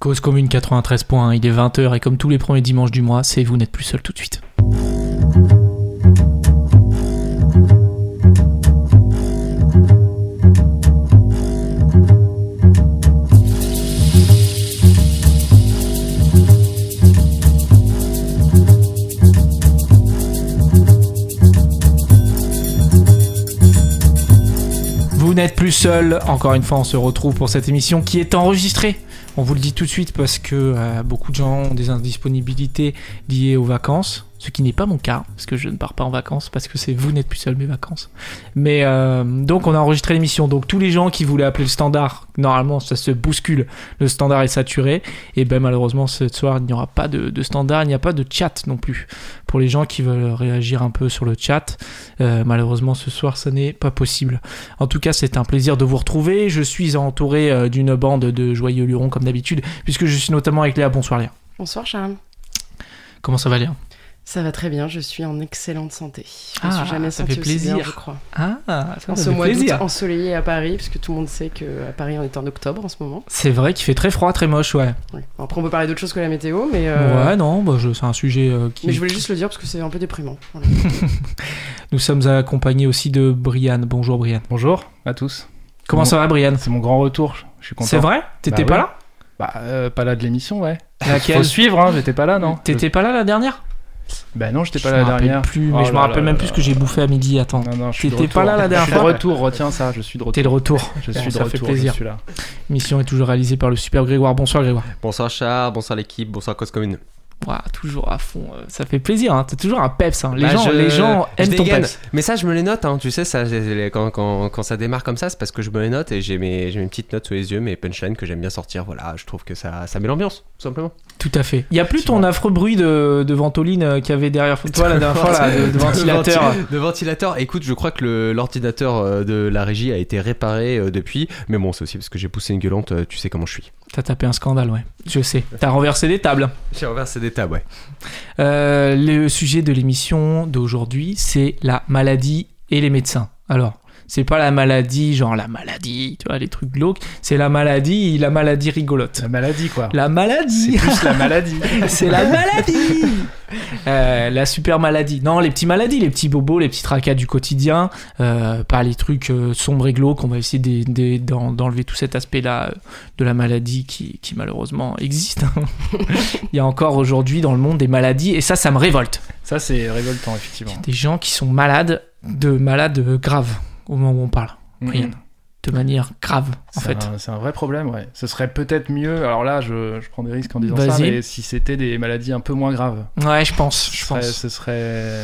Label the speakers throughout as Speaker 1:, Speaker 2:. Speaker 1: Cause commune 93.1, il est 20h et comme tous les premiers dimanches du mois, c'est vous n'êtes plus seul tout de suite. Vous n'êtes plus seul, encore une fois on se retrouve pour cette émission qui est enregistrée. On vous le dit tout de suite parce que euh, beaucoup de gens ont des indisponibilités liées aux vacances, ce qui n'est pas mon cas, parce que je ne pars pas en vacances, parce que c'est vous n'êtes plus seul mes vacances. Mais euh, donc on a enregistré l'émission, donc tous les gens qui voulaient appeler le standard, normalement ça se bouscule, le standard est saturé, et ben malheureusement ce soir il n'y aura pas de, de standard, il n'y a pas de chat non plus. Pour les gens qui veulent réagir un peu sur le chat, euh, malheureusement ce soir ça n'est pas possible. En tout cas, c'est un plaisir de vous retrouver. Je suis entouré euh, d'une bande de joyeux lurons comme d'habitude, puisque je suis notamment avec Léa. Bonsoir Léa.
Speaker 2: Bonsoir Charles.
Speaker 1: Comment ça va Léa
Speaker 2: Ça va très bien, je suis en excellente santé. Je me
Speaker 1: Ah,
Speaker 2: suis jamais
Speaker 1: ça
Speaker 2: sentie
Speaker 1: fait
Speaker 2: aussi bien,
Speaker 1: plaisir.
Speaker 2: je crois.
Speaker 1: Ah, ça,
Speaker 2: En ce mois d'août ensoleillé à Paris, parce que tout le monde sait qu'à Paris on est en octobre en ce moment.
Speaker 1: C'est vrai qu'il fait très froid, très moche, ouais.
Speaker 2: Ouais. Après on peut parler d'autre chose que la météo, mais, euh,
Speaker 1: Ouais, non, bah, je- c'est un sujet euh, qui...
Speaker 2: mais je voulais juste le dire parce que c'est un peu déprimant. Voilà.
Speaker 1: Nous sommes accompagnés aussi de Brian. Bonjour Brian.
Speaker 3: Bonjour à tous.
Speaker 1: Comment
Speaker 3: Bon.
Speaker 1: ça va Brian
Speaker 3: C'est mon grand retour. je- Je suis content.
Speaker 1: C'est vrai T'étais
Speaker 3: Bah
Speaker 1: pas
Speaker 3: ouais.
Speaker 1: là
Speaker 3: Bah, euh, pas là de l'émission, ouais.
Speaker 1: Laquelle
Speaker 3: Faut suivre, hein, j'étais pas là, non
Speaker 1: T'étais pas là la dernière
Speaker 3: Bah non, j'étais
Speaker 1: Je
Speaker 3: pas là
Speaker 1: me
Speaker 3: la
Speaker 1: rappelle
Speaker 3: dernière.
Speaker 1: plus, mais
Speaker 3: Oh
Speaker 1: je me
Speaker 3: là
Speaker 1: rappelle
Speaker 3: là
Speaker 1: même
Speaker 3: là
Speaker 1: plus ce
Speaker 3: là
Speaker 1: que j'ai bouffé à midi. Attends.
Speaker 3: Non, non, je suis de
Speaker 1: T'étais
Speaker 3: retour.
Speaker 1: pas là la dernière
Speaker 3: Je suis de
Speaker 1: fois
Speaker 3: retour, retiens ça, je suis de
Speaker 1: T'es
Speaker 3: retour.
Speaker 1: de retour.
Speaker 3: Je
Speaker 1: Bon,
Speaker 3: suis de
Speaker 1: ça fait
Speaker 3: retour, je
Speaker 1: plaisir.
Speaker 3: suis là.
Speaker 1: Mission est toujours réalisée par le super Grégoire. Bonsoir Grégoire.
Speaker 4: Bonsoir Char, bonsoir l'équipe, bonsoir Cause Commune.
Speaker 1: Ouah, toujours à fond. euh, Ça fait plaisir. Hein. T'es toujours un peps. hein. Les,
Speaker 4: Bah,
Speaker 1: gens,
Speaker 4: je-
Speaker 1: les gens
Speaker 4: je
Speaker 1: aiment ton
Speaker 4: dégaine.
Speaker 1: peps.
Speaker 4: Mais ça, je me les note, hein. tu sais, ça, j'ai- j'ai- quand, quand- quand ça démarre comme ça, c'est parce que je me les note et j'ai mes, j'ai mes petites notes sous les yeux, mes punchlines que j'aime bien sortir. Voilà, je trouve que ça, ça met l'ambiance, tout simplement.
Speaker 1: Tout à fait. Il y a plus ton affreux bruit de, de ventoline euh, qu'il y avait derrière toi la dernière fois, là, Ah, de, de ventilateur.
Speaker 4: venti- De ventilateur. Écoute, je crois que le- l'ordinateur euh, de la régie a été réparé euh, depuis, mais bon, c'est aussi parce que j'ai poussé une gueulante, euh, tu sais comment je suis.
Speaker 1: T'as tapé un scandale, ouais. Je sais. T'as renversé des tables.
Speaker 4: J'ai renversé des tables, ouais.
Speaker 1: Euh, le sujet de l'émission d'aujourd'hui, c'est la maladie et les médecins. Alors, c'est pas la maladie, genre la maladie, tu vois, les trucs glauques. C'est la maladie, la maladie rigolote.
Speaker 3: La maladie, quoi.
Speaker 1: La
Speaker 3: C'est
Speaker 1: maladie,
Speaker 3: plus la maladie.
Speaker 1: c'est la maladie Euh, La super maladie. Non, les petits maladies, les petits bobos, les petits tracas du quotidien, euh, pas les trucs euh, sombres et glauques. On va essayer d'en- d'en- d'enlever tout cet aspect-là euh, de la maladie qui, qui malheureusement existe. hein. Il y a encore aujourd'hui dans le monde des maladies, et ça, ça me révolte
Speaker 3: Ça, c'est révoltant, effectivement.
Speaker 1: des gens qui sont malades, de malades euh, graves au moment où on parle, Rien.
Speaker 3: Mhm.
Speaker 1: de manière grave en
Speaker 3: C'est
Speaker 1: fait.
Speaker 3: un- C'est un vrai problème, ouais. Ce serait peut-être mieux. Alors là, je, je prends des risques en disant ça,
Speaker 1: Vas-y.
Speaker 3: mais si c'était des maladies un peu moins graves,
Speaker 1: Ouais, je pense,
Speaker 3: ce
Speaker 1: je
Speaker 3: serait-
Speaker 1: pense.
Speaker 3: ce serait.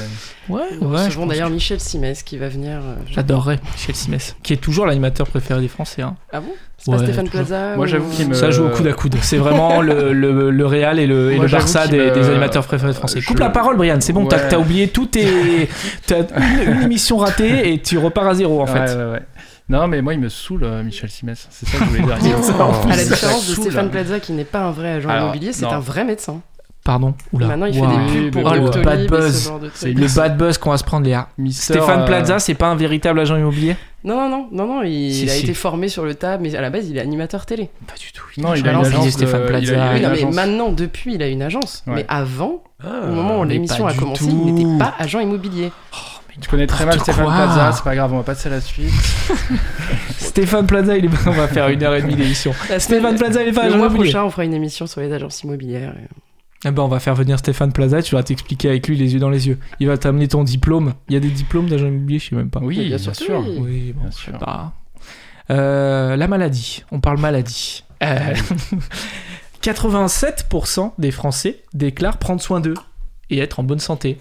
Speaker 1: Ouais,
Speaker 2: Nous
Speaker 1: ouais. je
Speaker 2: recevons
Speaker 1: pense.
Speaker 2: d'ailleurs Michel Simès qui va venir. euh, je-
Speaker 1: J'adorerais Michel Simès, qui est toujours l'animateur préféré des Français. hein.
Speaker 2: Ah bon C'est pas
Speaker 1: Ouais,
Speaker 2: Stéphane
Speaker 1: toujours.
Speaker 2: Plaza
Speaker 3: Moi,
Speaker 2: ou-
Speaker 3: j'avoue qu'il me-
Speaker 1: Ça joue au coude à coude. C'est vraiment le, le, le Real et le, et
Speaker 3: Moi,
Speaker 1: le
Speaker 3: j'avoue
Speaker 1: Barça des,
Speaker 3: qu'il me-
Speaker 1: des animateurs préférés des Français.
Speaker 3: Je-
Speaker 1: Coupe la parole, Brian, c'est bon, t'as-
Speaker 3: Ouais.
Speaker 1: t'as oublié tout tes. T'as une, une émission ratée et tu repars à zéro en fait.
Speaker 3: Ouais, ouais, ouais. Non, mais moi, il me saoule, euh, Michel Simès. C'est ça que je voulais dire. Il me saoule.
Speaker 2: euh, À la
Speaker 3: Ça
Speaker 2: différence de
Speaker 3: saoule.
Speaker 2: Stéphane Plaza qui n'est pas un vrai agent
Speaker 3: Alors,
Speaker 2: immobilier, c'est
Speaker 3: non.
Speaker 2: un vrai médecin.
Speaker 1: Pardon, oula.
Speaker 2: Maintenant il fait
Speaker 1: Waouh.
Speaker 2: des pubs pour
Speaker 3: Oui, mais
Speaker 1: Oh, le
Speaker 3: bon.
Speaker 2: Doctolib
Speaker 1: bad
Speaker 2: et ce
Speaker 1: buzz.
Speaker 2: genre de trucs.
Speaker 3: C'est
Speaker 1: Le bad buzz qu'on va se prendre, Léa.
Speaker 3: Mister,
Speaker 1: Stéphane
Speaker 3: euh,
Speaker 1: Plaza, c'est pas un véritable agent immobilier
Speaker 2: Non, non, non, non, non, il,
Speaker 1: Si,
Speaker 2: il a
Speaker 1: si.
Speaker 2: été formé sur le tas, mais à la base, il est animateur télé.
Speaker 1: Pas du tout. Je
Speaker 3: Non, il a une
Speaker 1: balance,
Speaker 3: agence.
Speaker 1: il dit Stéphane
Speaker 3: de-
Speaker 1: Plaza.
Speaker 3: Il a
Speaker 2: Oui,
Speaker 3: une
Speaker 2: non, mais
Speaker 3: agence.
Speaker 2: maintenant, depuis, il a une agence.
Speaker 3: Ouais.
Speaker 2: Mais avant,
Speaker 1: Ah.
Speaker 2: au moment où
Speaker 1: mais
Speaker 2: l'émission
Speaker 1: pas
Speaker 2: a
Speaker 1: du
Speaker 2: commencé,
Speaker 1: tout.
Speaker 2: il n'était pas agent immobilier.
Speaker 3: Je connais très mal
Speaker 1: N'importe
Speaker 3: Stéphane
Speaker 1: quoi.
Speaker 3: Plaza, c'est pas grave, on va passer à la suite.
Speaker 1: Stéphane Plaza, il est on va faire une heure et demie d'émission. Stéphane Plaza, il est pas
Speaker 2: le
Speaker 1: agent
Speaker 2: mois
Speaker 1: immobilier.
Speaker 2: prochain, on fera une émission sur les agences immobilières.
Speaker 1: Eh ben, on va faire venir Stéphane Plaza, tu vas t'expliquer avec lui les yeux dans les yeux. Il va t'amener ton diplôme. Il y a des diplômes d'agent immobilier, je sais même pas.
Speaker 3: Oui,
Speaker 2: Mais bien
Speaker 3: bien
Speaker 2: sûr
Speaker 3: sûr.
Speaker 2: que oui.
Speaker 1: Oui, bon,
Speaker 3: Bien
Speaker 1: je sais
Speaker 3: sûr.
Speaker 1: pas. Euh, la maladie, on parle maladie. Euh, 87% des Français déclarent prendre soin d'eux et être en bonne santé.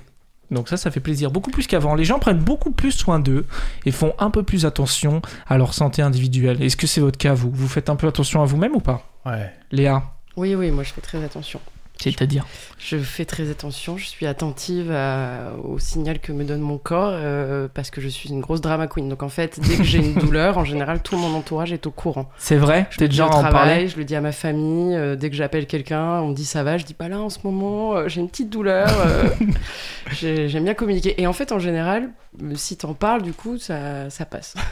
Speaker 1: Donc ça, ça fait plaisir. Beaucoup plus qu'avant. Les gens prennent beaucoup plus soin d'eux et font un peu plus attention à leur santé individuelle. Est-ce que c'est votre cas, vous Vous faites un peu attention à vous-même ou pas
Speaker 3: Ouais.
Speaker 1: Léa,
Speaker 2: Oui, oui, moi, je fais très attention.
Speaker 1: c'est-à-dire
Speaker 2: Je fais très attention, je suis attentive à- au signal que me donne mon corps euh, parce que je suis une grosse drama queen. Donc en fait, dès que j'ai une douleur, en général, tout mon entourage est au courant.
Speaker 1: C'est vrai
Speaker 2: Je
Speaker 1: T'es
Speaker 2: le dis
Speaker 1: déjà
Speaker 2: au
Speaker 1: en parler
Speaker 2: travail, je le dis à ma famille. euh, dès que j'appelle quelqu'un, on me dit ça va. Je dis pas là en ce moment, euh, j'ai une petite douleur. euh, j'ai- J'aime bien communiquer. Et en fait, en général, euh, si t'en parles, du coup, ça, ça passe.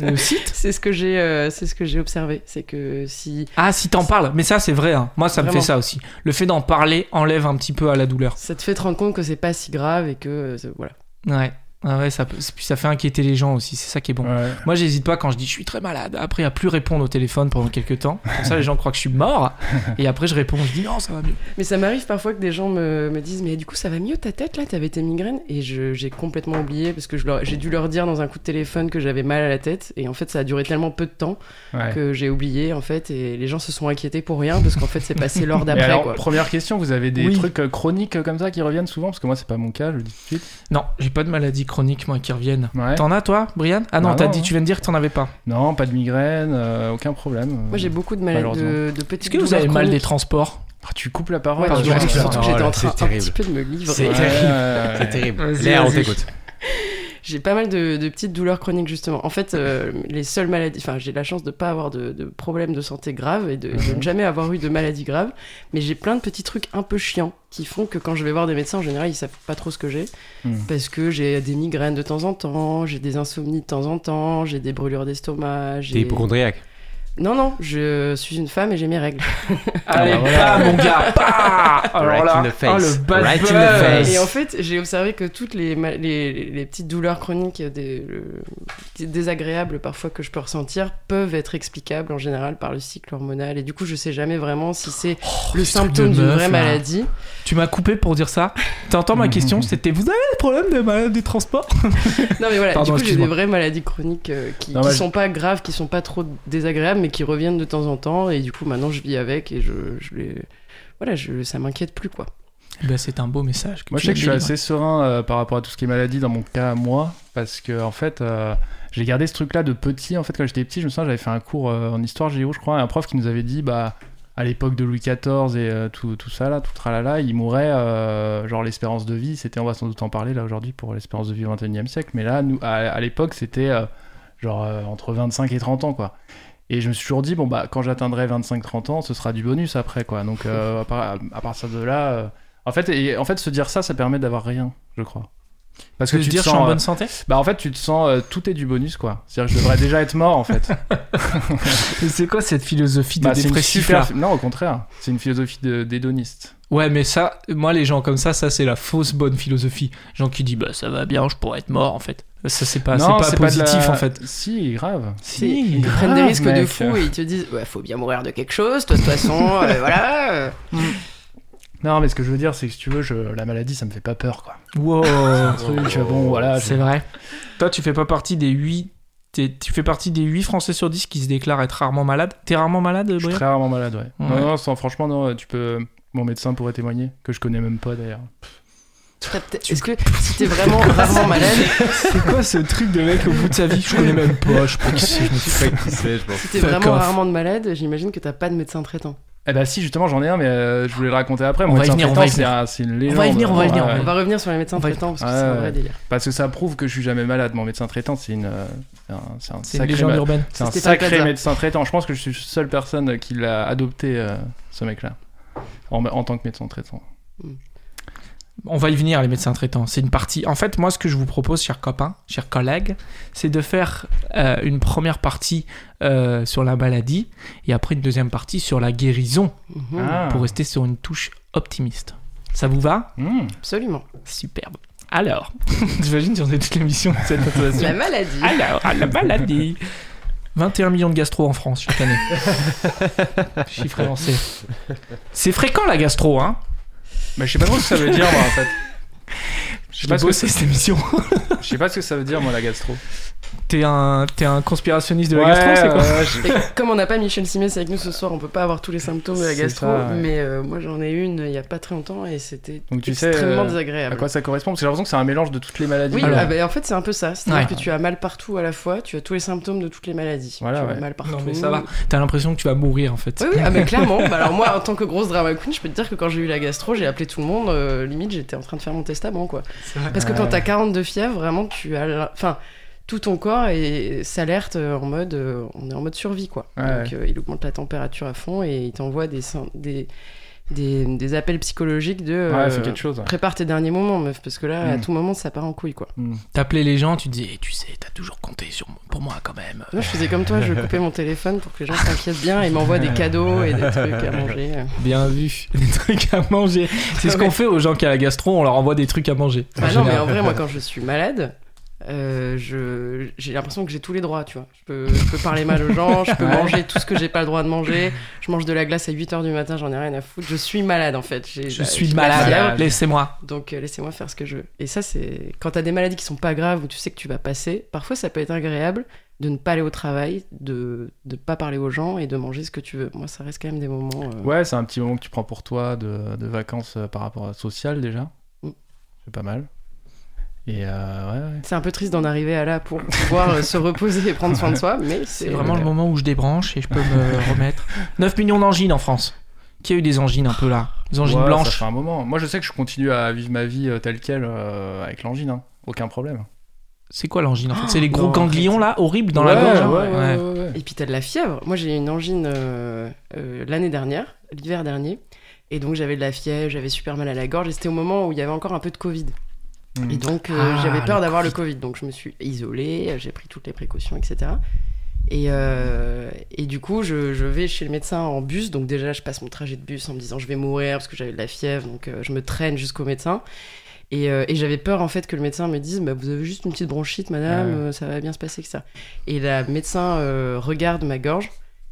Speaker 1: le site.
Speaker 2: C'est ce que j'ai, euh, c'est ce que j'ai observé, c'est que si
Speaker 1: Ah, si t'en parles, mais ça c'est vrai, hein. moi ça me
Speaker 2: Vraiment.
Speaker 1: fait ça aussi. Le fait d'en parler enlève un petit peu à la douleur.
Speaker 2: ça te fait te rendre compte que c'est pas si grave et que euh, c'est- voilà.
Speaker 1: Ouais, Ah ouais ça, peut- puis ça fait inquiéter les gens aussi, c'est ça qui est bon.
Speaker 3: Ouais.
Speaker 1: Moi j'hésite pas quand je dis je suis très malade, après à plus répondre au téléphone pendant quelques temps. Comme ça les gens croient que je suis mort, et après je réponds, je dis non, ça va mieux.
Speaker 2: Mais ça m'arrive parfois que des gens me, me disent mais du coup ça va mieux ta tête là, t'avais tes migraines et je- j'ai complètement oublié parce que je leur- j'ai dû leur dire dans un coup de téléphone que j'avais mal à la tête et en fait ça a duré tellement peu de temps
Speaker 3: Ouais.
Speaker 2: que j'ai oublié en fait et les gens se sont inquiétés pour rien parce qu'en fait c'est passé l'heure
Speaker 3: Et
Speaker 2: d'après
Speaker 3: alors,
Speaker 2: quoi.
Speaker 3: première question, vous avez des
Speaker 1: Oui.
Speaker 3: trucs euh, chroniques euh, comme ça qui reviennent souvent Parce que moi, c'est pas mon cas, je le dis tout de suite.
Speaker 1: Non, j'ai pas de maladie chronique moi qui reviennent.
Speaker 3: Ouais.
Speaker 1: T'en as toi, Brian Ah non,
Speaker 3: Bah
Speaker 1: t'as
Speaker 3: non,
Speaker 1: dit,
Speaker 3: hein.
Speaker 1: tu viens de dire que t'en avais pas.
Speaker 3: Non, pas de migraine, euh, aucun problème.
Speaker 2: Moi j'ai beaucoup de mal de, de
Speaker 1: Est-ce
Speaker 2: petites
Speaker 1: que vous avez
Speaker 2: douleurs
Speaker 1: mal des
Speaker 2: chroniques.
Speaker 1: transports
Speaker 3: Ah, tu coupes la parole.
Speaker 2: Ouais,
Speaker 1: Pardon,
Speaker 2: je-
Speaker 1: excuse-moi.
Speaker 2: surtout que j'étais en
Speaker 4: Oh,
Speaker 2: train
Speaker 4: c'est
Speaker 2: un petit
Speaker 4: terrible.
Speaker 2: peu de me livrer.
Speaker 3: Ouais,
Speaker 4: C'est-
Speaker 3: ouais,
Speaker 4: C'est
Speaker 3: ouais.
Speaker 4: terrible.
Speaker 1: Vas-y,
Speaker 4: Léa, on
Speaker 1: vas-y.
Speaker 4: t'écoute.
Speaker 2: J'ai pas mal de, de petites douleurs chroniques justement. En fait, euh, les seules maladies, enfin j'ai la chance de pas avoir de, de problèmes de santé grave et de, de ne jamais avoir eu de maladie grave, mais j'ai plein de petits trucs un peu chiants qui font que quand je vais voir des médecins en général ils savent pas trop ce que j'ai
Speaker 4: Hmm.
Speaker 3: Mhm.
Speaker 2: parce que j'ai des migraines de temps en temps, j'ai des insomnies de temps en temps, j'ai des brûlures d'estomac,
Speaker 4: T'es
Speaker 2: j'ai
Speaker 4: hypochondriaque.
Speaker 2: non non je suis une femme et j'ai mes règles.
Speaker 1: Allez,
Speaker 3: bah voilà.
Speaker 1: bam, Ah, mon gars bah Alors
Speaker 4: Right
Speaker 1: là,
Speaker 4: in the face.
Speaker 1: oh, le bad
Speaker 4: Right in the
Speaker 1: buzz.
Speaker 4: face.
Speaker 2: Et en fait, j'ai observé que toutes les, ma- les, les- les petites douleurs chroniques euh, des, le- des- désagréables parfois que je peux ressentir peuvent être explicables en général par le cycle hormonal. Et du coup, je sais jamais vraiment si c'est
Speaker 1: oh,
Speaker 2: le
Speaker 1: ce truc
Speaker 2: symptôme
Speaker 1: de
Speaker 2: d'une
Speaker 1: meuf,
Speaker 2: vraie
Speaker 1: là.
Speaker 2: maladie.
Speaker 1: Tu m'as coupé pour dire ça T'entends ma question C'était vous avez des problèmes de maladie des transports
Speaker 2: Non, mais voilà,
Speaker 1: Pardon,
Speaker 2: du coup, j'ai
Speaker 1: excuse-moi.
Speaker 2: des vraies maladies chroniques euh, qui,
Speaker 3: Non,
Speaker 2: qui
Speaker 3: bah, je-
Speaker 2: sont pas graves, qui sont pas trop désagréables, mais qui reviennent de temps en temps. Et du coup, maintenant, je vis avec et je, je les. Voilà, je, ça m'inquiète plus, quoi.
Speaker 1: Bah, c'est un beau message. Que
Speaker 3: Moi,
Speaker 1: tu
Speaker 3: je sais que je suis
Speaker 1: m'as
Speaker 3: assez serein euh, par rapport à tout ce qui est maladie dans mon cas, moi, parce que en fait, euh, j'ai gardé ce truc-là de petit. En fait, quand j'étais petit, je me souviens, j'avais fait un cours euh, en histoire géo, je crois, et un prof qui nous avait dit, bah, à l'époque de Louis XIV et euh, tout, tout ça, là, tout tralala, il mourait, euh, genre l'espérance de vie, c'était, on va sans doute en parler là aujourd'hui pour l'espérance de vie au 21 e siècle, mais là, nous, à, à l'époque, c'était euh, genre euh, entre 25 et 30 ans, quoi. Et je me suis toujours dit, bon, bah, quand j'atteindrai 25-30 ans, ce sera du bonus après, quoi. Donc, euh, à, par- à partir de là. euh, en fait, et- en fait, se dire ça, ça permet d'avoir rien, je crois. Parce
Speaker 1: Est-ce que tu dire
Speaker 3: te
Speaker 1: je suis en
Speaker 3: sens, euh,
Speaker 1: bonne santé
Speaker 3: bah en fait tu te sens euh, tout est du bonus quoi. C'est-à-dire que je devrais déjà être mort en fait.
Speaker 1: C'est quoi cette philosophie de
Speaker 3: Bah, c'est une
Speaker 1: dépressif
Speaker 3: super-
Speaker 1: là
Speaker 3: Non au contraire, c'est une philosophie de- d'hédoniste.
Speaker 1: Ouais, mais ça, moi les gens comme ça, ça c'est la fausse bonne philosophie. Gens qui disent bah ça va bien, je pourrais être mort en fait. Ça c'est pas, Bah, c'est
Speaker 3: Non,
Speaker 1: pas
Speaker 3: c'est pas de la-
Speaker 1: positif en fait.
Speaker 3: Si grave.
Speaker 2: Ils
Speaker 1: Si.
Speaker 2: prennent des
Speaker 3: grave,
Speaker 2: risques de
Speaker 3: Ah, mec.
Speaker 2: fou et ils te disent ouais, faut bien mourir de quelque chose, toi, de toute façon, euh, voilà. euh.
Speaker 3: Non mais ce que je veux dire c'est que si tu veux je... la maladie ça me fait pas peur quoi.
Speaker 1: Wow.
Speaker 3: Un truc, bon voilà. je-
Speaker 1: Oh. c'est vrai. Ah, Toi tu fais pas partie des 8 tu fais partie des 8 Français sur 10 qui se déclarent être rarement malades. T'es rarement malade,
Speaker 3: Je suis
Speaker 1: Brian
Speaker 3: très rarement malade ouais. Non
Speaker 1: Ouais.
Speaker 3: non sans- franchement non tu peux mon médecin pourrait témoigner que je connais même pas d'ailleurs.
Speaker 2: T'as peut-être- Est-ce que si t'es vraiment rarement malade,
Speaker 1: C'est quoi ce truc de mec au bout de sa vie Je connais même pas, je pense que c'est. je me fous.
Speaker 2: si t'es
Speaker 1: Fuck
Speaker 2: vraiment
Speaker 1: off.
Speaker 2: rarement de malade, j'imagine que t'as pas de médecin traitant.
Speaker 3: Eh bah si justement j'en ai un mais euh, je voulais le raconter après.
Speaker 1: On
Speaker 3: Mon
Speaker 1: va y
Speaker 3: médecin
Speaker 1: venir, on va y
Speaker 3: traitant, c'est un- c'est une
Speaker 1: y
Speaker 3: légende.
Speaker 1: venir, on va y venir, on va y
Speaker 3: Ouais.
Speaker 1: Ouais.
Speaker 2: On va revenir sur les médecins
Speaker 1: On va-
Speaker 2: traitants parce que
Speaker 3: Ouais,
Speaker 2: c'est un
Speaker 3: ouais.
Speaker 2: vrai délire.
Speaker 3: Parce que ça prouve que je suis jamais malade. Mon médecin traitant, c'est une, euh, c'est un, c'est un
Speaker 1: C'est une
Speaker 3: sacré,
Speaker 1: légende
Speaker 3: ma-
Speaker 1: urbaine.
Speaker 3: c'est un
Speaker 2: C'était pas le
Speaker 3: sacré
Speaker 2: Plaza.
Speaker 3: médecin traitant. Je pense que je suis la seule personne qui l'a adopté, euh, ce mec-là, en, en tant que médecin traitant.
Speaker 1: On va y venir, les médecins traitants. C'est une partie. En fait, moi, ce que je vous propose, chers copains, chers collègues, c'est de faire euh, une première partie euh, sur la maladie et après une deuxième partie sur la guérison
Speaker 2: Mhm,
Speaker 3: Ah.
Speaker 1: Mmh. pour rester sur une touche optimiste. Ça vous va
Speaker 3: Mmh.
Speaker 2: Absolument.
Speaker 1: Superbe. Alors, j'imagine sur toute l'émission de cette intonation.
Speaker 2: La maladie.
Speaker 3: Ah.
Speaker 1: Alors, à la maladie 21 millions de gastro en France chaque année. Chiffre avancé. C'est fréquent la gastro, hein
Speaker 3: Mais je sais pas trop ce que ça veut dire, moi, en fait.
Speaker 1: Je
Speaker 3: Je sais pas,
Speaker 1: l'ai
Speaker 3: ce que,
Speaker 1: bossé cette émission.
Speaker 3: je sais pas ce que ça veut dire, moi, la gastro.
Speaker 1: T'es un, t'es un conspirationniste de la
Speaker 3: Ouais,
Speaker 1: gastro, c'est quoi
Speaker 3: ouais, j'ai-
Speaker 2: Et comme on n'a pas Michel Simès avec nous ce soir, on peut pas avoir tous les symptômes de la
Speaker 3: C'est
Speaker 2: gastro.
Speaker 3: ça, ouais.
Speaker 2: Mais euh, moi j'en ai une il y a pas très longtemps et c'était
Speaker 3: Donc tu sais,
Speaker 2: extrêmement
Speaker 3: euh, à
Speaker 2: désagréable.
Speaker 3: quoi ça correspond Parce que j'ai l'impression que c'est un mélange de toutes les maladies.
Speaker 2: oui,
Speaker 1: Alors.
Speaker 2: ah bah, en fait c'est un peu ça. C'est-à-dire
Speaker 1: Ouais.
Speaker 2: que tu as mal partout à la fois, tu as tous les symptômes de toutes les maladies.
Speaker 3: Voilà,
Speaker 2: tu as
Speaker 3: ouais.
Speaker 2: mal partout.
Speaker 1: Non mais ça va. T'as l'impression que tu vas mourir en fait.
Speaker 2: Oui, oui, ah, mais clairement. Bah, alors, moi, en tant que grosse drama queen, je peux te dire que quand j'ai eu la gastro, j'ai appelé tout le monde. euh, limite, j'étais en train de faire mon testament, quoi. Parce que quand
Speaker 3: Ouais.
Speaker 2: t'as 42 fièvres, vraiment, tu as. la- Enfin, tout ton corps est- s'alerte euh, en mode. euh, on est en mode survie, quoi.
Speaker 3: Ouais.
Speaker 2: Donc, euh, il augmente la température à fond et il t'envoie des, syn- des, des, des appels psychologiques de
Speaker 3: Ouais,
Speaker 2: euh,
Speaker 3: fais quelque chose. hein. ouais.
Speaker 2: prépare tes derniers moments, meuf, parce que là, à
Speaker 3: Mm.
Speaker 2: tout moment, ça part en couille, quoi.
Speaker 3: Mm.
Speaker 1: T'appelais les gens, tu dis, Eh, tu sais, t'as toujours compté sur, pour moi quand même.
Speaker 2: Moi, je faisais comme toi, je coupais mon téléphone pour que les gens s'inquiètent bien et m'envoient des cadeaux et des trucs à manger. euh.
Speaker 1: Bien vu, des trucs à manger. C'est ce qu'on fait aux gens qui ont la gastro, on leur envoie des trucs à manger.
Speaker 2: Bah
Speaker 1: En
Speaker 2: non, mais
Speaker 1: général.
Speaker 2: en vrai, moi, quand je suis malade, euh, je- j'ai l'impression que j'ai tous les droits, tu vois. Je peux, je peux parler mal aux gens, je peux
Speaker 3: Ouais.
Speaker 2: manger tout ce que j'ai pas le droit de manger. Je mange de la glace à 8h du matin, j'en ai rien à foutre. Je suis malade, en fait. J'ai-
Speaker 1: Je
Speaker 2: j'ai-
Speaker 1: suis
Speaker 2: j'ai la fièvre,
Speaker 1: malade, laissez-moi.
Speaker 2: Donc euh, laissez-moi faire ce que je veux. Et ça, c'est quand t'as des maladies qui sont pas graves où tu sais que tu vas passer, parfois ça peut être agréable de ne pas aller au travail, de ne pas parler aux gens et de manger ce que tu veux. Moi, ça reste quand même des moments. euh,
Speaker 3: Ouais, c'est un petit moment que tu prends pour toi de, de vacances euh, par rapport à social déjà.
Speaker 2: Mm.
Speaker 3: C'est pas mal. Et euh, ouais, ouais.
Speaker 2: C'est un peu triste d'en arriver à là pour pouvoir euh, se reposer et prendre soin de soi, mais c'est
Speaker 1: C'est vraiment le moment où je débranche et je peux me remettre. 9 millions d'angines en France. Qui a eu des angines un peu là Des angines
Speaker 3: Ouais, Ça
Speaker 1: blanches
Speaker 3: fait un moment. Moi, je sais que je continue à vivre ma vie euh, telle quelle euh, avec l'angine. hein. Aucun problème.
Speaker 1: C'est quoi l'angine en fait C'est les gros
Speaker 2: non,
Speaker 1: ganglions là, horribles dans la
Speaker 3: Ouais,
Speaker 1: gorge. hein
Speaker 3: Ouais, ouais,
Speaker 1: Ouais.
Speaker 3: ouais, ouais.
Speaker 2: Et puis t'as de la fièvre. Moi j'ai eu une angine euh, euh, l'année dernière, l'hiver dernier. Et donc j'avais de la fièvre, j'avais super mal à la gorge. Et c'était au moment où il y avait encore un peu de Covid.
Speaker 3: Mm.
Speaker 2: Et donc euh,
Speaker 1: Ah,
Speaker 2: j'avais peur
Speaker 1: le
Speaker 2: d'avoir le Covid. Donc je me suis isolée, euh, j'ai pris toutes les précautions, etc. Et, euh, et du coup je, je vais chez le médecin en bus. Donc déjà je passe mon trajet de bus en me disant je vais mourir parce que j'avais de la fièvre. Donc euh, je me traîne jusqu'au médecin. Et, euh, et j'avais peur en fait que le médecin me dise bah, Vous avez juste une petite bronchite, madame,
Speaker 3: Ouais.
Speaker 1: Ah
Speaker 2: euh, ça va bien se passer, etc. Et la médecin euh, regarde ma gorge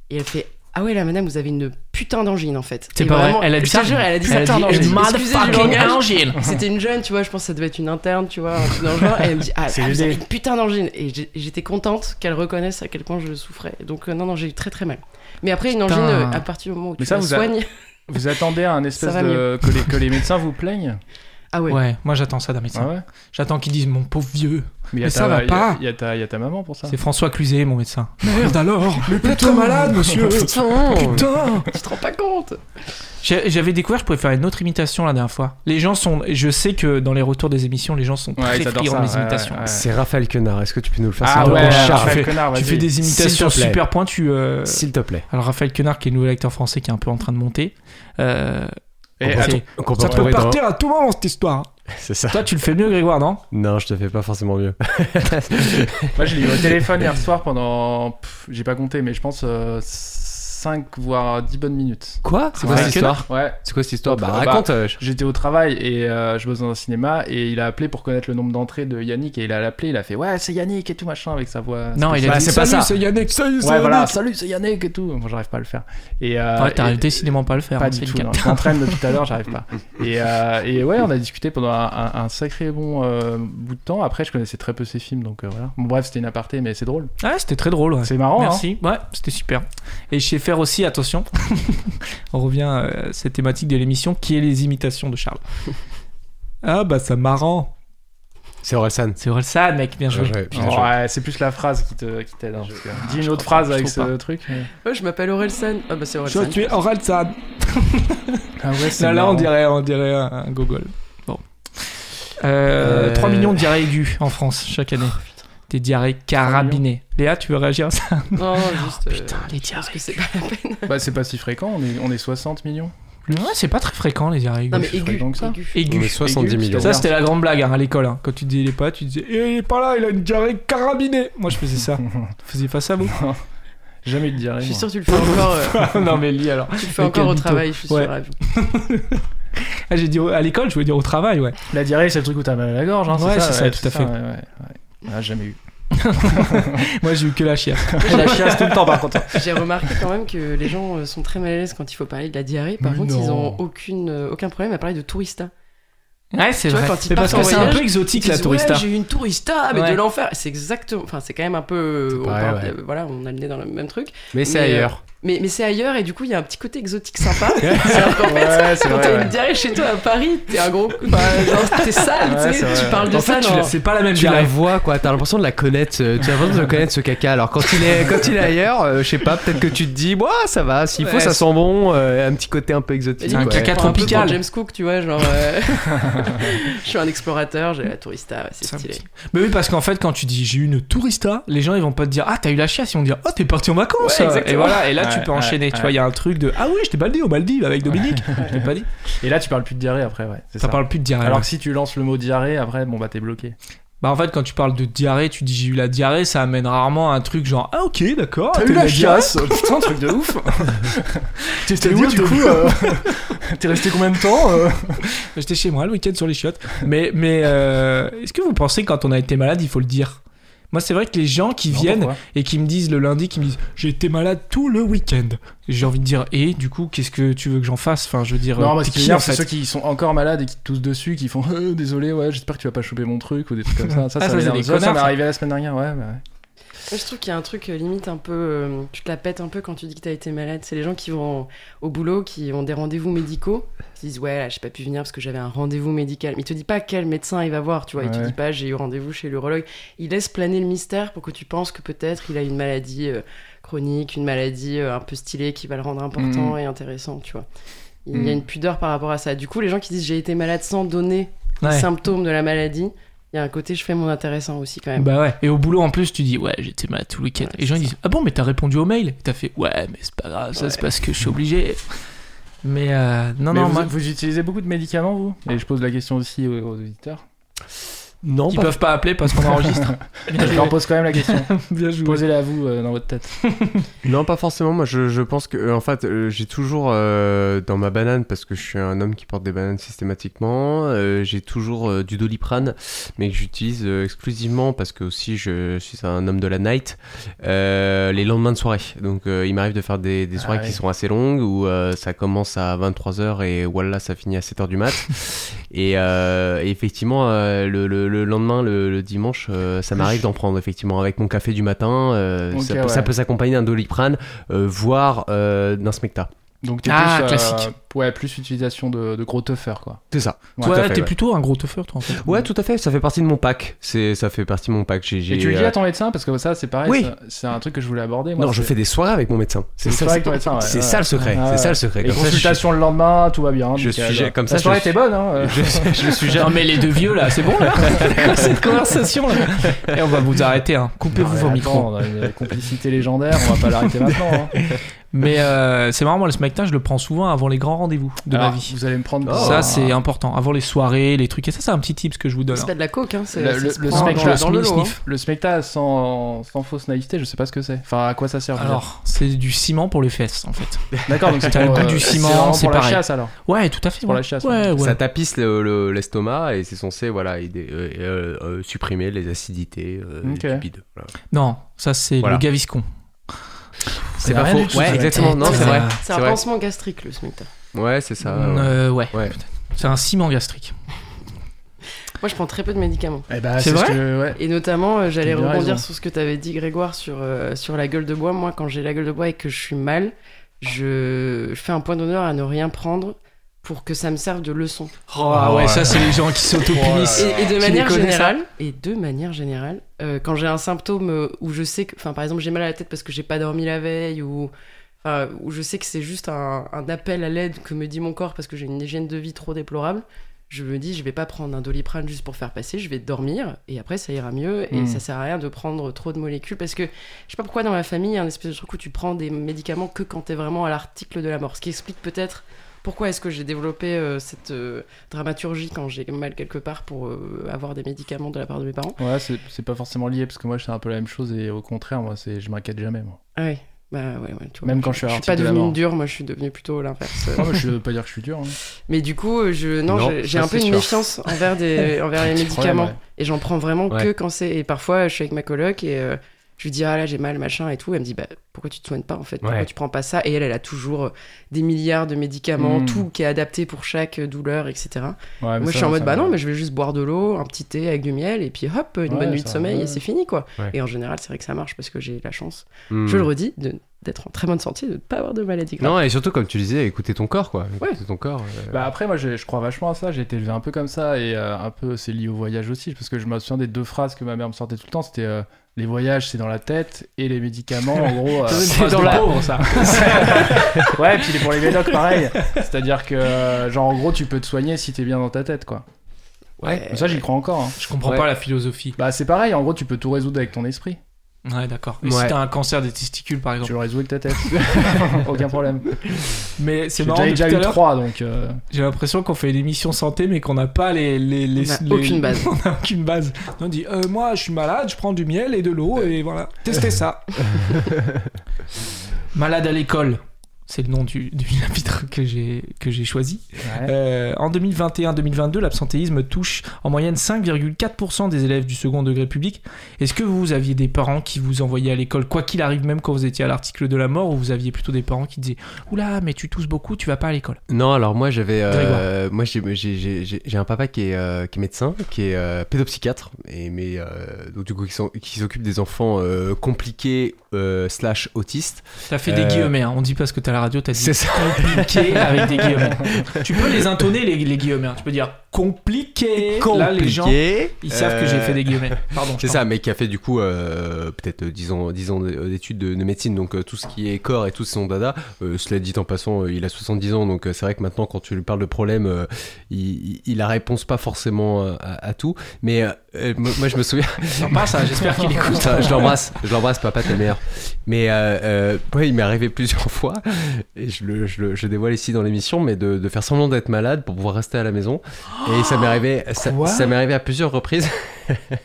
Speaker 2: et elle fait Ah ouais, là, madame, vous avez une putain d'angine en fait.
Speaker 1: C'est
Speaker 2: Et
Speaker 1: pas vrai,
Speaker 2: vraiment,
Speaker 1: elle a dit
Speaker 2: je
Speaker 1: ça
Speaker 2: te jure, elle a dit ça.
Speaker 1: Elle a
Speaker 2: Putain
Speaker 1: dit
Speaker 2: d'angine.
Speaker 1: une
Speaker 2: Excusez du
Speaker 1: motherfucking
Speaker 2: langage.
Speaker 1: angine.
Speaker 2: C'était une jeune, tu vois, je pense que ça devait être une interne, tu vois, un truc dans le genre. Et elle me dit Ah,
Speaker 3: C'est
Speaker 2: ah, vous avez
Speaker 3: l'idée.
Speaker 2: une putain d'angine. Et j'ai- j'étais contente qu'elle reconnaisse à quel point je souffrais. Donc, euh, non, non, j'ai eu très très mal. Mais après, une angine,
Speaker 1: Putain.
Speaker 2: euh, à partir du moment où
Speaker 3: Mais
Speaker 2: tu
Speaker 3: ça,
Speaker 2: la
Speaker 3: vous a-
Speaker 2: soignes.
Speaker 3: Vous attendez un espèce
Speaker 2: va
Speaker 3: de. Que les, que les médecins vous plaignent
Speaker 2: Ah ouais.
Speaker 1: Ouais, moi j'attends ça d'un médecin.
Speaker 3: Ah ouais
Speaker 1: J'attends qu'ils disent mon pauvre vieux.
Speaker 3: Mais, y a
Speaker 1: Mais
Speaker 3: ta-
Speaker 1: ça va
Speaker 3: y a-
Speaker 1: pas.
Speaker 3: y a ta- y a ta maman pour ça.
Speaker 1: C'est François Cluzet, mon médecin. Merde alors Mais peut-être malade, monsieur Putain
Speaker 2: Tu te rends pas compte
Speaker 1: J'ai- J'avais découvert, je pouvais faire une autre imitation la dernière fois. Les gens sont. Je sais que dans les retours des émissions, les gens sont
Speaker 3: Ouais,
Speaker 1: très
Speaker 3: ils adorent
Speaker 1: friands
Speaker 3: ça,
Speaker 1: des
Speaker 3: ouais,
Speaker 1: imitations.
Speaker 3: ouais, ouais.
Speaker 4: C'est Raphaël Quenard, est-ce que tu peux nous le faire
Speaker 3: Ah
Speaker 4: s'il te
Speaker 1: ouais,
Speaker 4: plaît
Speaker 1: Raphaël
Speaker 4: Charles,
Speaker 3: Raphaël Quenard,
Speaker 1: Tu
Speaker 3: vas-y.
Speaker 1: fais des imitations
Speaker 4: S'il te plaît.
Speaker 1: super pointues. euh,
Speaker 4: S'il te plaît.
Speaker 1: Alors Raphaël Quenard, qui est le nouvel acteur français qui est un peu en train de monter. euh,
Speaker 3: Et
Speaker 1: c'est-
Speaker 3: attends,
Speaker 4: Qu'on peut retrouver dans-
Speaker 1: à tout moment cette histoire.
Speaker 4: C'est ça.
Speaker 1: Toi, tu le fais mieux, Grégoire, non
Speaker 4: Non, je te fais pas forcément mieux.
Speaker 3: Moi, je l'ai eu au téléphone hier soir pendant. pff, J'ai pas compté, mais je pense 5 voire 10 bonnes minutes.
Speaker 4: Quoi C'est quoi
Speaker 3: Ouais.
Speaker 4: cette histoire
Speaker 3: Ouais.
Speaker 4: C'est quoi cette histoire Bah
Speaker 3: Bah,
Speaker 4: raconte. euh, je-
Speaker 3: J'étais au travail et euh, je bosse dans un cinéma et il a appelé pour connaître le nombre d'entrées de Yannick et il a appelé, il a fait ouais c'est Yannick et tout machin avec sa voix.
Speaker 1: Non, il a
Speaker 4: Bah,
Speaker 1: dit
Speaker 4: c'est pas ça.
Speaker 1: c'est Yannick, salut,
Speaker 3: Ouais voilà, salut c'est Yannick et tout. Moi j'arrive pas à le faire. Et euh,
Speaker 1: Ouais, t'arrives
Speaker 3: et-
Speaker 1: décidément pas à le faire.
Speaker 3: pas
Speaker 1: hein,
Speaker 3: du
Speaker 1: c'est le
Speaker 3: tout.
Speaker 1: cas.
Speaker 3: non. Je m'entraîne depuis tout à l'heure, j'arrive pas. Et, euh, et ouais, on a discuté pendant un, un- un sacré bon euh, bout de temps. Après, je connaissais très peu ses films, donc euh, voilà. Bon, bref, c'était une aparté, mais c'est drôle.
Speaker 1: Ah, c'était très drôle. ouais.
Speaker 3: C'est marrant. hein.
Speaker 1: Merci, ouais, c'était super. Et chez Faire aussi, attention, on revient à cette thématique de l'émission qui est les imitations de Charles. ah bah c'est marrant.
Speaker 4: C'est Orelsan.
Speaker 1: C'est vrai ça, mec, bien joué.
Speaker 4: Ouais, bien joué.
Speaker 3: Ouais, c'est plus la phrase qui te qui t'aide. hein, parce que- Dis une autre
Speaker 1: comprends-
Speaker 3: phrase
Speaker 1: je
Speaker 3: avec ce
Speaker 1: trouve
Speaker 3: truc. mais-
Speaker 2: Ouais, je m'appelle Orelsan. Ah bah c'est Orelsan.
Speaker 1: es Orelsan.
Speaker 3: Ah ouais, c'est
Speaker 1: Là, là, on
Speaker 3: marrant.
Speaker 1: dirait, on dirait un, un gogol. Bon. Euh,
Speaker 4: Euh,
Speaker 1: 3 millions de diarrhées aiguës en France chaque année. Des diarrhées carabinées. Léa, tu veux réagir à ça
Speaker 2: Non, non, juste. euh,
Speaker 1: les
Speaker 2: je pense
Speaker 1: diarrhées.
Speaker 2: que c'est pas la peine.
Speaker 3: Bah, c'est pas si fréquent. On est on est 60 millions.
Speaker 1: Ouais, c'est pas très fréquent les diarrhées
Speaker 2: Non
Speaker 1: aiguës.
Speaker 2: mais
Speaker 3: suis
Speaker 2: aigu.
Speaker 3: fréquent que ça.
Speaker 2: aigu.
Speaker 4: On est
Speaker 1: Aiguës.
Speaker 4: 70 millions.
Speaker 1: Ça, c'était la grande blague hein, à l'école. hein. Quand tu disais il est pas, tu disais Eh, il est pas là, il a une diarrhée carabinée. Moi, je faisais ça. Vous faisiez pas ça, vous
Speaker 3: Jamais de diarrhée.
Speaker 2: Je suis sûr
Speaker 3: moi.
Speaker 2: que tu le fais encore. euh,
Speaker 1: Non, mais lis alors.
Speaker 2: tu le fais
Speaker 1: Mais
Speaker 2: encore
Speaker 1: quel
Speaker 2: au
Speaker 1: mytho.
Speaker 2: travail, je suis
Speaker 1: Ouais.
Speaker 2: sûre. à vie.
Speaker 1: Ah, j'ai dit au- à l'école, je voulais dire au travail, ouais.
Speaker 3: La diarrhée, c'est le truc où t'as mal à la gorge. Hein,
Speaker 1: Ouais,
Speaker 3: c'est ça,
Speaker 1: c'est ça, tout à fait.
Speaker 3: ouais, ouais, ouais. Ah, jamais eu.
Speaker 1: Moi, j'ai eu que la chiasse.
Speaker 3: La chiasse tout le temps, par contre.
Speaker 2: J'ai remarqué quand même que les gens euh, sont très mal à l'aise quand il faut parler de la diarrhée. Par
Speaker 3: Mais
Speaker 2: contre, ils
Speaker 3: non.
Speaker 2: ont aucune, euh, aucun problème à parler de tourista.
Speaker 1: Ouais, c'est
Speaker 2: Tu vois,
Speaker 1: vrai.
Speaker 2: quand ils
Speaker 1: C'est parce
Speaker 2: partent
Speaker 1: que
Speaker 2: en
Speaker 1: c'est un peu
Speaker 2: voyage,
Speaker 1: exotique,
Speaker 2: Ils
Speaker 1: la
Speaker 2: disent,
Speaker 1: tourista.
Speaker 2: Ouais, j'ai eu une tourista, ah, mais
Speaker 1: Ouais.
Speaker 2: de l'enfer. C'est exactement. Enfin, c'est quand même un peu.
Speaker 4: C'est
Speaker 2: on
Speaker 4: pareil,
Speaker 2: parle-
Speaker 4: ouais.
Speaker 2: euh, Voilà, on a le nez dans le même truc.
Speaker 4: Mais c'est
Speaker 2: Mais,
Speaker 4: ailleurs.
Speaker 2: Mais, mais c'est ailleurs et du coup, il y a un petit côté exotique sympa. Alors qu'en fait,
Speaker 3: Ouais, c'est
Speaker 2: quand
Speaker 3: vrai,
Speaker 2: t'as
Speaker 3: ouais.
Speaker 2: une diarrhée chez toi à Paris, t'es un gros. Enfin, genre, t'es sale, tu sais.
Speaker 3: Ouais, c'est vrai.
Speaker 2: Tu parles de
Speaker 1: En
Speaker 2: ça,
Speaker 1: fait, tu
Speaker 2: genre,
Speaker 1: la- c'est pas la même
Speaker 4: Tu la
Speaker 1: diarrhée.
Speaker 4: vois quoi, t'as l'impression de la connaître, euh, tu as l'impression de le connaître ce caca. Alors quand il est, quand il est ailleurs, euh, je sais pas, peut-être que tu te dis, bah ça va, s'il faut,
Speaker 1: Ouais,
Speaker 4: ça
Speaker 1: c'est-
Speaker 4: sent bon, euh, un petit côté un peu exotique.
Speaker 1: C'est un
Speaker 4: ouais.
Speaker 1: caca
Speaker 2: prends un peu pour
Speaker 1: tropical.
Speaker 2: James Cook, tu vois, genre. euh, je suis un explorateur, j'ai la tourista, ouais, c'est
Speaker 1: C'est un
Speaker 2: stylé.
Speaker 1: petit- Mais oui, parce qu'en fait, quand tu dis j'ai eu une tourista, les gens ils vont pas te dire ah t'as eu la chiasse, ils vont te dire oh t'es parti en vacances.
Speaker 2: Ouais, exactement.
Speaker 1: et voilà, et là tu
Speaker 3: Ouais,
Speaker 1: peux
Speaker 3: ouais,
Speaker 1: enchaîner. Tu
Speaker 3: ouais.
Speaker 1: vois, il y a un truc de Ah oui, je t'ai pas dit au Maldives avec Dominique. Je t'ai pas dit.
Speaker 3: Et là, tu parles plus de diarrhée après, ouais. c'est
Speaker 1: Ça
Speaker 3: ça.
Speaker 1: parle plus de diarrhée.
Speaker 3: Alors que si tu lances le mot diarrhée, après, bon, bah, t'es bloqué.
Speaker 1: Bah, en fait, quand tu parles de diarrhée, tu dis j'ai eu la diarrhée, ça amène rarement à un truc genre Ah ok, d'accord.
Speaker 3: T'as eu la chiasse
Speaker 1: oh,
Speaker 3: Putain, truc de ouf T'es
Speaker 1: où, du coup, euh
Speaker 3: T'es resté combien de temps euh
Speaker 1: J'étais chez moi le week-end sur les chiottes. Mais, mais euh, est-ce que vous pensez que quand on a été malade, il faut le dire Moi, c'est vrai que les gens qui viennent et qui me disent le lundi, qui me disent j'ai été malade tout le week-end. J'ai envie de dire et du coup, qu'est-ce que tu veux que j'en fasse Enfin, je veux dire,
Speaker 3: Non,
Speaker 1: euh,
Speaker 3: parce
Speaker 1: t'es
Speaker 3: que
Speaker 1: qui, en
Speaker 3: hier, c'est
Speaker 1: fait
Speaker 3: ceux qui sont encore malades et qui te toussent dessus, qui font Euh, désolé, ouais, j'espère que tu vas pas choper mon truc ou des trucs comme ça. Ça,
Speaker 1: Ah, ça, c'est
Speaker 3: m'énerve.
Speaker 1: des
Speaker 3: ça, ça
Speaker 1: connards,
Speaker 3: m'est
Speaker 1: ça.
Speaker 3: arrivé la semaine dernière, ouais. bah ouais.
Speaker 2: Moi, je trouve qu'il y a un truc euh, limite un peu. euh, tu te la pètes un peu quand tu dis que t'as été malade. C'est les gens qui vont au boulot, qui ont des rendez-vous médicaux. Ils se disent Ouais, là, j'ai pas pu venir parce que j'avais un rendez-vous médical. Mais il te dit pas quel médecin il va voir, tu vois. Il te
Speaker 3: Ouais.
Speaker 2: dit pas J'ai eu rendez-vous chez l'urologue. Il laisse planer le mystère pour que tu penses que peut-être il a une maladie euh, chronique, une maladie euh, un peu stylée qui va le rendre important et intéressant, tu vois. Il y a
Speaker 3: Mhm.
Speaker 2: une pudeur par rapport à ça. Du coup, les gens qui disent J'ai été malade sans donner les
Speaker 1: Ouais.
Speaker 2: symptômes de la maladie, il y a un côté Je fais mon intéressant aussi quand même.
Speaker 1: Bah ouais. Et au boulot en plus, tu dis ouais, j'étais malade tout le week-end.
Speaker 2: Ouais,
Speaker 1: et les gens
Speaker 2: c'est
Speaker 1: ils disent ah bon, mais t'as répondu au mail. T'as fait ouais, mais c'est pas grave, ça c'est parce que je suis obligé. Mais euh, non,
Speaker 3: Mais
Speaker 1: non,
Speaker 3: vous,
Speaker 1: moi,
Speaker 3: vous utilisez beaucoup de médicaments, vous Et je pose la question aussi aux, aux auditeurs.
Speaker 5: Non,
Speaker 1: ils
Speaker 5: pas-
Speaker 1: peuvent pas appeler parce qu'on enregistre.
Speaker 3: Je leur pose quand même la question.
Speaker 1: Bien joué.
Speaker 3: Posez-la à vous euh, dans votre tête.
Speaker 4: Non, pas forcément. Moi, je, je pense que, euh, en fait, euh, j'ai toujours euh, dans ma banane, parce que je suis un homme qui porte des bananes systématiquement, euh, j'ai toujours euh, du doliprane, mais que j'utilise euh, exclusivement parce que aussi je suis un homme de la night, euh, les lendemains de soirée. Donc, euh, il m'arrive de faire des, des
Speaker 3: Ah
Speaker 4: soirées
Speaker 3: ouais.
Speaker 4: qui sont assez longues où euh, ça commence à 23h et voilà, ça finit à 7h du mat. et, euh, et effectivement, euh, le, le- le lendemain, le, le dimanche, euh, ça m'arrive d'en prendre, effectivement, avec mon café du matin. euh,
Speaker 3: Ok,
Speaker 4: ça peut-
Speaker 3: ouais.
Speaker 4: ça peut s'accompagner d'un doliprane, euh, voire euh, d'un smecta.
Speaker 3: Donc, t'es
Speaker 1: Ah,
Speaker 3: plus, euh,
Speaker 1: classique.
Speaker 3: Ouais, plus utilisation de, de gros teufeurs, quoi.
Speaker 4: C'est ça.
Speaker 3: Ouais,
Speaker 4: tout
Speaker 1: Toi,
Speaker 4: à fait,
Speaker 1: t'es
Speaker 4: ouais.
Speaker 1: plutôt un gros teufeur, toi en fait.
Speaker 4: Ouais, tout à fait. Ça fait partie de mon pack. C'est, ça fait partie de mon pack. J'ai,
Speaker 3: Et
Speaker 4: j'ai,
Speaker 3: tu le dis
Speaker 4: euh,
Speaker 3: à ton médecin parce que ça c'est pareil,
Speaker 4: Oui.
Speaker 3: ça- c'est un truc que je voulais aborder. Moi,
Speaker 4: Non, je
Speaker 3: c'est-
Speaker 4: fais des soirées avec mon médecin. C'est
Speaker 3: Des
Speaker 4: ça,
Speaker 3: soirées
Speaker 4: c'est-
Speaker 3: avec ton médecin, ouais,
Speaker 4: c'est
Speaker 3: ouais.
Speaker 4: ça le secret.
Speaker 3: Ah,
Speaker 4: c'est ça
Speaker 3: ouais.
Speaker 4: le secret.
Speaker 3: Et
Speaker 4: Comme ça, je-
Speaker 3: consultation le lendemain, tout va bien.
Speaker 4: hein. Je
Speaker 3: nickel.
Speaker 4: suis- comme ça,
Speaker 3: La soirée
Speaker 4: je suis-
Speaker 3: était bonne, hein. euh.
Speaker 4: je, je suis
Speaker 1: Non mais les deux vieux là, c'est bon là Cette conversation là Et on va vous arrêter, hein.
Speaker 3: Non,
Speaker 1: coupez-vous
Speaker 3: mais
Speaker 1: vos
Speaker 3: Ah, attends,
Speaker 1: micros.
Speaker 3: on a une complicité légendaire, on va pas l'arrêter maintenant. hein.
Speaker 1: Mais euh, c'est marrant, moi le smectin je le prends souvent avant les grands rendez-vous de
Speaker 3: Alors,
Speaker 1: ma vie.
Speaker 3: Vous allez me
Speaker 4: Oh.
Speaker 3: prendre. pour
Speaker 1: Ça
Speaker 3: un-
Speaker 1: c'est important, avant les soirées, les trucs. Et ça c'est un petit tips que je vous donne.
Speaker 2: C'est
Speaker 1: hein.
Speaker 2: pas de la coke, hein. c'est-
Speaker 3: Le-
Speaker 2: ça
Speaker 3: le-
Speaker 2: se
Speaker 3: le
Speaker 2: prend
Speaker 3: smack,
Speaker 2: dans
Speaker 3: le
Speaker 2: le- dans le lot, hein.
Speaker 1: sniff.
Speaker 3: Le spectacle sans, sans fausse naïveté, je sais pas ce que c'est. Enfin, à quoi ça sert
Speaker 1: Alors, c'est du ciment pour les fesses en fait.
Speaker 3: déjà. d'accord, donc c'est
Speaker 1: t'as le
Speaker 3: pour,
Speaker 1: goût
Speaker 3: euh,
Speaker 1: du ciment,
Speaker 3: vraiment
Speaker 1: c'est
Speaker 3: pour la
Speaker 1: pareil.
Speaker 3: chasse alors.
Speaker 1: Ouais, tout à fait.
Speaker 3: Pour
Speaker 1: ouais.
Speaker 3: la chasse,
Speaker 1: Ouais, ouais.
Speaker 4: Ça tapisse le- le- l'estomac et c'est censé voilà, aider, euh, euh, euh, supprimer les acidités euh,
Speaker 3: Ok.
Speaker 4: lipides. Voilà.
Speaker 1: Non, ça c'est
Speaker 4: Voilà.
Speaker 1: le gaviscon.
Speaker 4: C'est
Speaker 3: a
Speaker 4: pas
Speaker 3: rien
Speaker 4: faux.
Speaker 3: du tout,
Speaker 4: ouais,
Speaker 3: ça.
Speaker 4: exactement. Non, c'est vrai.
Speaker 2: C'est
Speaker 4: C'est
Speaker 2: un
Speaker 4: vrai.
Speaker 2: pansement gastrique, le smecta.
Speaker 4: Ouais, c'est ça. ouais.
Speaker 1: Euh, ouais.
Speaker 4: Ouais.
Speaker 1: C'est un ciment gastrique.
Speaker 2: Moi, je prends très peu de médicaments.
Speaker 3: Eh ben,
Speaker 1: C'est
Speaker 3: ce
Speaker 1: vrai
Speaker 3: que- ouais.
Speaker 2: Et notamment, euh, j'allais
Speaker 3: T'as bien
Speaker 2: rebondir
Speaker 3: raison.
Speaker 2: sur ce que t'avais dit, Grégoire, sur, euh, sur la gueule de bois. Moi, quand j'ai la gueule de bois et que je suis mal, je fais un point d'honneur à ne rien prendre pour que ça me serve de leçon.
Speaker 1: Oh, ah ouais, ça c'est les gens qui s'autopunissent.
Speaker 2: Et, et de
Speaker 1: Tu
Speaker 2: manière
Speaker 1: les connais, ça
Speaker 2: générale, et de manière générale, euh, quand j'ai un symptôme euh, où je sais que, enfin, par exemple, j'ai mal à la tête parce que j'ai pas dormi la veille ou enfin, où je sais que c'est juste un, un appel à l'aide que me dit mon corps parce que j'ai une hygiène de vie trop déplorable, je me dis je vais pas prendre un doliprane juste pour faire passer, je vais dormir et après ça ira mieux et
Speaker 3: Mm.
Speaker 2: ça sert à rien de prendre trop de molécules parce que je sais pas pourquoi dans ma famille il y a un espèce de truc où tu prends des médicaments que quand t'es vraiment à l'article de la mort, ce qui explique peut-être pourquoi est-ce que j'ai développé euh, cette euh, dramaturgie quand j'ai mal quelque part pour euh, avoir des médicaments de la part de mes parents.
Speaker 3: Ouais, c'est c'est pas forcément lié parce que moi, c'est un peu la même chose et au contraire, moi, c'est je m'inquiète jamais. Moi.
Speaker 2: Ah ouais, bah ouais, ouais, tu vois.
Speaker 3: Même quand je suis à
Speaker 2: je suis pas
Speaker 3: l'article de la
Speaker 2: devenue
Speaker 3: mort.
Speaker 2: une dure, moi je suis devenue plutôt l'inverse. euh.
Speaker 3: Ouais, moi, Ah, je veux pas dire que je suis dur. hein.
Speaker 2: Mais du coup, euh, je non,
Speaker 4: Non,
Speaker 2: j'ai- j'ai
Speaker 4: ça,
Speaker 2: un peu
Speaker 4: c'est
Speaker 2: une
Speaker 4: sûr.
Speaker 2: méfiance envers des envers les médicaments
Speaker 3: ouais.
Speaker 2: et j'en prends vraiment
Speaker 4: Ouais.
Speaker 2: que quand c'est et parfois je suis avec ma coloc et euh, je lui dis ah là j'ai mal machin et tout, elle me dit bah pourquoi tu te soignes pas en fait, pourquoi
Speaker 4: Ouais.
Speaker 2: tu prends pas ça et elle elle a toujours euh, des milliards de médicaments,
Speaker 3: Mm.
Speaker 4: Hmm.
Speaker 2: tout qui est adapté pour chaque euh, douleur etc.
Speaker 4: Ah,
Speaker 3: Ouais, mais
Speaker 2: Moi, je
Speaker 3: ça,
Speaker 2: suis en mode,
Speaker 3: ça-
Speaker 2: bah non, mais je vais juste boire de l'eau, un petit thé avec du miel, et puis hop, une
Speaker 3: Ouais,
Speaker 2: bonne nuit de
Speaker 3: ça,
Speaker 2: sommeil,
Speaker 3: ouais.
Speaker 2: et c'est fini, quoi.
Speaker 4: Ouais.
Speaker 2: Et en général, c'est vrai que ça marche parce que j'ai la chance,
Speaker 4: Hmm.
Speaker 2: je le redis, de- d'être en très bonne santé, de ne pas avoir de maladie grave.
Speaker 4: Non, et surtout, comme tu le disais, écouter ton corps, quoi.
Speaker 2: Ouais.
Speaker 4: Écouter ton corps. euh,
Speaker 3: Bah après moi je, je crois vachement à ça, j'ai été élevé un peu comme ça et euh, un peu c'est lié au voyage aussi parce que je me souviens des deux phrases que ma mère me sortait tout le temps, c'était euh, les voyages c'est dans la tête et les médicaments en gros euh,
Speaker 1: C'est
Speaker 3: phrase
Speaker 1: dans
Speaker 3: de
Speaker 1: la-
Speaker 3: pauvre, ça. ouais, puis pour les médocs pareil. C'est-à-dire que euh, genre en gros tu peux te soigner si t'es bien dans ta tête quoi.
Speaker 4: Ouais.
Speaker 3: Ça j'y crois encore. hein.
Speaker 1: Je comprends
Speaker 4: Ouais.
Speaker 1: pas la philosophie.
Speaker 3: Bah c'est pareil, en gros tu peux tout résoudre avec ton esprit.
Speaker 1: Ouais, d'accord. Et
Speaker 4: Ouais.
Speaker 1: si t'as un cancer des testicules, par
Speaker 3: Tu
Speaker 1: exemple.
Speaker 3: le résous avec ta tête. Aucun problème.
Speaker 1: Mais c'est
Speaker 3: J'ai
Speaker 1: marrant,
Speaker 3: déjà,
Speaker 1: depuis tout
Speaker 3: déjà
Speaker 1: à
Speaker 3: eu
Speaker 1: l'heure,
Speaker 3: 3, donc. euh,
Speaker 1: j'ai l'impression qu'on fait une émission santé, mais qu'on n'a pas les. les, les-
Speaker 2: On a
Speaker 1: les-
Speaker 2: aucune base.
Speaker 1: on n'a aucune base. On dit, euh, moi, je suis malade, je prends du miel et de l'eau, et voilà. Testez ça. malade à l'école. C'est le nom du, du chapitre que j'ai que j'ai choisi.
Speaker 3: ouais.
Speaker 1: Euh, en 2021-2022, l'absentéisme touche en moyenne 5,4% des élèves du second degré public. Est-ce que vous aviez des parents qui vous envoyaient à l'école, quoi qu'il arrive, même quand vous étiez à l'article de la mort, ou vous aviez plutôt des parents qui disaient Oula, mais tu tousses beaucoup, tu vas pas à l'école
Speaker 4: Non, alors moi j'avais, euh,
Speaker 1: Grégoire.
Speaker 4: moi j'ai, j'ai- j'ai- j'ai- j'ai un papa qui est, euh, qui est médecin, qui est euh, pédopsychiatre, et mais euh, donc du coup qui, s'en- qui s'occupe des enfants euh, compliqués euh, slash autistes.
Speaker 1: T'as fait
Speaker 4: Euh,
Speaker 1: des guillemets, hein. on dit parce que t'as la radio, t'as dit
Speaker 4: C'est ça.
Speaker 1: compliqué avec des guillemets. tu peux les intoner, les, les guillemets. hein. Tu peux dire compliqué. Là, les gens,
Speaker 4: Compliqué. Euh.
Speaker 1: ils savent que j'ai fait des guillemets. Pardon. je
Speaker 4: C'est
Speaker 1: t'en-
Speaker 4: ça, mais qui a fait du coup euh, peut-être euh, 10 ans, 10 ans d- euh, d'études de, de médecine, donc euh, tout ce qui est corps et tout son dada. Euh, cela dit en passant, euh, il a 70 ans, donc euh, c'est vrai que maintenant quand tu lui parles de problème, euh, il, il- il a réponse pas forcément euh, à, à tout. Mais euh, euh, moi moi, je me souviens,
Speaker 1: Sympa, ça,
Speaker 4: Ah,
Speaker 1: j'espère qu'il écoute.
Speaker 4: Putain, hein, je l'embrasse, je l'embrasse, papa, t'es le meilleur. Mais euh, euh, ouais, il m'est arrivé plusieurs fois, et je le, je le- je dévoile ici dans l'émission, mais de, de faire semblant d'être malade pour pouvoir rester à la maison. Et ça m'est arrivé, ça,
Speaker 1: Quoi
Speaker 4: ça m'est arrivé à plusieurs reprises.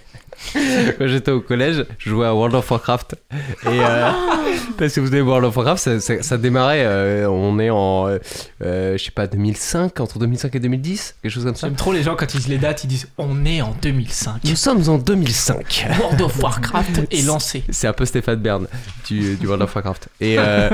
Speaker 4: Quand j'étais au collège, je jouais à World of Warcraft. Et euh, parce que vous savez, World of Warcraft, ça, ça- ça démarrait, euh, on est en, euh, euh, je sais pas, 2005, entre 2005 et 2010, quelque chose comme ça.
Speaker 1: J'aime trop les gens quand ils les datent, ils disent On est en 2005.
Speaker 4: Nous sommes en 2005.
Speaker 1: World of Warcraft est lancé.
Speaker 4: C'est un peu Stéphane Bern du, du World of Warcraft. Et, euh,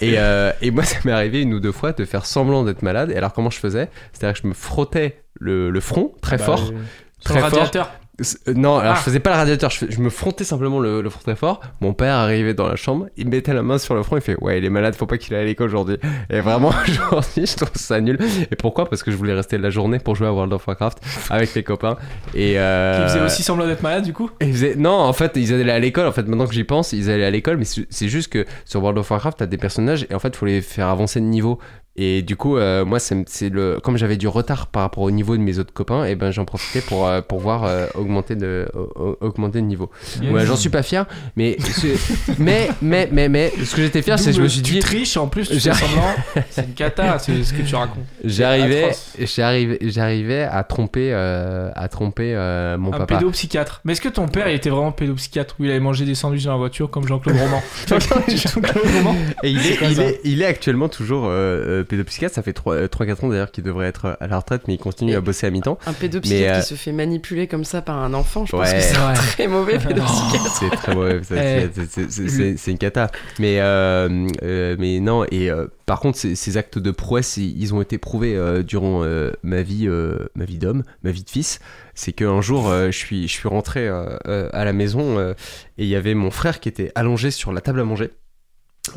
Speaker 4: et, euh, et moi, ça m'est arrivé une ou deux fois de faire semblant d'être malade. Et alors, comment je faisais C'est-à-dire que je me frottais le, le front très
Speaker 3: Bah,
Speaker 4: fort.
Speaker 3: euh,
Speaker 1: Sur le
Speaker 4: Très fort.
Speaker 1: radiateur.
Speaker 4: S- euh, non, alors
Speaker 1: Ah.
Speaker 4: je faisais pas le radiateur, je, fais- je me frottais simplement le, le front très fort. Mon père arrivait dans la chambre, il mettait la main sur le front, il fait Ouais, il est malade, faut pas qu'il aille à l'école aujourd'hui. Et vraiment, aujourd'hui, je trouve ça nul. Et pourquoi Parce que je voulais rester la journée pour jouer à World of Warcraft avec les copains. Et euh,
Speaker 1: Qui faisait aussi semblant d'être malade du coup
Speaker 4: et ils faisaient- Non, en fait, ils allaient à l'école. En fait, maintenant que j'y pense, ils allaient à l'école. Mais c'est c'est juste que sur World of Warcraft, t'as des personnages et en fait, faut les faire avancer de niveau. Et du coup, euh, moi, c'est c'est le comme j'avais du retard par rapport au niveau de mes autres copains, et ben j'en profitais pour euh, pour voir euh, augmenter de au- au- augmenter de niveau. Ouais, j'en suis pas fier, mais ce- mais mais mais mais ce que j'étais fier, c'est que je me suis dit
Speaker 1: Tu triches en plus, tu
Speaker 4: J'ai-
Speaker 1: fais semblant. C'est une cata, c'est ce que tu racontes.
Speaker 4: j'arrivais
Speaker 1: atroce.
Speaker 4: j'arrivais j'arrivais à tromper euh, à tromper euh, mon
Speaker 1: Un
Speaker 4: papa.
Speaker 1: pédopsychiatre. Mais est-ce que ton père il était vraiment pédopsychiatre ou il avait mangé des sandwichs dans la voiture comme Jean-Claude Roman Jean-Claude Roman
Speaker 4: Et il
Speaker 1: C'est
Speaker 4: est,
Speaker 1: quoi
Speaker 4: il,
Speaker 1: ça
Speaker 4: est, il est actuellement toujours euh, euh, pédopsychiatre, ça fait 3-4 ans d'ailleurs qu'il devrait être euh, à la retraite, mais il continue à bosser à mi-temps.
Speaker 2: Un pédopsychiatre
Speaker 4: Mais, euh,
Speaker 2: qui se fait manipuler comme ça par un enfant, je pense
Speaker 4: Ouais.
Speaker 2: que
Speaker 1: C'est
Speaker 2: c'est
Speaker 1: vrai.
Speaker 2: très mauvais
Speaker 1: Oh.
Speaker 2: pédopsychiatre.
Speaker 4: C'est très mauvais, ça,
Speaker 1: Eh.
Speaker 4: c'est- c'est- c'est- c'est c'est- c'est une cata. Mais, euh, euh, mais non, et euh, par contre, ces, ces actes de prouesse, ils, ils ont été prouvés euh, durant euh, ma vie, euh, ma vie d'homme, ma vie de fils. C'est qu'un jour, euh, je, suis, je suis rentré euh, euh, à la maison euh, et il y avait mon frère qui était allongé sur la table à manger.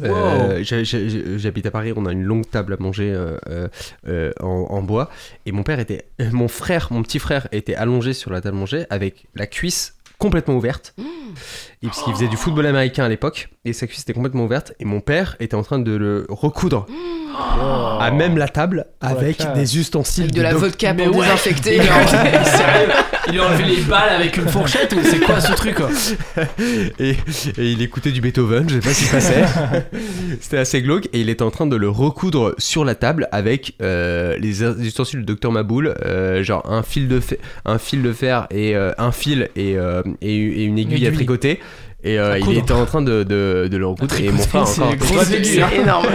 Speaker 4: Euh, j'ai- j'ai- j'ai- J'habite à Paris, on a une longue table à manger euh, euh, euh, en, en bois. Et mon père était, euh, mon frère, mon petit frère était allongé sur la table à manger avec la cuisse complètement ouverte. Et parce qu'il faisait du football américain à l'époque, et sa cuisse était complètement ouverte. Et mon père était en train de le recoudre
Speaker 3: oh.
Speaker 4: à même la table avec
Speaker 3: classe.
Speaker 4: des ustensiles
Speaker 2: Avec de la
Speaker 4: doc-
Speaker 2: vodka
Speaker 1: Mais
Speaker 2: pour
Speaker 1: ouais.
Speaker 2: désinfecter.
Speaker 1: Il a enlevé- sérieux, il a enlevé les balles avec une fourchette ou c'est quoi ce truc quoi
Speaker 4: et, et il écoutait du Beethoven, je sais pas ce qui se passait. C'était assez glauque et il était en train de le recoudre sur la table avec euh, les ins- les ustensiles du Dr Maboul, euh, genre un fil de fer, un fil de fer et euh, un fil et, euh, et, u- et une aiguille, à
Speaker 1: aiguille.
Speaker 4: tricoter. Et euh,
Speaker 1: À
Speaker 4: il
Speaker 1: coudre.
Speaker 4: était en train de, de, de le recoudre et mon frère
Speaker 1: C'est
Speaker 4: encore.
Speaker 1: grosse
Speaker 3: C'est-
Speaker 1: aiguille, hein.
Speaker 2: C'est énorme.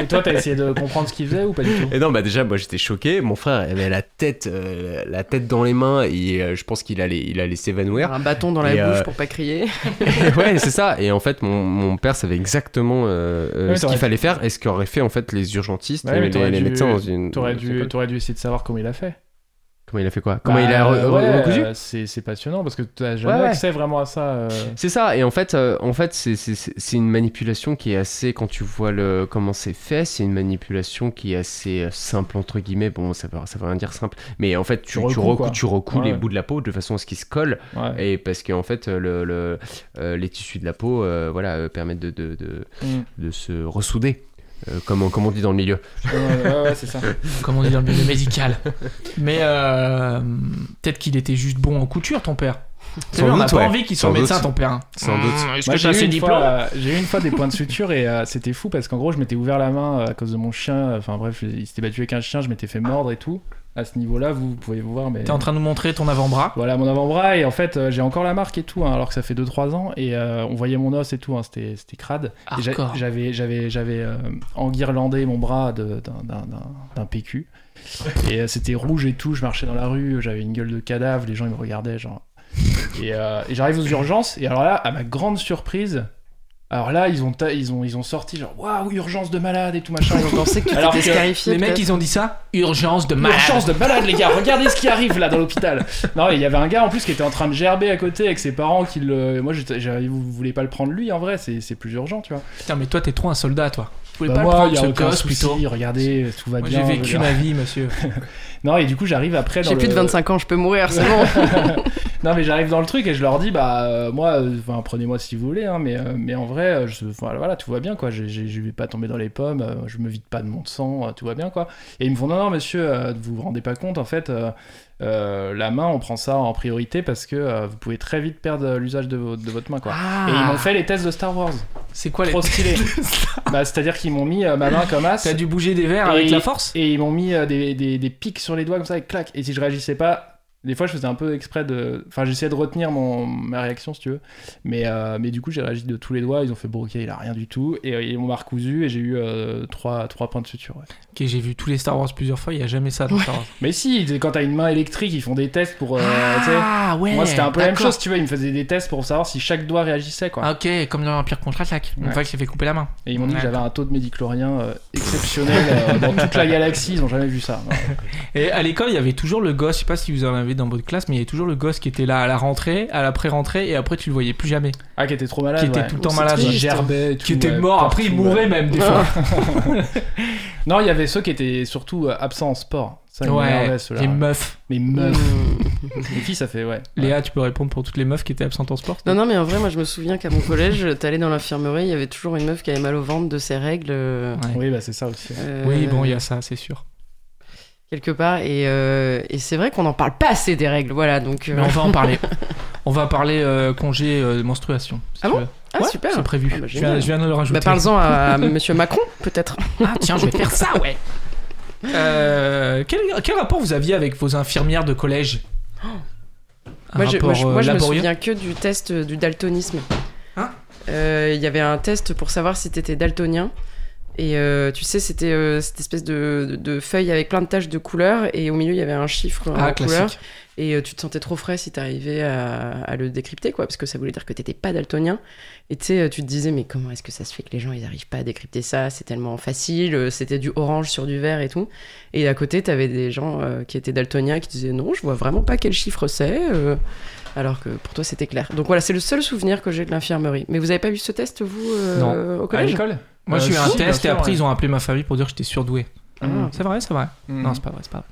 Speaker 3: Et toi, t'as essayé de comprendre ce qu'il faisait ou pas du tout
Speaker 4: Et non, bah déjà, moi j'étais choqué. Mon frère avait la tête, euh, la tête dans les mains et euh, je pense qu'il allait, il allait s'évanouir.
Speaker 2: Un bâton dans la
Speaker 4: Et, euh,
Speaker 2: bouche pour pas crier.
Speaker 4: ouais, c'est ça. Et en fait, mon, mon père savait exactement euh, euh,
Speaker 3: Ouais,
Speaker 4: ce qu'il
Speaker 3: t'aurais-
Speaker 4: fallait faire et ce qu'auraient fait en fait les urgentistes
Speaker 3: Ouais, mais
Speaker 4: et les,
Speaker 3: t'aurais
Speaker 4: les
Speaker 3: dû-
Speaker 4: médecins dans une.
Speaker 3: T'aurais
Speaker 4: dans une
Speaker 3: dû,
Speaker 4: école.
Speaker 3: t'aurais dû essayer de savoir comment il a fait.
Speaker 4: Comment il a fait quoi Comment il a
Speaker 3: Bah,
Speaker 4: re- re-
Speaker 3: ouais,
Speaker 4: recousu
Speaker 3: euh, C'est c'est passionnant parce que t'as jamais
Speaker 4: Ouais, ouais.
Speaker 3: accès vraiment à ça. euh.
Speaker 4: C'est ça, et en fait, euh, en fait c'est- c'est c'est- c'est une manipulation qui est assez, quand tu vois le, comment c'est fait, c'est une manipulation qui est assez euh, simple, entre guillemets, bon, ça veut, ça veut rien dire simple, mais en fait, tu, tu,
Speaker 3: recoues,
Speaker 4: recou-
Speaker 3: quoi.
Speaker 4: tu recoues les
Speaker 3: Ouais.
Speaker 4: bouts de la peau de façon à ce qu'ils se collent,
Speaker 3: Ouais.
Speaker 4: et parce qu'en fait, euh, le, le- euh, les tissus de la peau euh, voilà, euh, permettent de, de, de,
Speaker 3: Mm.
Speaker 4: de se ressouder, euh, comme, on- comme on dit dans le milieu.
Speaker 3: Ouais, ouais, ouais, c'est ça.
Speaker 1: Comme on dit dans le milieu médical. Mais euh, peut-être qu'il était juste bon en couture ton père. Tu sais, on n'a
Speaker 4: doute,
Speaker 1: pas
Speaker 4: ouais.
Speaker 1: envie qu'il soit
Speaker 4: Sans doute.
Speaker 1: médecin, ton père. hein.
Speaker 4: Sans doute.
Speaker 5: Mmh, Est-ce
Speaker 3: Moi,
Speaker 5: que
Speaker 3: j'ai
Speaker 5: t'as
Speaker 3: eu
Speaker 5: ce
Speaker 3: une
Speaker 5: diplôme
Speaker 3: fois, euh, J'ai eu une fois des points de suture et euh, c'était fou parce qu'en gros, je m'étais ouvert la main euh, à cause de mon chien. Enfin bref, il s'était battu avec un chien, je m'étais fait mordre et tout. À ce niveau-là, vous pouvez vous voir, mais.
Speaker 1: T'es en train de nous montrer ton avant-bras.
Speaker 3: Voilà mon avant-bras et en fait euh, j'ai encore la marque et tout hein, alors que ça fait 2-3 ans et euh, on voyait mon os et tout hein, c'était c'était crade Et j'a-
Speaker 1: Hardcore.
Speaker 3: j'avais j'avais j'avais euh, enguirlandé mon bras de- d'un- d'un d'un- d'un PQ et euh, c'était rouge et tout je marchais dans la rue j'avais une gueule de cadavre les gens ils me regardaient genre et, euh, et j'arrive aux urgences et alors là à ma grande surprise alors là ils ont ta- ils ont ils ont sorti genre waouh urgence de malade et tout machin
Speaker 2: Ils ont pensé que tu
Speaker 3: Alors
Speaker 2: t'étais
Speaker 3: que
Speaker 2: scarifié.
Speaker 1: Les mecs,
Speaker 2: peut-être.
Speaker 1: ils ont dit ça Urgence de
Speaker 3: une
Speaker 1: malade.
Speaker 3: chance de malade, les gars. Regardez ce qui arrive là dans l'hôpital. Non, il y avait un gars en plus qui était en train de gerber à côté avec ses parents qui le. Moi, j'étais- j'avais- vous voulez pas le prendre lui en vrai, c'est c'est plus urgent, tu vois.
Speaker 1: Putain, mais toi, t'es trop un soldat, toi. Tu pouvais
Speaker 3: Bah,
Speaker 1: pas
Speaker 3: moi,
Speaker 1: le
Speaker 3: il y a
Speaker 1: prendre, ce
Speaker 3: aucun
Speaker 1: gosse,
Speaker 3: souci,
Speaker 1: plutôt.
Speaker 3: Regardez, euh, tout va
Speaker 1: Moi,
Speaker 3: bien.
Speaker 1: j'ai
Speaker 3: je veux
Speaker 1: vécu
Speaker 3: dire.
Speaker 1: ma vie, monsieur.
Speaker 3: Non, et du coup, j'arrive après dans
Speaker 2: J'ai plus de
Speaker 3: le-
Speaker 2: 25 ans, je peux mourir, c'est bon.
Speaker 3: Non, mais j'arrive dans le truc et je leur dis, bah, euh, moi, euh, enfin, prenez-moi si vous voulez, hein, mais, euh, mais en vrai, euh, je, enfin, voilà, tout va bien, quoi. J'ai- j'ai- Je vais pas tomber dans les pommes, euh, je me vide pas de mon sang, euh, tout va bien, quoi. Et ils me font, non, non, monsieur, euh, vous vous rendez pas compte, en fait, euh, euh, la main, on prend ça en priorité parce que euh, vous pouvez très vite perdre euh, l'usage de, vo- de votre main, quoi.
Speaker 1: Ah,
Speaker 3: Et ils m'ont fait les tests de Star Wars.
Speaker 1: C'est quoi les.
Speaker 3: Trop stylé. bah, c'est-à-dire qu'ils m'ont mis euh, ma main comme as.
Speaker 1: T'as dû bouger des verres avec
Speaker 3: Et-
Speaker 1: la force
Speaker 3: Et ils m'ont mis euh, des, des, des pics sur les doigts comme ça, et clac. Et si je réagissais pas, des fois je faisais un peu exprès de. Enfin, j'essayais de retenir mon, ma réaction, si tu veux. Mais, euh, mais du coup, j'ai réagi de tous les doigts. Ils ont fait, bon, ok, il a rien du tout. Et euh, ils m'ont recousu et j'ai eu 3, points de suture. ouais.
Speaker 1: Ok, j'ai vu tous les Star Wars plusieurs fois, il y a jamais ça dans Star Wars.
Speaker 3: Mais si, c'est quand t'as une main électrique, ils font des tests pour. euh, tu sais.
Speaker 1: ah ouais
Speaker 3: Moi, c'était un peu la même
Speaker 1: d'accord.
Speaker 3: chose, tu vois. Ils me faisaient des tests pour savoir si chaque doigt réagissait, quoi.
Speaker 1: Ah, ok, comme dans l'Empire contre-attaque. Une
Speaker 3: Ouais.
Speaker 1: fois que j'ai fait couper la main.
Speaker 3: et ils m'ont dit que
Speaker 1: d'accord.
Speaker 3: j'avais un taux de médiclorien euh, exceptionnel euh, dans toute la galaxie. Ils ont jamais vu ça. Non.
Speaker 1: Et à l'école, il y avait toujours le gosse, je sais pas si vous en avez dans votre classe, mais il y avait toujours le gosse qui était là à la rentrée, à la pré-rentrée, et après tu le voyais plus jamais.
Speaker 3: Ah, qui était trop malade.
Speaker 1: qui était
Speaker 3: ouais.
Speaker 1: tout le temps
Speaker 2: C'est
Speaker 1: malade.
Speaker 3: Ils
Speaker 2: triste.
Speaker 3: gerbaient et tout,
Speaker 1: Qui était
Speaker 3: ouais,
Speaker 1: mort, après il
Speaker 3: partout, ouais.
Speaker 1: mourait même des fois.
Speaker 3: Non, il y avait ceux qui étaient surtout euh, absents en sport. Ça, ils
Speaker 1: ouais,
Speaker 3: m'énervaient, ceux-là.
Speaker 1: les meufs.
Speaker 3: Mais
Speaker 2: Euh,
Speaker 3: meufs. les filles, ça fait, ouais.
Speaker 1: Léa, tu peux répondre pour toutes les meufs qui étaient absentes en sport
Speaker 2: Non, non, mais en vrai, moi, je me souviens qu'à mon collège, t'allais dans l'infirmerie, il y avait toujours une meuf qui avait mal au ventre de ses règles. euh,
Speaker 1: Ouais.
Speaker 3: Oui, bah c'est ça aussi.
Speaker 1: Oui,
Speaker 2: euh,
Speaker 1: bon, il y a ça, c'est sûr.
Speaker 2: Quelque part. Et, euh, et c'est vrai qu'on n'en parle pas assez des règles, voilà. Donc, euh,
Speaker 1: Mais on va en parler. on va parler euh, congé euh, menstruation. si
Speaker 2: Ah
Speaker 1: tu
Speaker 2: bon
Speaker 1: veux.
Speaker 2: Ah,
Speaker 1: Ouais,
Speaker 2: super.
Speaker 1: C'est prévu.
Speaker 2: Ah, bah,
Speaker 1: je, viens,
Speaker 2: génial.
Speaker 1: je viens de le rajouter.
Speaker 2: bah, parle-en à monsieur Macron, peut-être.
Speaker 1: Ah, tiens, je vais faire ça, ouais. Euh, quel, quel rapport vous aviez avec vos infirmières de collège Un
Speaker 2: Moi, je, moi, je-
Speaker 1: rapport, euh,
Speaker 2: moi, je me
Speaker 1: laborieux
Speaker 2: souviens que du test euh, du daltonisme.
Speaker 1: Hein
Speaker 2: Euh, Il y avait un test pour savoir si t'étais daltonien. Et euh, tu sais, c'était euh, cette espèce de, de- de feuille avec plein de taches de couleurs. Et au milieu, il y avait un chiffre
Speaker 1: Ah,
Speaker 2: en couleur.
Speaker 1: classique.
Speaker 2: Et euh, tu te sentais trop frais si t'arrivais à, à le décrypter, quoi, parce que ça voulait dire que t'étais pas daltonien. Et tu sais, euh, tu te disais, mais comment est-ce que ça se fait que les gens, ils arrivent pas à décrypter ça C'est tellement facile, euh, c'était du orange sur du vert et tout. Et à côté, t'avais des gens euh, qui étaient daltoniens qui disaient, non, je vois vraiment pas quel chiffre c'est, euh, alors que pour toi, c'était clair. Donc voilà, c'est le seul souvenir que j'ai de l'infirmerie. Mais vous avez pas vu ce test, vous, euh, au
Speaker 3: À
Speaker 2: collège
Speaker 3: l'école
Speaker 1: Moi,
Speaker 3: Euh,
Speaker 1: j'ai eu un
Speaker 3: si, bien
Speaker 1: test et
Speaker 3: sûr,
Speaker 1: après,
Speaker 3: ouais.
Speaker 1: ils ont appelé ma famille pour dire que j'étais surdoué.
Speaker 2: Ah.
Speaker 3: Mmh.
Speaker 1: C'est vrai, c'est vrai.
Speaker 3: Mmh.
Speaker 1: Non, c'est pas vrai, c'est pas vrai.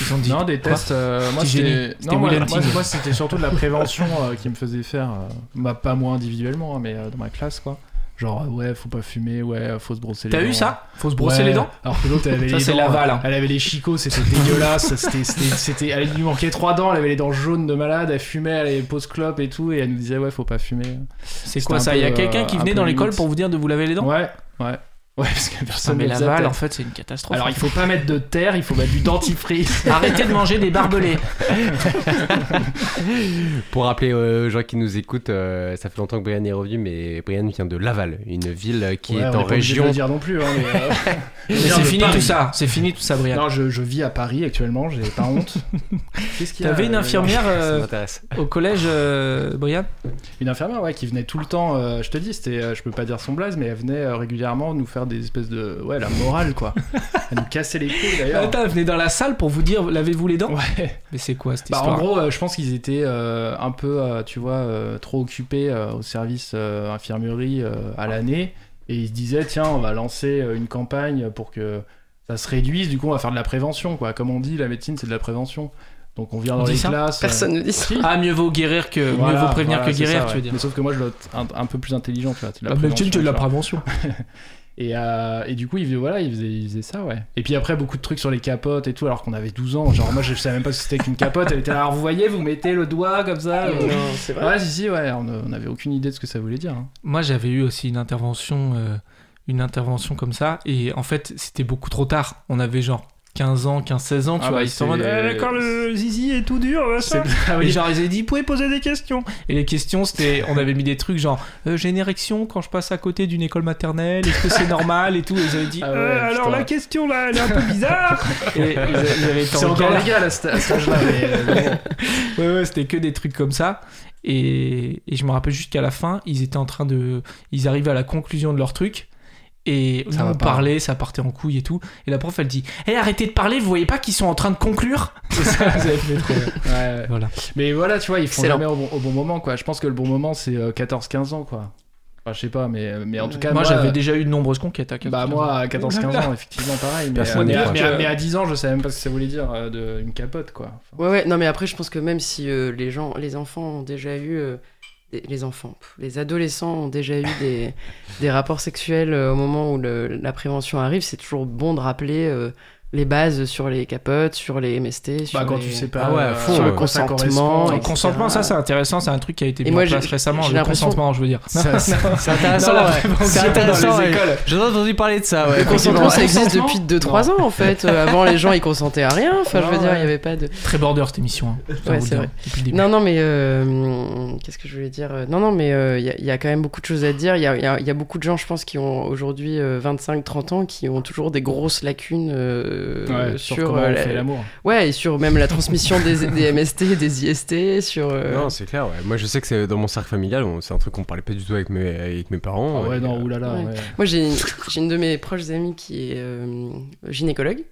Speaker 1: Ils ont dit.
Speaker 3: Non, des
Speaker 1: Quoi
Speaker 3: tests. euh, moi,
Speaker 1: Petit génie.
Speaker 3: c'était.
Speaker 1: C'était
Speaker 3: Non, moi,
Speaker 1: William
Speaker 3: moi-
Speaker 1: Ting.
Speaker 3: moi, c'était surtout de la prévention euh, qui me faisait faire. euh, bah, pas moi individuellement, hein, mais euh, dans ma classe, quoi. Genre, euh, ouais, faut pas fumer, ouais, faut se brosser les
Speaker 1: T'as
Speaker 3: dents.
Speaker 1: eu ça Faut se brosser
Speaker 3: Ouais.
Speaker 1: les dents
Speaker 3: Alors que l'autre, elle avait
Speaker 1: Ça,
Speaker 3: les
Speaker 1: c'est
Speaker 3: dents, euh,
Speaker 1: Laval, hein.
Speaker 3: Elle avait les chicots, c'était dégueulasse. c'était, c'était, c'était- elle lui manquait trois dents, elle avait les dents jaunes de malade, elle fumait, elle avait pause clope et tout, et elle nous disait, ouais, faut pas fumer.
Speaker 1: C'est quoi
Speaker 3: un
Speaker 1: ça Il y a
Speaker 3: peu,
Speaker 1: quelqu'un
Speaker 3: euh,
Speaker 1: qui
Speaker 3: un
Speaker 1: venait
Speaker 3: peu
Speaker 1: dans l'école
Speaker 3: limite.
Speaker 1: pour vous dire de vous laver les dents
Speaker 3: Ouais, ouais. Ouais, parce que
Speaker 1: Putain,
Speaker 3: personne
Speaker 1: Ah, mais
Speaker 3: ne les
Speaker 1: Laval,
Speaker 3: appelle.
Speaker 1: en fait, c'est une catastrophe.
Speaker 3: Alors, il faut pas mettre de terre, il faut mettre du dentifrice.
Speaker 1: Arrêtez de manger des barbelés.
Speaker 4: Pour rappeler euh, aux gens qui nous écoutent, euh, ça fait longtemps que Brian est revenu, mais Brian vient de Laval, une ville euh, qui
Speaker 3: Ouais, on
Speaker 4: est
Speaker 3: pas
Speaker 4: en
Speaker 3: obligé de
Speaker 4: région.
Speaker 3: le dire non plus. hein, mais, euh,
Speaker 1: Mais
Speaker 3: je viens
Speaker 1: c'est
Speaker 3: de
Speaker 1: fini tout
Speaker 3: Paris.
Speaker 1: ça. C'est fini tout ça, Brian.
Speaker 3: Non, je, je vis à Paris actuellement, j'ai pas honte. Qu'est-ce qu'il y a,
Speaker 1: T'avais une
Speaker 3: euh,
Speaker 1: infirmière
Speaker 4: Ça
Speaker 1: euh,
Speaker 4: m'intéresse.
Speaker 1: au collège, euh, Brian
Speaker 3: Une infirmière, ouais, qui venait tout le temps, euh, je te dis, c'était, euh, je peux pas dire son blaze, mais elle venait euh, régulièrement nous faire des espèces de. Ouais, la morale, quoi. elle nous cassait les couilles, d'ailleurs.
Speaker 1: Attends, elle venait dans la salle pour vous dire lavez-vous les dents
Speaker 3: Ouais.
Speaker 1: Mais c'est quoi cette
Speaker 3: Bah,
Speaker 1: histoire
Speaker 3: en gros, euh, je pense qu'ils étaient euh, un peu, euh, tu vois, euh, trop occupés euh, au service euh, infirmerie euh, à l'année. Et ils se disaient, tiens, on va lancer euh, une campagne pour que ça se réduise. Du coup, on va faire de la prévention, quoi. Comme on dit, la médecine, c'est de la prévention. Donc, on vient
Speaker 1: On
Speaker 3: dans
Speaker 1: dit
Speaker 3: les
Speaker 1: ça
Speaker 3: classes. euh,
Speaker 2: Personne ne dit ça.
Speaker 3: si.
Speaker 1: Ah, mieux vaut guérir que
Speaker 3: Voilà,
Speaker 1: mieux vaut prévenir
Speaker 3: voilà,
Speaker 1: que
Speaker 3: c'est
Speaker 1: guérir,
Speaker 3: ça,
Speaker 1: tu
Speaker 3: ouais.
Speaker 1: veux dire.
Speaker 3: Mais sauf que moi, je dois être un, un peu plus intelligent, tu vois. c'est de la
Speaker 1: La médecine,
Speaker 3: prévention,
Speaker 1: c'est de la
Speaker 3: tu vois.
Speaker 1: prévention.
Speaker 3: Et, euh, et du coup, il faisait, voilà, il faisait, il faisait ça, ouais. Et puis après, beaucoup de trucs sur les capotes et tout, alors qu'on avait 12 ans. Genre, moi, je savais même pas ce que c'était qu'une capote. Elle était là, alors vous voyez, vous mettez le doigt comme ça. euh.
Speaker 2: Ah, Non, c'est vrai.
Speaker 3: Ouais, si, si, ouais, on euh, on avait aucune idée de ce que ça voulait dire. hein.
Speaker 1: Moi, j'avais eu aussi une intervention, euh, une intervention comme ça, et en fait, c'était beaucoup trop tard. On avait genre 15 ans, 15-16 ans, tu
Speaker 3: Ah
Speaker 1: vois,
Speaker 3: bah,
Speaker 1: ils sont en
Speaker 3: c'est-
Speaker 1: mode, Eh, d'accord, le zizi est tout dur,
Speaker 3: C'est-
Speaker 1: machin.
Speaker 3: Ah
Speaker 1: Et
Speaker 3: oui,
Speaker 1: genre, ils avaient dit, vous pouvez poser des questions. Et les questions, c'était, on avait mis des trucs genre, euh, j'ai une érection quand je passe à côté d'une école maternelle, est-ce que c'est normal et tout. Et ils avaient dit,
Speaker 3: Ah ouais,
Speaker 1: Euh, alors
Speaker 3: putain.
Speaker 1: la question là, elle est un peu bizarre. et ils avaient- ils avaient été
Speaker 3: c'est
Speaker 1: en
Speaker 3: encore
Speaker 1: galère.
Speaker 3: légal à ce à cet âge-là. mais, euh, bon.
Speaker 1: Ouais, ouais, c'était que des trucs comme ça. Et, et je me rappelle juste qu'à la fin, ils étaient en train de. Ils arrivaient à la conclusion de leur truc. Et
Speaker 3: Ça va
Speaker 1: on
Speaker 3: pas.
Speaker 1: parlait, ça partait en couille et tout. Et la prof, elle dit Hé, arrêtez de parler, vous voyez pas qu'ils sont en train de conclure C'est ça, vous avez fait trop.
Speaker 3: Ouais, ouais.
Speaker 1: Voilà.
Speaker 3: Mais voilà, tu vois, ils font
Speaker 2: Excellent.
Speaker 3: jamais au bon, au bon moment, quoi. Je pense que le bon moment, c'est euh, 14-15 ans, quoi. Enfin, je sais pas, mais, mais en tout cas,
Speaker 1: moi,
Speaker 3: moi,
Speaker 1: j'avais
Speaker 3: euh,
Speaker 1: déjà eu de nombreuses conquêtes hein, à 15
Speaker 3: Bah, moi, à 14-15 ans, effectivement, pareil. Mais, euh,
Speaker 4: Personne
Speaker 3: mais,
Speaker 4: n'y
Speaker 3: à,
Speaker 4: croit.
Speaker 3: mais à- mais à 10 ans, je savais même pas ce que ça voulait dire, euh, de, une capote, quoi. Enfin,
Speaker 2: Ouais, ouais, non, mais après, je pense que même si euh, les gens, les enfants ont déjà eu. euh, des- les enfants, pff, les adolescents ont déjà eu des, des rapports sexuels euh, au moment où le- la prévention arrive, c'est toujours bon de rappeler euh, les bases sur les capotes, sur les MST. Sur
Speaker 3: bah, quand
Speaker 2: les-
Speaker 3: tu sais pas.
Speaker 1: Ah ouais,
Speaker 3: euh,
Speaker 1: faut,
Speaker 3: à
Speaker 1: euh,
Speaker 3: quoi ça
Speaker 2: consentement,
Speaker 3: correspond,
Speaker 1: Le
Speaker 2: etc.
Speaker 1: consentement, ça, c'est intéressant, c'est un truc qui a été
Speaker 2: Et
Speaker 1: mis
Speaker 2: moi,
Speaker 1: en place
Speaker 2: j'ai-
Speaker 1: récemment.
Speaker 2: j'ai
Speaker 1: Le
Speaker 2: l'impression-
Speaker 1: consentement, je veux dire.
Speaker 3: Ça- ça-
Speaker 4: C'est intéressant.
Speaker 1: Non, la
Speaker 4: ouais.
Speaker 1: prévention
Speaker 4: C'est intéressant.
Speaker 1: dans les
Speaker 4: ouais.
Speaker 1: écoles.
Speaker 4: J'en ai entendu parler de ça. Ouais.
Speaker 2: Le consentement, ça existe
Speaker 3: Consentement
Speaker 2: depuis 2-3 ans en fait. Euh, avant, les gens ils consentaient à rien. Enfin, je veux
Speaker 3: Non,
Speaker 2: dire, il
Speaker 3: ouais.
Speaker 2: n'y avait pas de.
Speaker 1: Très border cette émission. hein. Je dois vous
Speaker 2: Ouais,
Speaker 1: le
Speaker 2: c'est
Speaker 1: dire,
Speaker 2: vrai.
Speaker 1: depuis le début.
Speaker 2: Non, non, mais euh, qu'est-ce que je voulais dire Non, non, mais euh, il y, a- il y a quand même beaucoup de choses à dire. Il y a, il y a- il y a beaucoup de gens, je pense, qui ont aujourd'hui 25-30 ans, qui ont toujours des grosses lacunes euh,
Speaker 3: Ouais, sur, comment
Speaker 2: euh,
Speaker 3: on
Speaker 2: la-
Speaker 3: fait l'amour.
Speaker 2: ouais, et sur même la transmission des, des MST, des IST, sur. euh,
Speaker 4: Non, c'est clair, ouais. Moi, je sais que c'est dans mon cercle familial, on- c'est un truc qu'on parlait pas du tout avec mes, avec mes parents.
Speaker 3: Ah Ouais,
Speaker 4: et,
Speaker 3: non,
Speaker 4: euh,
Speaker 3: oulala.
Speaker 2: ouais.
Speaker 3: ouais.
Speaker 2: Moi, j'ai une, j'ai une de mes proches amies qui est euh, gynécologue.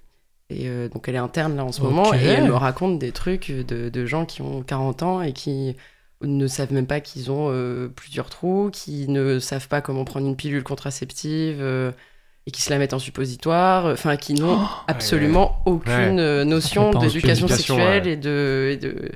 Speaker 2: Et euh, donc, elle est interne là en ce
Speaker 1: Ok.
Speaker 2: moment. Et elle me raconte des trucs de, de gens qui ont 40 ans et qui ne savent même pas qu'ils ont euh, plusieurs trous, qui ne savent pas comment prendre une pilule contraceptive euh, et qui se la mettent en suppositoire. Enfin, qui n'ont absolument aucune euh, notion
Speaker 1: Aucune
Speaker 2: d'éducation
Speaker 4: éducation,
Speaker 2: sexuelle
Speaker 4: ouais.
Speaker 2: et de. et de-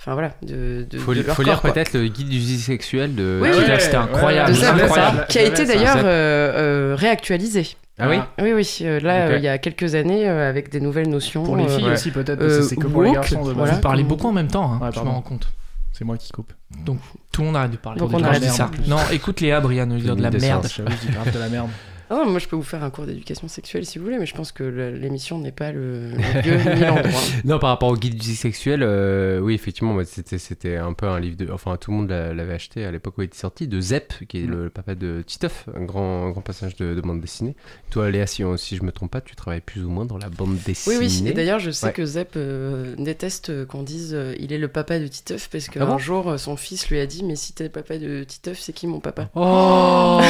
Speaker 2: Enfin, voilà. De, de,
Speaker 4: Faut,
Speaker 2: de
Speaker 4: li-
Speaker 2: leur
Speaker 4: faut
Speaker 2: corps,
Speaker 4: lire
Speaker 2: quoi.
Speaker 4: peut-être le guide du vie sexuel de.
Speaker 2: Oui, oui.
Speaker 1: Là, c'était
Speaker 3: Ouais,
Speaker 1: incroyable,
Speaker 2: Ah De
Speaker 3: ouais,
Speaker 2: ça,
Speaker 3: ouais,
Speaker 2: de ça,
Speaker 1: incroyable.
Speaker 2: qui a été
Speaker 3: j'avais ça.
Speaker 2: d'ailleurs euh, euh, réactualisé.
Speaker 4: Ah oui
Speaker 2: Oui, oui, euh, là,
Speaker 4: Ok.
Speaker 2: euh, il y a quelques années, euh, avec des nouvelles notions.
Speaker 3: Pour les
Speaker 2: euh,
Speaker 3: filles
Speaker 4: ouais.
Speaker 3: aussi, peut-être, parce que c'est que pour les
Speaker 2: woke,
Speaker 3: garçons. de base.
Speaker 2: voilà.
Speaker 1: Vous parlez
Speaker 2: comme-
Speaker 1: beaucoup en même temps, hein,
Speaker 3: Ouais,
Speaker 1: je me
Speaker 3: pardon.
Speaker 1: rends compte.
Speaker 3: C'est moi qui coupe.
Speaker 1: Tout le monde arrête de parler.
Speaker 2: Donc,
Speaker 1: Quand
Speaker 2: on
Speaker 1: je
Speaker 2: arrête.
Speaker 1: dis ça. Non, écoute Léa, Brian, nous dire de la merde.
Speaker 4: Indécence.
Speaker 3: J'avoue, je dis grave de la merde.
Speaker 2: Ah non, moi, je peux vous faire un cours d'éducation sexuelle si vous voulez, mais je pense que la- l'émission n'est pas le, le lieu ni l'endroit.
Speaker 4: Non, par rapport au guide du vie sexuel, euh, oui, effectivement, moi, c'était, c'était un peu un livre de. Enfin, tout le monde l'a- l'avait acheté à l'époque où il était sorti, de Zep,
Speaker 2: Mm.
Speaker 4: qui est le papa de Titeuf, un grand, un grand passage de, de bande dessinée. Toi, Léa, si, on- si je me trompe pas, tu travailles plus ou moins dans la bande
Speaker 2: Oui,
Speaker 4: dessinée.
Speaker 2: oui, et d'ailleurs, je sais
Speaker 4: Ouais.
Speaker 2: que Zep euh, déteste euh, qu'on dise euh, il est le papa de Titeuf, parce qu'un
Speaker 4: Ah bon
Speaker 2: jour, euh, son fils lui a dit Mais si t'es le papa de Titeuf, c'est qui mon papa
Speaker 4: Oh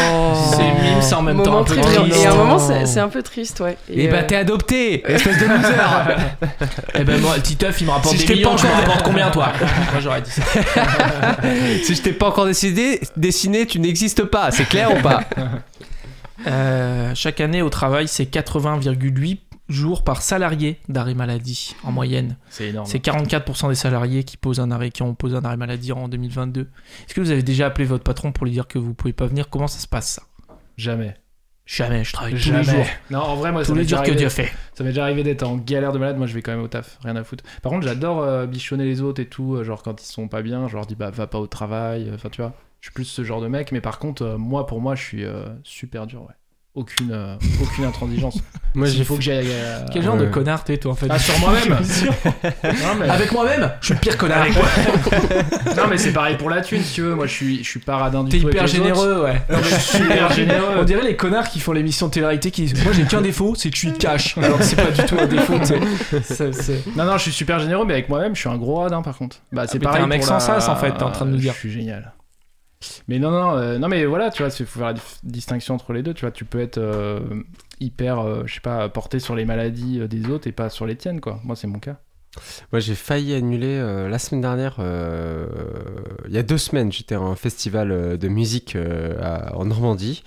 Speaker 1: C'est mime, c'est en même temps
Speaker 2: Moment
Speaker 1: un peu
Speaker 2: très
Speaker 1: triste.
Speaker 2: bien. Et à un
Speaker 1: Non.
Speaker 2: moment, c'est c'est un peu triste, ouais.
Speaker 4: Et bah,
Speaker 2: euh,
Speaker 4: t'es adopté, espèce de loser
Speaker 1: Eh ben moi, le petit teuf, il me rapporte
Speaker 4: Si je
Speaker 1: des
Speaker 4: t'ai
Speaker 1: millions,
Speaker 4: pas
Speaker 1: je me
Speaker 4: encore-
Speaker 1: rapporte combien toi Moi j'aurais dit ça.
Speaker 4: Si je t'ai pas encore décidé, dessiné, tu n'existes pas, c'est clair ou pas
Speaker 1: Euh, chaque année au travail, c'est 80,8 jours par salarié d'arrêt maladie en moyenne.
Speaker 3: C'est énorme.
Speaker 1: C'est 44% des salariés qui posent un arrêt, qui ont posé un arrêt maladie en 2022. Est-ce que vous avez déjà appelé votre patron pour lui dire que vous pouvez pas venir Comment ça se passe ça
Speaker 3: Jamais.
Speaker 1: Jamais, je travaille
Speaker 3: Jamais.
Speaker 1: tous les jours.
Speaker 3: Non, en vrai, moi, ça
Speaker 1: Tous
Speaker 3: m'est
Speaker 1: les
Speaker 3: déjà
Speaker 1: jours que
Speaker 3: arrivé-
Speaker 1: Dieu fait.
Speaker 3: Ça m'est déjà arrivé d'être en galère de malade. Moi, je vais quand même au taf, rien à foutre. Par contre, j'adore euh, bichonner les autres et tout. euh, genre, quand ils sont pas bien, je leur dis, bah, va pas au travail. Euh, Enfin, tu vois, je suis plus ce genre de mec. Mais par contre, euh, moi, pour moi, je suis euh, super dur, ouais. Aucune, euh, aucune intransigeance.
Speaker 4: Moi,
Speaker 3: Il faut que j'aille. euh,
Speaker 1: Quel genre Ah, de
Speaker 4: Ouais.
Speaker 1: connard t'es toi en fait
Speaker 3: Ah, sur moi-même Non, mais-
Speaker 1: Avec moi-même Je suis le pire connard. avec moi.
Speaker 3: non, mais c'est pareil pour la thune, si tu veux. Moi, je suis, je suis pas radin du
Speaker 1: T'es
Speaker 3: tout. avec
Speaker 1: hyper
Speaker 3: les autres.
Speaker 1: généreux, ouais.
Speaker 3: Non, mais Je suis hyper
Speaker 1: On
Speaker 3: généreux.
Speaker 1: dirait les connards qui font l'émission de télé-réalité qui disent Moi j'ai qu'un défaut, c'est que je suis cash. Alors que c'est pas du tout un défaut, tu sais. Ça, c'est-
Speaker 3: Non, non, je suis super généreux, mais avec moi-même, je suis un gros radin par contre. Bah,
Speaker 1: Ah,
Speaker 3: c'est
Speaker 1: mais t'es
Speaker 3: pareil
Speaker 1: un mec
Speaker 3: pour
Speaker 1: sans
Speaker 3: la- Euh,
Speaker 1: sas, en fait, t'es en train de nous dire.
Speaker 3: Je suis génial. Mais non, non, euh, non, mais voilà, tu vois, il faut faire la dif- distinction entre les deux. Tu vois, tu peux être euh, hyper, euh, je sais pas, porté sur les maladies euh, des autres et pas sur les tiennes, quoi. Moi, c'est mon cas.
Speaker 4: Moi, j'ai failli annuler euh, la semaine dernière. euh, il y a deux semaines, j'étais à un festival euh, de musique euh, à- en Normandie.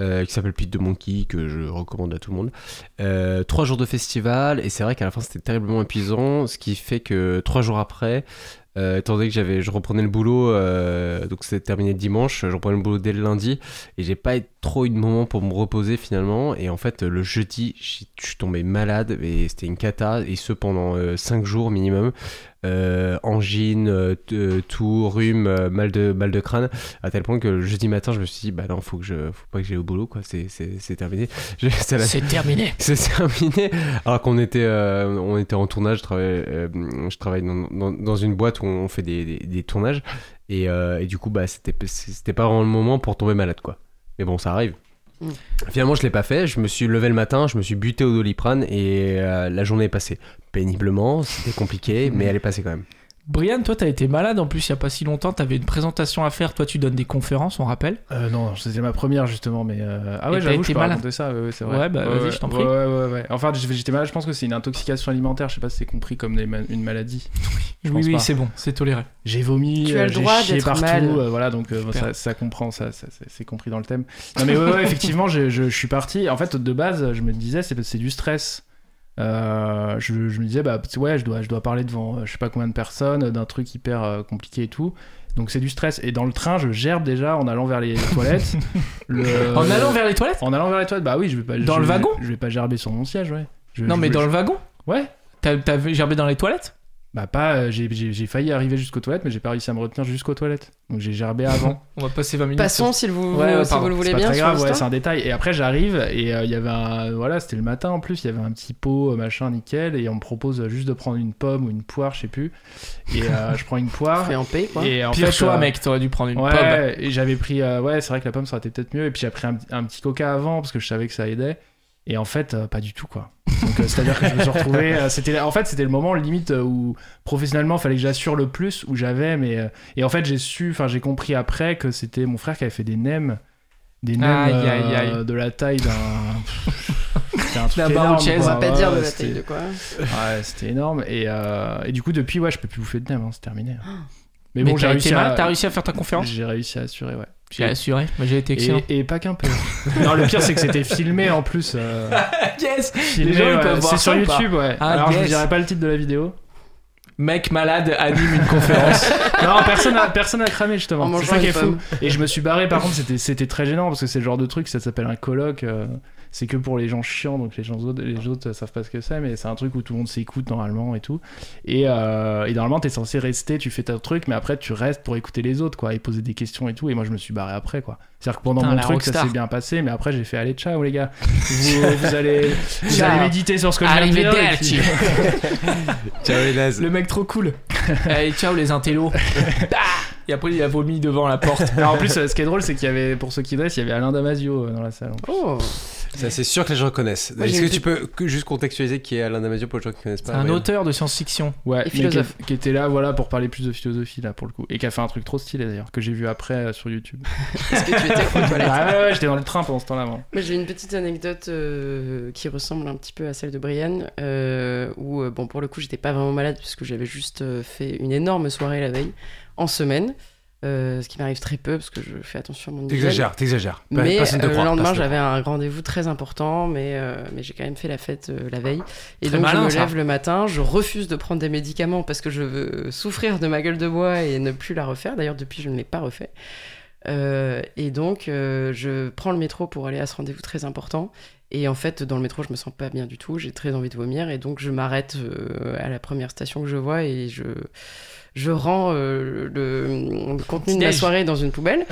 Speaker 4: euh, qui s'appelle Pete de Monkey, que je recommande à tout le monde. Euh, trois jours de festival, et c'est vrai qu'à la fin c'était terriblement épuisant, ce qui fait que trois jours après, Euh, étant donné que j'avais, je reprenais le boulot, euh, donc c'est terminé dimanche, je reprenais le boulot dès le lundi, et j'ai pas eu trop eu de moment pour me reposer finalement, et en fait euh, le jeudi, j'ai- je suis tombé malade, et c'était une cata, et ce pendant 5 jours minimum, euh, angine, euh, t- euh, tout, rhume, euh, mal, de, mal de crâne, à tel point que le jeudi matin, je me suis dit, bah non, faut, que je, faut pas que j'aille au boulot, quoi, c'est, c'est, c'est terminé. Je- c'est la-
Speaker 1: C'est terminé.
Speaker 4: c'est terminé. Alors qu'on était, euh, on était en tournage, je travaillais, euh, je travaille dans, dans- dans une boîte où on fait des, des- des tournages. Et, euh, et du coup, bah, c'était c'était pas vraiment le moment pour tomber malade, quoi. Mais bon, ça arrive.
Speaker 2: Mm.
Speaker 4: Finalement, je l'ai pas fait. Je me suis levé le matin, je me suis buté au doliprane et euh, la journée est passée. Péniblement, c'était compliqué, mais elle est passée quand même.
Speaker 1: Brian, toi, t'as été malade en plus il y a pas si longtemps. T'avais une présentation à faire. Toi, tu donnes des conférences, on rappelle.
Speaker 3: Euh, non, c'était ma première justement, mais euh, ah
Speaker 1: Et
Speaker 3: ouais,
Speaker 1: t'as
Speaker 3: j'avoue,
Speaker 1: été
Speaker 3: je peux
Speaker 1: malade.
Speaker 3: raconter ça, ouais, ouais, c'est vrai.
Speaker 1: Ouais, bah, vas-y, je t'en prie.
Speaker 3: Ouais, ouais, ouais, ouais. Enfin, j'ai- j'étais malade. Je pense que c'est une intoxication alimentaire. Je sais pas si c'est compris comme des ma- une maladie. Je
Speaker 1: oui,
Speaker 3: pense
Speaker 1: oui,
Speaker 3: pas.
Speaker 1: c'est bon, c'est toléré.
Speaker 3: J'ai vomi,
Speaker 2: Tu as
Speaker 3: euh,
Speaker 2: le
Speaker 3: j'ai
Speaker 2: droit
Speaker 3: chié
Speaker 2: d'être
Speaker 3: partout,
Speaker 2: mal.
Speaker 3: euh, voilà, donc euh,
Speaker 1: Super.
Speaker 3: ça, ça comprend, ça, ça- ça- c'est compris dans le thème. Non mais ouais, ouais, effectivement, je, je- je suis parti. En fait, de base, je me disais, c'est c'est du stress. Euh, je, je me disais, bah ouais, je dois, je dois parler devant euh, je sais pas combien de personnes, euh, d'un truc hyper euh, compliqué et tout. Donc c'est du stress. Et dans le train, je gerbe déjà en allant vers les toilettes. Le-
Speaker 1: En allant vers les toilettes
Speaker 3: en allant vers les toilettes, bah oui, je vais pas.
Speaker 1: Dans
Speaker 3: je-
Speaker 1: le wagon
Speaker 3: Je vais pas gerber sur mon siège, ouais. Je-
Speaker 1: Non,
Speaker 3: je-
Speaker 1: mais dans
Speaker 3: je-
Speaker 1: le wagon
Speaker 3: Ouais.
Speaker 1: T'as t'as gerbé dans les toilettes
Speaker 3: Bah pas. euh, j'ai- j'ai j'ai failli arriver jusqu'aux toilettes, mais j'ai pas réussi à me retenir jusqu'aux toilettes. Donc j'ai gerbé avant.
Speaker 1: On va passer 20 minutes.
Speaker 2: Passons si vous,
Speaker 1: Ouais, ouais,
Speaker 2: si
Speaker 1: pardon,
Speaker 2: vous le voulez
Speaker 3: C'est pas
Speaker 2: bien
Speaker 3: très
Speaker 2: sur
Speaker 3: grave, ouais,
Speaker 2: l'histoire.
Speaker 3: c'est un détail. Et après, j'arrive et euh, il y avait un. Voilà, c'était le matin en plus, il y avait un petit pot, euh, machin, nickel, et on me propose juste de prendre une pomme ou une poire, je sais plus. Et euh, je prends une poire.
Speaker 2: Fais en paix, quoi.
Speaker 3: Et en
Speaker 1: Pire
Speaker 3: fait,
Speaker 1: choix,
Speaker 3: euh,
Speaker 1: mec, t'aurais dû prendre une
Speaker 3: ouais,
Speaker 1: pomme.
Speaker 3: et j'avais pris. euh, ouais, c'est vrai que la pomme, ça aurait été peut-être mieux. Et puis j'ai pris un, un petit coca avant parce que je savais que ça aidait. Et en fait, euh, pas du tout, quoi. Donc, euh, c'est-à-dire que je me suis retrouvé. euh, c'était, en fait, c'était le moment limite euh, où professionnellement, fallait que j'assure le plus où j'avais. Mais euh, et en fait, j'ai su, enfin, j'ai compris après que c'était mon frère qui avait fait des nems, des nems
Speaker 1: Aïe,
Speaker 3: euh,
Speaker 1: aïe, aïe.
Speaker 3: de la taille d'un. C'était un truc
Speaker 1: D'un
Speaker 3: énorme,
Speaker 1: barouchel.
Speaker 2: On
Speaker 3: quoi.
Speaker 2: va pas dire de
Speaker 3: Ouais,
Speaker 2: la
Speaker 3: c'était-
Speaker 2: taille de quoi.
Speaker 3: Ouais, c'était énorme. Et, euh, et du coup, depuis, ouais, je peux plus bouffer de nems, hein, c'est terminé.
Speaker 1: Mais bon, t'as été mal, t'as réussi à faire ta conférence
Speaker 3: J'ai réussi à assurer, ouais.
Speaker 1: J'ai assuré, mais j'ai été excellent.
Speaker 3: Et, et pas qu'un peu. non, le pire, c'est que c'était filmé en plus. euh,
Speaker 1: Ah, yes
Speaker 3: filmé,
Speaker 1: Les gens, ils
Speaker 3: ouais.
Speaker 1: peuvent voir
Speaker 3: C'est
Speaker 1: ça
Speaker 3: sur
Speaker 1: ou pas
Speaker 3: YouTube, ouais.
Speaker 1: Ah,
Speaker 3: Alors, je
Speaker 1: yes.
Speaker 3: vous dirai pas le titre de la vidéo.
Speaker 1: Mec malade anime une conférence.
Speaker 3: Non, personne a, personne a cramé,
Speaker 2: En
Speaker 3: justement. C'est
Speaker 2: mangeant
Speaker 3: ça qui
Speaker 2: une
Speaker 3: est fou.
Speaker 2: pomme.
Speaker 3: Et je me suis barré, par contre, c'était- c'était très gênant parce que c'est le genre de truc, ça s'appelle un colloque. euh, C'est que pour les gens chiants, donc les gens autres, les autres euh, savent pas ce que c'est, mais c'est un truc où tout le monde s'écoute normalement et tout. Et, euh, et normalement, t'es censé rester, tu fais ton truc, mais après, tu restes pour écouter les autres, quoi, et poser des questions et tout. Et moi, je me suis barré après, quoi. C'est-à-dire que pendant
Speaker 1: Putain,
Speaker 3: mon
Speaker 1: la
Speaker 3: truc, ça
Speaker 1: rockstar.
Speaker 3: s'est bien passé, mais après, j'ai fait allez, ciao, les gars. Vous, vous allez, vous
Speaker 1: Ciao.
Speaker 3: allez méditer sur ce que je viens de dire. et puis-
Speaker 1: Arrivederci.
Speaker 4: Ciao
Speaker 1: Le mec trop cool. Allez, ciao les intellos. Bah et après, il a vomi devant la porte.
Speaker 3: Non, en plus, euh, ce qui est drôle, c'est qu'il y avait, pour ceux qui dressent, il y avait Alain Damasio euh, dans la salle. en plus.
Speaker 2: Oh,
Speaker 4: Ça, c'est sûr que les gens connaissent.
Speaker 2: Moi,
Speaker 4: Est-ce
Speaker 2: j'ai
Speaker 4: que
Speaker 2: une
Speaker 4: tu peux que- juste contextualiser qui est Alain Damasio pour les gens qui connaissent pas Bah,
Speaker 1: C'est un
Speaker 4: Brian
Speaker 1: auteur de science-fiction.
Speaker 3: Ouais, mais
Speaker 2: philosophe.
Speaker 3: Qui, qui était là, voilà, pour parler plus de philosophie, là, pour le coup. Et qui a fait un truc trop stylé, d'ailleurs, que j'ai vu après euh, sur YouTube.
Speaker 2: est-ce que tu étais aux toilettes
Speaker 3: Ah ouais, ouais, j'étais dans le train pendant ce temps-là, moi.
Speaker 2: Moi, j'ai une petite anecdote euh, qui ressemble un petit peu à celle de Brian, euh, où, euh, bon, pour le coup, j'étais pas vraiment malade puisque j'avais juste euh, fait une énorme soirée la veille, en semaine, euh, ce qui m'arrive très peu parce que je fais attention à mon hygiène.
Speaker 4: T'exagères, t'exagères. Pa-
Speaker 2: Mais
Speaker 4: personne te
Speaker 2: euh,
Speaker 4: croit,
Speaker 2: le lendemain,
Speaker 4: personne te
Speaker 2: j'avais un rendez-vous très important, mais, euh, mais j'ai quand même fait la fête euh, la veille. Et
Speaker 1: Très
Speaker 2: donc,
Speaker 1: malin,
Speaker 2: je me
Speaker 1: ça.
Speaker 2: lève le matin, je refuse de prendre des médicaments parce que je veux souffrir de ma gueule de bois et ne plus la refaire. D'ailleurs, depuis, je ne l'ai pas refait. Euh, et donc, euh, je prends le métro pour aller à ce rendez-vous très important. Et en fait, dans le métro, je me sens pas bien du tout. J'ai très envie de vomir. Et donc, je m'arrête euh, à la première station que je vois et je, je rends euh, le, le contenu de ma
Speaker 1: Petit-déj.
Speaker 2: soirée dans une poubelle.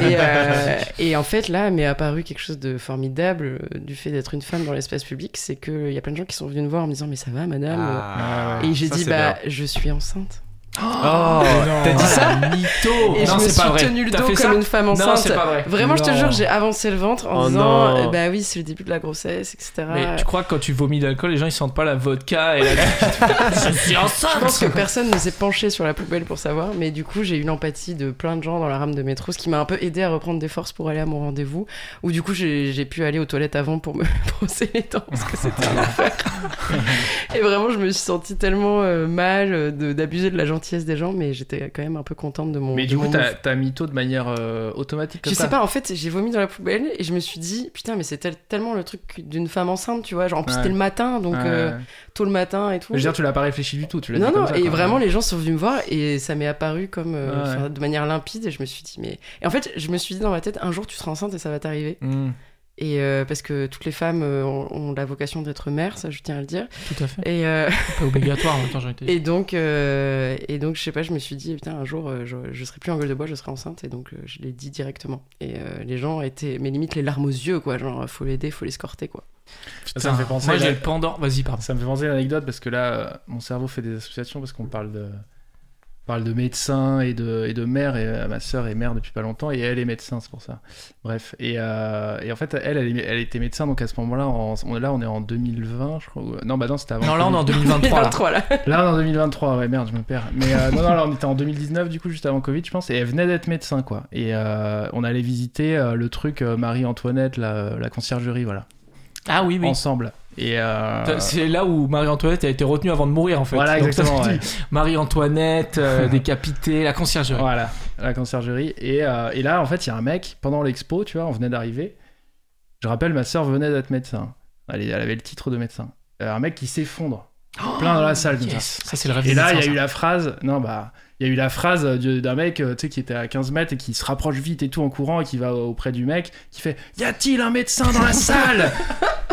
Speaker 2: et, euh, et en fait, là, m'est apparu quelque chose de formidable euh, du fait d'être une femme dans l'espace public. C'est qu'il y a plein de gens qui sont venus me voir en me disant Mais ça va, madame
Speaker 4: Ah,
Speaker 2: Et j'ai
Speaker 4: ça,
Speaker 2: dit
Speaker 4: c'est
Speaker 2: Bah,
Speaker 4: bien.
Speaker 2: je suis enceinte.
Speaker 4: Oh, t'as dit ça
Speaker 1: Ah, Mytho
Speaker 2: Et
Speaker 1: Oh, Non,
Speaker 2: je me
Speaker 1: c'est
Speaker 2: suis
Speaker 1: pas vrai.
Speaker 2: tenue le
Speaker 1: T'as
Speaker 2: dos
Speaker 1: fait
Speaker 2: comme
Speaker 1: ça
Speaker 2: une femme enceinte.
Speaker 1: Non, c'est pas vrai.
Speaker 2: Vraiment, je te
Speaker 3: Non.
Speaker 2: jure, j'ai avancé le ventre en
Speaker 4: Oh
Speaker 2: disant
Speaker 4: non.
Speaker 2: euh, bah oui, c'est le début de la grossesse, etc.
Speaker 1: Mais tu crois que quand tu vomis d'alcool, les gens ils sentent pas la vodka et la. Je suis
Speaker 2: Je pense
Speaker 1: enceinte
Speaker 2: que personne ne s'est penché sur la poubelle pour savoir, mais du coup, j'ai eu l'empathie de plein de gens dans la rame de métro, ce qui m'a un peu aidé à reprendre des forces pour aller à mon rendez-vous, où du coup, j'ai j'ai pu aller aux toilettes avant pour me brosser les dents, parce que c'était un enfer. Et vraiment, je me suis sentie tellement euh, mal euh, de- d'abuser de, la gent- gentillesse des gens, mais j'étais quand même un peu contente de mon.
Speaker 3: Mais
Speaker 2: de
Speaker 3: du coup,
Speaker 2: mon
Speaker 3: t'as
Speaker 2: move.
Speaker 3: t'as mytho de manière euh, automatique comme
Speaker 2: Je
Speaker 3: ça
Speaker 2: sais pas, en fait, j'ai vomi dans la poubelle et je me suis dit, putain, mais c'est tel- tellement le truc d'une femme enceinte, tu vois. Genre, en plus,
Speaker 3: Ouais.
Speaker 2: c'était le matin, donc
Speaker 3: Ouais.
Speaker 2: euh, tôt le matin et tout.
Speaker 3: Je veux dire, tu l'as pas réfléchi du tout, tu l'as
Speaker 2: non,
Speaker 3: dit comme
Speaker 2: non,
Speaker 3: ça,
Speaker 2: et
Speaker 3: quoi.
Speaker 2: vraiment, les gens sont venus me voir et ça m'est apparu comme euh,
Speaker 3: Ouais.
Speaker 2: enfin, de manière limpide et je me suis dit, mais. Et en fait, je me suis dit dans ma tête, un jour, tu seras enceinte et ça va t'arriver.
Speaker 3: Hmm.
Speaker 2: Et euh, parce que toutes les femmes euh, ont, ont la vocation d'être mères, ça, je tiens à le dire.
Speaker 1: Tout à fait.
Speaker 2: Et. euh,
Speaker 1: C'est pas obligatoire en même temps, j'en étais.
Speaker 2: Et donc, euh, et donc, je sais pas, je me suis dit, putain, un jour, euh, je, je serai plus en gueule de bois, je serai enceinte. Et donc, euh, je l'ai dit directement. Et euh, les gens étaient, mais limite, les larmes aux yeux, quoi. Genre, faut l'aider, faut l'escorter, quoi.
Speaker 3: Ça me fait penser
Speaker 1: Moi,
Speaker 3: à la-
Speaker 1: j'ai le pendant. Vas-y, pardon.
Speaker 3: Ça me fait penser à une anecdote parce que là, euh, mon cerveau fait des associations parce qu'on parle de parle de médecins et de, et de mères et euh, ma sœur est mère depuis pas longtemps et elle est médecin c'est pour ça bref et, euh, et en fait elle elle, est- elle était médecin donc à ce moment là on, on- là on est en 2020 je crois ou- non bah non c'était avant
Speaker 1: Non, là, on est en 2023. là.
Speaker 2: 23, là.
Speaker 3: Là, on est en 2023, ouais, merde, je me perds. Mais euh, non, non, là, on était en 2019, du coup, juste avant Covid, je pense, et elle venait d'être médecin, quoi. Et euh, on allait visiter euh, le truc euh, Marie-Antoinette, la, euh, la conciergerie, voilà,
Speaker 1: Ah oui, oui.
Speaker 3: ensemble. Et. euh,
Speaker 1: C'est là où Marie-Antoinette a été retenue avant de mourir en fait.
Speaker 3: Voilà,
Speaker 1: Donc, ça
Speaker 3: exactement.
Speaker 1: se dit,
Speaker 3: ouais.
Speaker 1: Marie-Antoinette, euh, décapitée, la conciergerie.
Speaker 3: Voilà, la conciergerie. Et, euh, et là, en fait, il y a un mec, pendant l'expo, tu vois, on venait d'arriver. Je rappelle, ma sœur venait d'être médecin. Elle, elle avait le titre de médecin. Euh, un mec qui s'effondre, plein dans la salle, comme ça.
Speaker 1: Yes, ça c'est le rêve
Speaker 3: Et
Speaker 1: des
Speaker 3: là, il y a
Speaker 1: médecins,
Speaker 3: eu
Speaker 1: ça.
Speaker 3: la phrase, non, bah, il y a eu la phrase du- d'un mec, euh, tu sais, qui était à 15 mètres et qui se rapproche vite et tout en courant et qui va auprès du mec, qui fait Y a-t-il un médecin dans la salle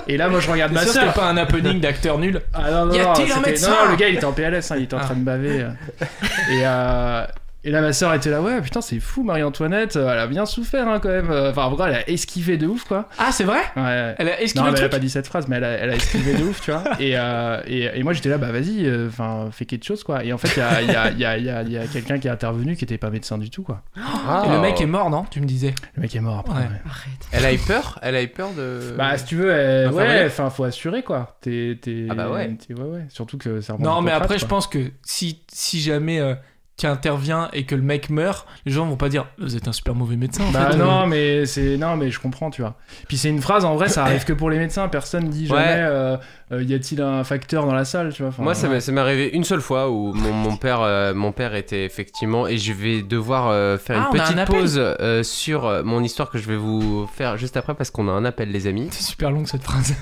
Speaker 3: Et là, moi, je regarde ma
Speaker 1: T'es sûr que
Speaker 3: soeur.
Speaker 1: c'est pas un happening d'acteur nul
Speaker 3: Ah non, non,
Speaker 1: Y
Speaker 3: non,
Speaker 1: a-t-il un
Speaker 3: c'était-
Speaker 1: médecin
Speaker 3: non, non, le gars, il était en PLS, hein, il était en
Speaker 1: Ah.
Speaker 3: train de baver. euh. Et, euh, et là, ma soeur était là, ouais, putain, c'est fou, Marie-Antoinette, euh, elle a bien souffert hein, quand même. Enfin, en gros, elle a esquivé de ouf, quoi.
Speaker 1: Ah, c'est vrai
Speaker 3: Ouais, ouais.
Speaker 1: Elle a esquivé
Speaker 3: Non,
Speaker 1: le
Speaker 3: mais elle a
Speaker 1: truc
Speaker 3: pas dit cette phrase, mais elle a, elle a esquivé de ouf, tu vois. Et, euh, et, et moi, j'étais là, bah vas-y, euh, enfin, fais quelque chose, quoi. Et en fait, il y a, il y a- il y a- il y a- il y a quelqu'un qui est intervenu qui était pas médecin du tout, quoi.
Speaker 4: Ah,
Speaker 1: Et Le mec est mort, non Tu me disais.
Speaker 3: Le mec est mort après.
Speaker 1: Ouais.
Speaker 3: ouais.
Speaker 2: Arrête.
Speaker 4: Elle a eu peur Elle a eu peur de.
Speaker 3: Bah, si tu veux, euh,
Speaker 4: Enfin,
Speaker 3: ouais,
Speaker 4: voilà.
Speaker 3: enfin, faut assurer, quoi. T'es. t'es-
Speaker 4: Ah bah ouais.
Speaker 3: t'es- ouais, ouais. Surtout que ça remonte
Speaker 1: Non,
Speaker 3: au
Speaker 1: mais
Speaker 3: contrat,
Speaker 1: après, je
Speaker 3: quoi.
Speaker 1: pense que si, si jamais euh, tu interviens et que le mec meurt, les gens vont pas dire Vous êtes un super mauvais médecin en
Speaker 3: Bah
Speaker 1: fait.
Speaker 3: non, mais c'est non, mais je comprends, tu vois. Puis c'est une phrase, en vrai, ça arrive que pour les médecins. Personne dit jamais.
Speaker 4: Ouais.
Speaker 3: euh, euh, y a-t-il un facteur dans la salle, tu vois Enfin, euh,
Speaker 4: Moi, ça m'est ça m'est arrivé une seule fois où mon, mon père, euh, mon père était effectivement, et je vais devoir euh, faire
Speaker 1: Ah, on
Speaker 4: une
Speaker 1: a un
Speaker 4: petite
Speaker 1: appel.
Speaker 4: pause euh, sur euh, mon histoire que je vais vous faire juste après parce qu'on a un appel, les amis.
Speaker 1: C'est super long cette phrase.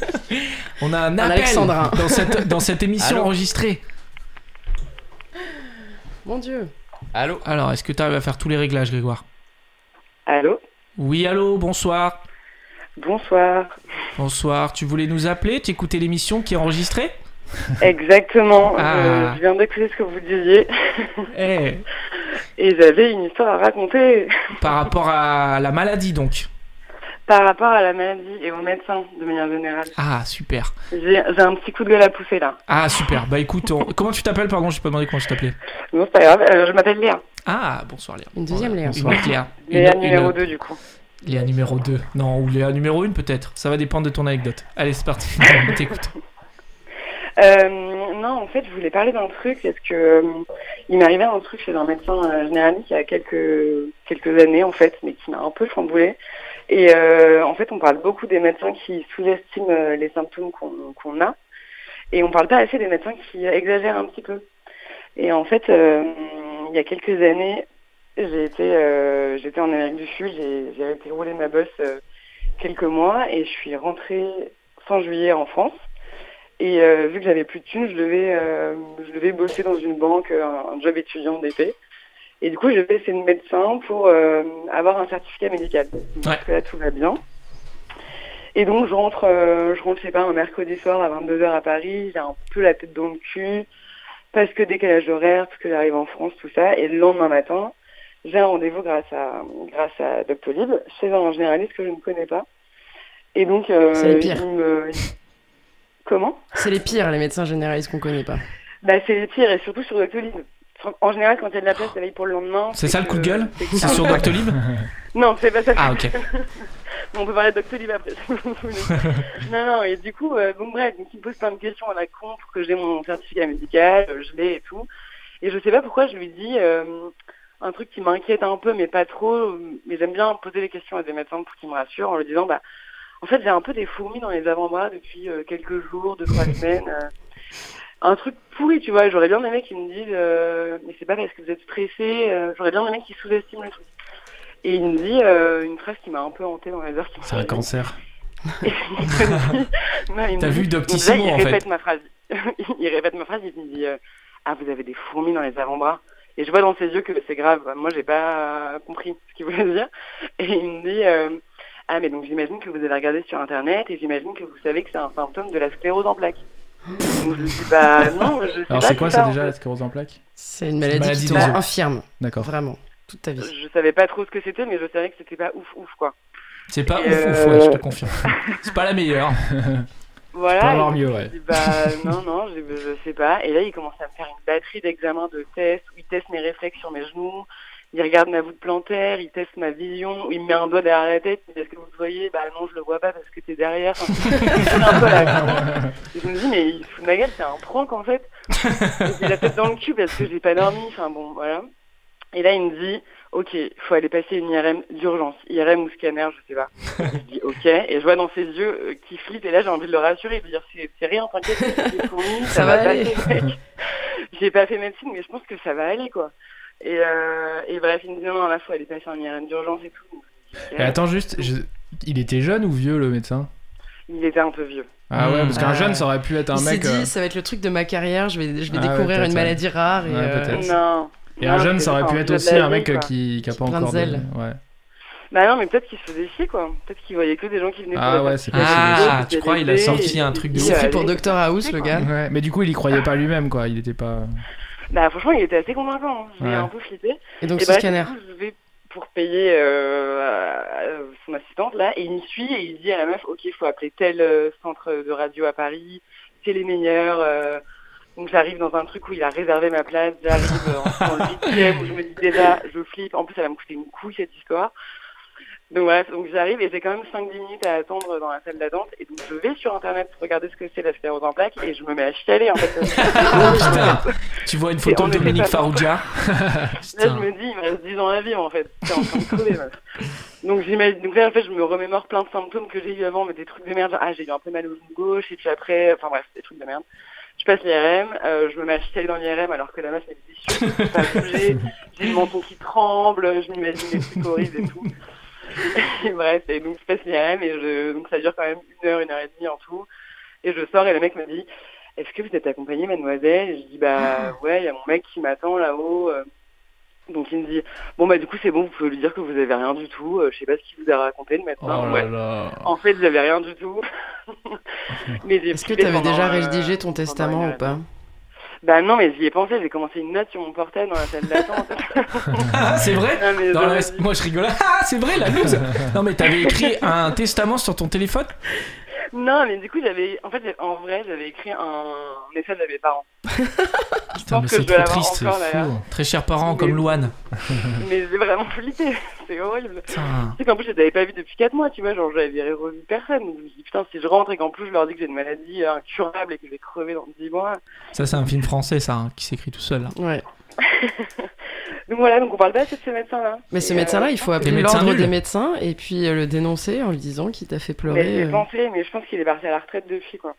Speaker 1: On a un appel
Speaker 2: alexandrin.
Speaker 1: dans cette, dans cette émission
Speaker 4: Allô
Speaker 1: enregistrée.
Speaker 2: Mon Dieu.
Speaker 4: Allô
Speaker 1: Alors, est-ce que tu arrives à faire tous les réglages, Grégoire
Speaker 5: Allô
Speaker 1: Oui, allô, bonsoir.
Speaker 5: Bonsoir.
Speaker 1: Bonsoir, tu voulais nous appeler Tu écoutais l'émission qui est enregistrée
Speaker 5: Exactement. Euh,
Speaker 1: Ah.
Speaker 5: Je, je viens d'écouter ce que vous disiez
Speaker 1: Eh,
Speaker 5: et j'avais une histoire à raconter
Speaker 1: par rapport à la maladie donc.
Speaker 5: par rapport à la maladie et aux médecins de manière générale.
Speaker 1: Ah, super.
Speaker 5: J'ai j'ai un petit coup de gueule à pousser là.
Speaker 1: Ah, super. Bah écoute, on- comment tu t'appelles Pardon, je pas demandé comment tu t'appelais.
Speaker 5: Non, c'est pas grave. Euh, je m'appelle Léa.
Speaker 1: Ah, bonsoir Léa.
Speaker 2: Une deuxième, Léa.
Speaker 1: Bonsoir Léa.
Speaker 5: Léa
Speaker 1: Une-
Speaker 5: numéro
Speaker 1: une-
Speaker 5: 2 du coup.
Speaker 1: Léa numéro 2. Non, ou Léa numéro 1 peut-être. Ça va dépendre de ton anecdote. Allez, c'est parti. On t'écoute.
Speaker 5: Euh, non, en fait, je voulais parler d'un truc parce que euh, il m'est arrivé un truc chez un médecin euh, généraliste il y a quelques quelques années en fait, mais qui m'a un peu chamboulé. Et euh, en fait, on parle beaucoup des médecins qui sous-estiment euh, les symptômes qu'on qu'on a, et on parle pas assez des médecins qui exagèrent un petit peu. Et en fait, euh, il y a quelques années, j'ai été euh, j'étais en Amérique du Sud, j'ai j'ai été rouler ma bosse euh, quelques mois et je suis rentrée fin juillet en France. Et euh, vu que j'avais plus de thunes, je devais, euh, je devais bosser dans une banque, euh, un job étudiant d'été. Et du coup, je vais chez le médecin pour euh, avoir un certificat médical.
Speaker 1: Ouais.
Speaker 5: Parce que là, tout va bien. Et donc, je rentre, euh, je rentre, je sais pas, un mercredi soir à 22h à Paris. J'ai un peu la tête dans le cul parce que décalage horaire, parce que j'arrive en France, tout ça. Et le lendemain matin, j'ai un rendez-vous grâce à, grâce à Doctolib chez un généraliste que je ne connais pas. Et donc, euh,
Speaker 2: C'est les pires.
Speaker 5: il me... Comment
Speaker 2: C'est les pires, les médecins généralistes qu'on connaît pas.
Speaker 5: bah, c'est les pires et surtout sur Doctolib. En général, quand il y a de la place, ça veille pour le lendemain.
Speaker 1: Oh. C'est ça le
Speaker 5: que-
Speaker 1: coup de gueule
Speaker 5: c'est que-
Speaker 1: C'est sur Doctolib
Speaker 5: Non, c'est pas ça.
Speaker 1: Ah, ok.
Speaker 5: Bon, on peut parler de Doctolib après. si vous voulez. non, non, et du coup, euh, bon, bref, donc il me pose plein de questions à la con pour que j'ai mon certificat médical, euh, je l'ai et tout. Et je sais pas pourquoi je lui dis euh, un truc qui m'inquiète un peu, mais pas trop. euh, Mais j'aime bien poser les questions à des médecins pour qu'ils me rassurent en lui disant, bah, en fait, j'ai un peu des fourmis dans les avant-bras depuis euh, quelques jours, deux, trois semaines. euh. un truc pourri, tu vois. J'aurais bien aimé qu'ils me disent, euh, mais c'est pas parce que vous êtes stressé, euh, j'aurais bien aimé qu'ils sous-estiment le truc. Et il me dit euh, une phrase qui m'a un peu hantée dans les heures qui m'ont
Speaker 3: C'est un
Speaker 5: suivi.
Speaker 3: cancer.
Speaker 5: Non, il me
Speaker 1: T'as vu
Speaker 5: dit- il me dit,
Speaker 1: Doctissimo
Speaker 5: il
Speaker 1: en
Speaker 5: répète
Speaker 1: fait.
Speaker 5: ma phrase. il répète ma phrase, il me dit euh, Ah, vous avez des fourmis dans les avant-bras. Et je vois dans ses yeux que c'est grave. Moi, j'ai pas compris ce qu'il voulait dire. Et il me dit euh, Ah, mais donc j'imagine que vous avez regardé sur Internet et j'imagine que vous savez que c'est un symptôme de la sclérose en plaques. donc je lui dis Bah non, je sais
Speaker 3: Alors
Speaker 5: pas
Speaker 3: c'est quoi
Speaker 5: ça,
Speaker 3: ça
Speaker 5: en
Speaker 3: déjà
Speaker 5: fait.
Speaker 3: la sclérose en plaques
Speaker 2: C'est une maladie,
Speaker 1: Maladie
Speaker 2: qui te
Speaker 1: des
Speaker 2: rend
Speaker 1: os.
Speaker 2: infirme,
Speaker 3: D'accord.
Speaker 2: vraiment, toute ta vie.
Speaker 5: Je savais pas trop ce que c'était, mais je savais que c'était pas ouf ouf quoi.
Speaker 1: C'est pas ouf,
Speaker 5: Et
Speaker 1: ouf, ouais, je te confirme. C'est pas la meilleure.
Speaker 5: Voilà.
Speaker 3: Pour
Speaker 5: et
Speaker 3: avoir
Speaker 5: donc,
Speaker 3: mieux, ouais.
Speaker 5: Je dis, bah non, non, je, je sais pas. Et là, il commence à me faire une batterie d'examens de tests. où Il teste mes réflexes sur mes genoux. Il regarde ma voûte plantaire. Il teste ma vision. Il me met un doigt derrière la tête. Il me dit, Est-ce que vous le voyez Bah non, je le vois pas parce que t'es derrière. Enfin, c'est un peu la- Et je me dis, mais il se fout de ma gueule, c'est un prank en fait. J'ai la tête dans le cul parce que j'ai pas dormi. Enfin bon, voilà. Et là, il me dit, ok, faut aller passer une IRM d'urgence. IRM ou scanner, je sais pas. Je dis ok, et je vois dans ses yeux euh, qu'il flippe, et là j'ai envie de le rassurer, et de dire c'est c'est rien, t'inquiète, c'est fourni, ça,
Speaker 2: Ça
Speaker 5: va,
Speaker 2: va aller.
Speaker 5: passer, mec. J'ai pas fait médecine, mais je pense que ça va aller quoi. Et, euh, et bref, il me dit non, non, là faut aller passer en IRM d'urgence et tout.
Speaker 3: Et attends juste, je- il était jeune ou vieux le médecin
Speaker 5: Il était un peu vieux.
Speaker 3: Ah ouais,
Speaker 1: Mmh.
Speaker 3: parce qu'un
Speaker 5: Hmm.
Speaker 2: Ah.
Speaker 3: jeune ça aurait pu être un
Speaker 2: il s'est
Speaker 3: mec.
Speaker 2: dit,
Speaker 3: euh,
Speaker 2: ça va être le truc de ma carrière, je vais, je vais
Speaker 3: Ah ouais,
Speaker 2: découvrir
Speaker 3: peut-être,
Speaker 2: une
Speaker 3: ouais.
Speaker 2: maladie rare. Et,
Speaker 3: Ouais,
Speaker 2: euh,
Speaker 3: peut-être.
Speaker 5: Non.
Speaker 3: Et un
Speaker 5: Non,
Speaker 3: jeune
Speaker 5: c'est
Speaker 3: ça aurait pu
Speaker 5: un
Speaker 3: être
Speaker 5: jeu de
Speaker 3: aussi
Speaker 5: la
Speaker 3: un mec euh,
Speaker 5: vie, quoi.
Speaker 3: qui qui a pas
Speaker 2: Plein de
Speaker 3: encore. de-
Speaker 2: zèle.
Speaker 3: Ouais.
Speaker 5: Bah non, mais peut-être qu'il se faisait chier quoi. Peut-être qu'il voyait que des gens qui venaient.
Speaker 3: Ah
Speaker 5: pour la
Speaker 3: ouais, c'est
Speaker 5: partie
Speaker 1: possible.
Speaker 5: vidéo,
Speaker 1: Ah,
Speaker 5: qui
Speaker 1: tu crois, il a
Speaker 5: étaient
Speaker 1: sorti
Speaker 5: et-
Speaker 1: un truc de
Speaker 2: Il
Speaker 1: ouf.
Speaker 2: s'est pris pour
Speaker 5: Allez.
Speaker 2: Doctor House, le gars.
Speaker 3: Ouais, mais du coup, il y croyait pas lui-même, quoi. Il était pas.
Speaker 5: Bah franchement, il était assez convaincant. hein. J'ai
Speaker 3: Ouais.
Speaker 5: un peu flippé.
Speaker 2: Et donc,
Speaker 5: Et
Speaker 2: ce
Speaker 5: bah,
Speaker 2: scanner.
Speaker 5: du coup, je vais pour payer euh, euh, son assistante là, et il me suit et il dit à la meuf, ok, il faut appeler tel euh, centre de radio à Paris, c'est les meilleurs. euh. Donc j'arrive dans un truc où il a réservé ma place, j'arrive euh, en- dans le huitième, où je me dis déjà, je flippe, en plus ça va me coûter une couille cette histoire. Donc bref, donc j'arrive et j'ai quand même 5-10 minutes à attendre dans la salle d'attente, et donc je vais sur internet regarder ce que c'est la sclérose en plaques, et je me mets à chialer en fait.
Speaker 1: Oh putain Tu vois une
Speaker 5: Et
Speaker 1: photo
Speaker 5: on
Speaker 1: de
Speaker 5: était
Speaker 1: Dominique
Speaker 5: pas loin.
Speaker 1: Farrugia
Speaker 5: Là, je
Speaker 1: Putain.
Speaker 5: me dis, il me reste 10 ans à vivre, en fait. T'es en train de crever, meuf. Donc, j'imagine, donc là, en fait, je me remémore plein de symptômes que j'ai eu avant, mais des trucs de merde. Genre, ah, j'ai eu un peu mal au genou gauche, et puis après, enfin bref, des trucs de merde. Je passe l'IRM, euh, je me mets à chialer dans l'IRM alors que la meuf, elle me dit, je suis sûre que ça va bouger. j'ai le menton qui tremble, je m'imagine des trucs horribles et tout. Et bref, et donc, je passe l'IRM, et je, donc ça dure quand même une heure, une heure et demie en tout. Et je sors, et le mec me dit, est-ce que vous êtes accompagnée, mademoiselle Et Je dis,
Speaker 2: Ah.
Speaker 5: bah ouais, il y a mon mec qui m'attend là-haut. euh. Donc il me dit, bon bah du coup c'est bon, vous pouvez lui dire que vous avez rien du tout. Euh, je sais pas ce qu'il vous a raconté le
Speaker 3: Oh
Speaker 5: médecin.
Speaker 3: là
Speaker 5: Ouais.
Speaker 3: là.
Speaker 5: En fait, j'avais rien du tout. mais j'ai
Speaker 2: Est-ce que
Speaker 5: flippé
Speaker 2: t'avais
Speaker 5: pendant,
Speaker 2: déjà
Speaker 5: euh,
Speaker 2: rédigé ton
Speaker 5: pendant
Speaker 2: testament
Speaker 5: une
Speaker 2: ou pas
Speaker 5: Bah non, mais j'y ai pensé. J'ai commencé une note sur mon portail dans la salle d'attente.
Speaker 1: Ah, C'est vrai
Speaker 5: Non, mais
Speaker 1: Dans
Speaker 5: j'aurais
Speaker 1: la-
Speaker 5: dit-
Speaker 1: Moi je rigolais. Ah, c'est vrai la loose Non mais t'avais écrit un testament sur ton téléphone
Speaker 5: Non, mais du coup j'avais, en fait, j'avais- en vrai, j'avais écrit un message à mes parents.
Speaker 1: Putain, mais
Speaker 5: pense que
Speaker 1: c'est
Speaker 5: Ah, je dois
Speaker 1: trop
Speaker 5: l'avoir
Speaker 1: triste.
Speaker 5: encore, là.
Speaker 3: Fou.
Speaker 1: Très chers parents comme Louane.
Speaker 5: mais j'ai vraiment flippé. c'est horrible.
Speaker 1: Putain.
Speaker 5: Tu sais qu'en plus, je les avais pas vus depuis 4 mois, tu vois, genre, j'avais revu personne. Donc, je me dis, putain, si je rentre et qu'en plus, je leur dis que j'ai une maladie euh, incurable et que je vais crever dans 10 mois.
Speaker 1: Ça c'est un film français ça hein, qui s'écrit tout seul. là.
Speaker 2: Ouais.
Speaker 5: Donc, voilà, donc, on parle pas assez de ce médecin-là.
Speaker 2: Mais ce
Speaker 5: Et, euh,
Speaker 2: médecin-là, il faut appeler
Speaker 1: médecins
Speaker 2: l'ordre
Speaker 1: nuls.
Speaker 2: des médecins et puis euh, le dénoncer en lui disant qu'il t'a fait
Speaker 5: Mais
Speaker 2: pleurer.
Speaker 5: j'ai
Speaker 2: euh.
Speaker 5: pensé, mais je pense qu'il est parti à la retraite depuis, quoi.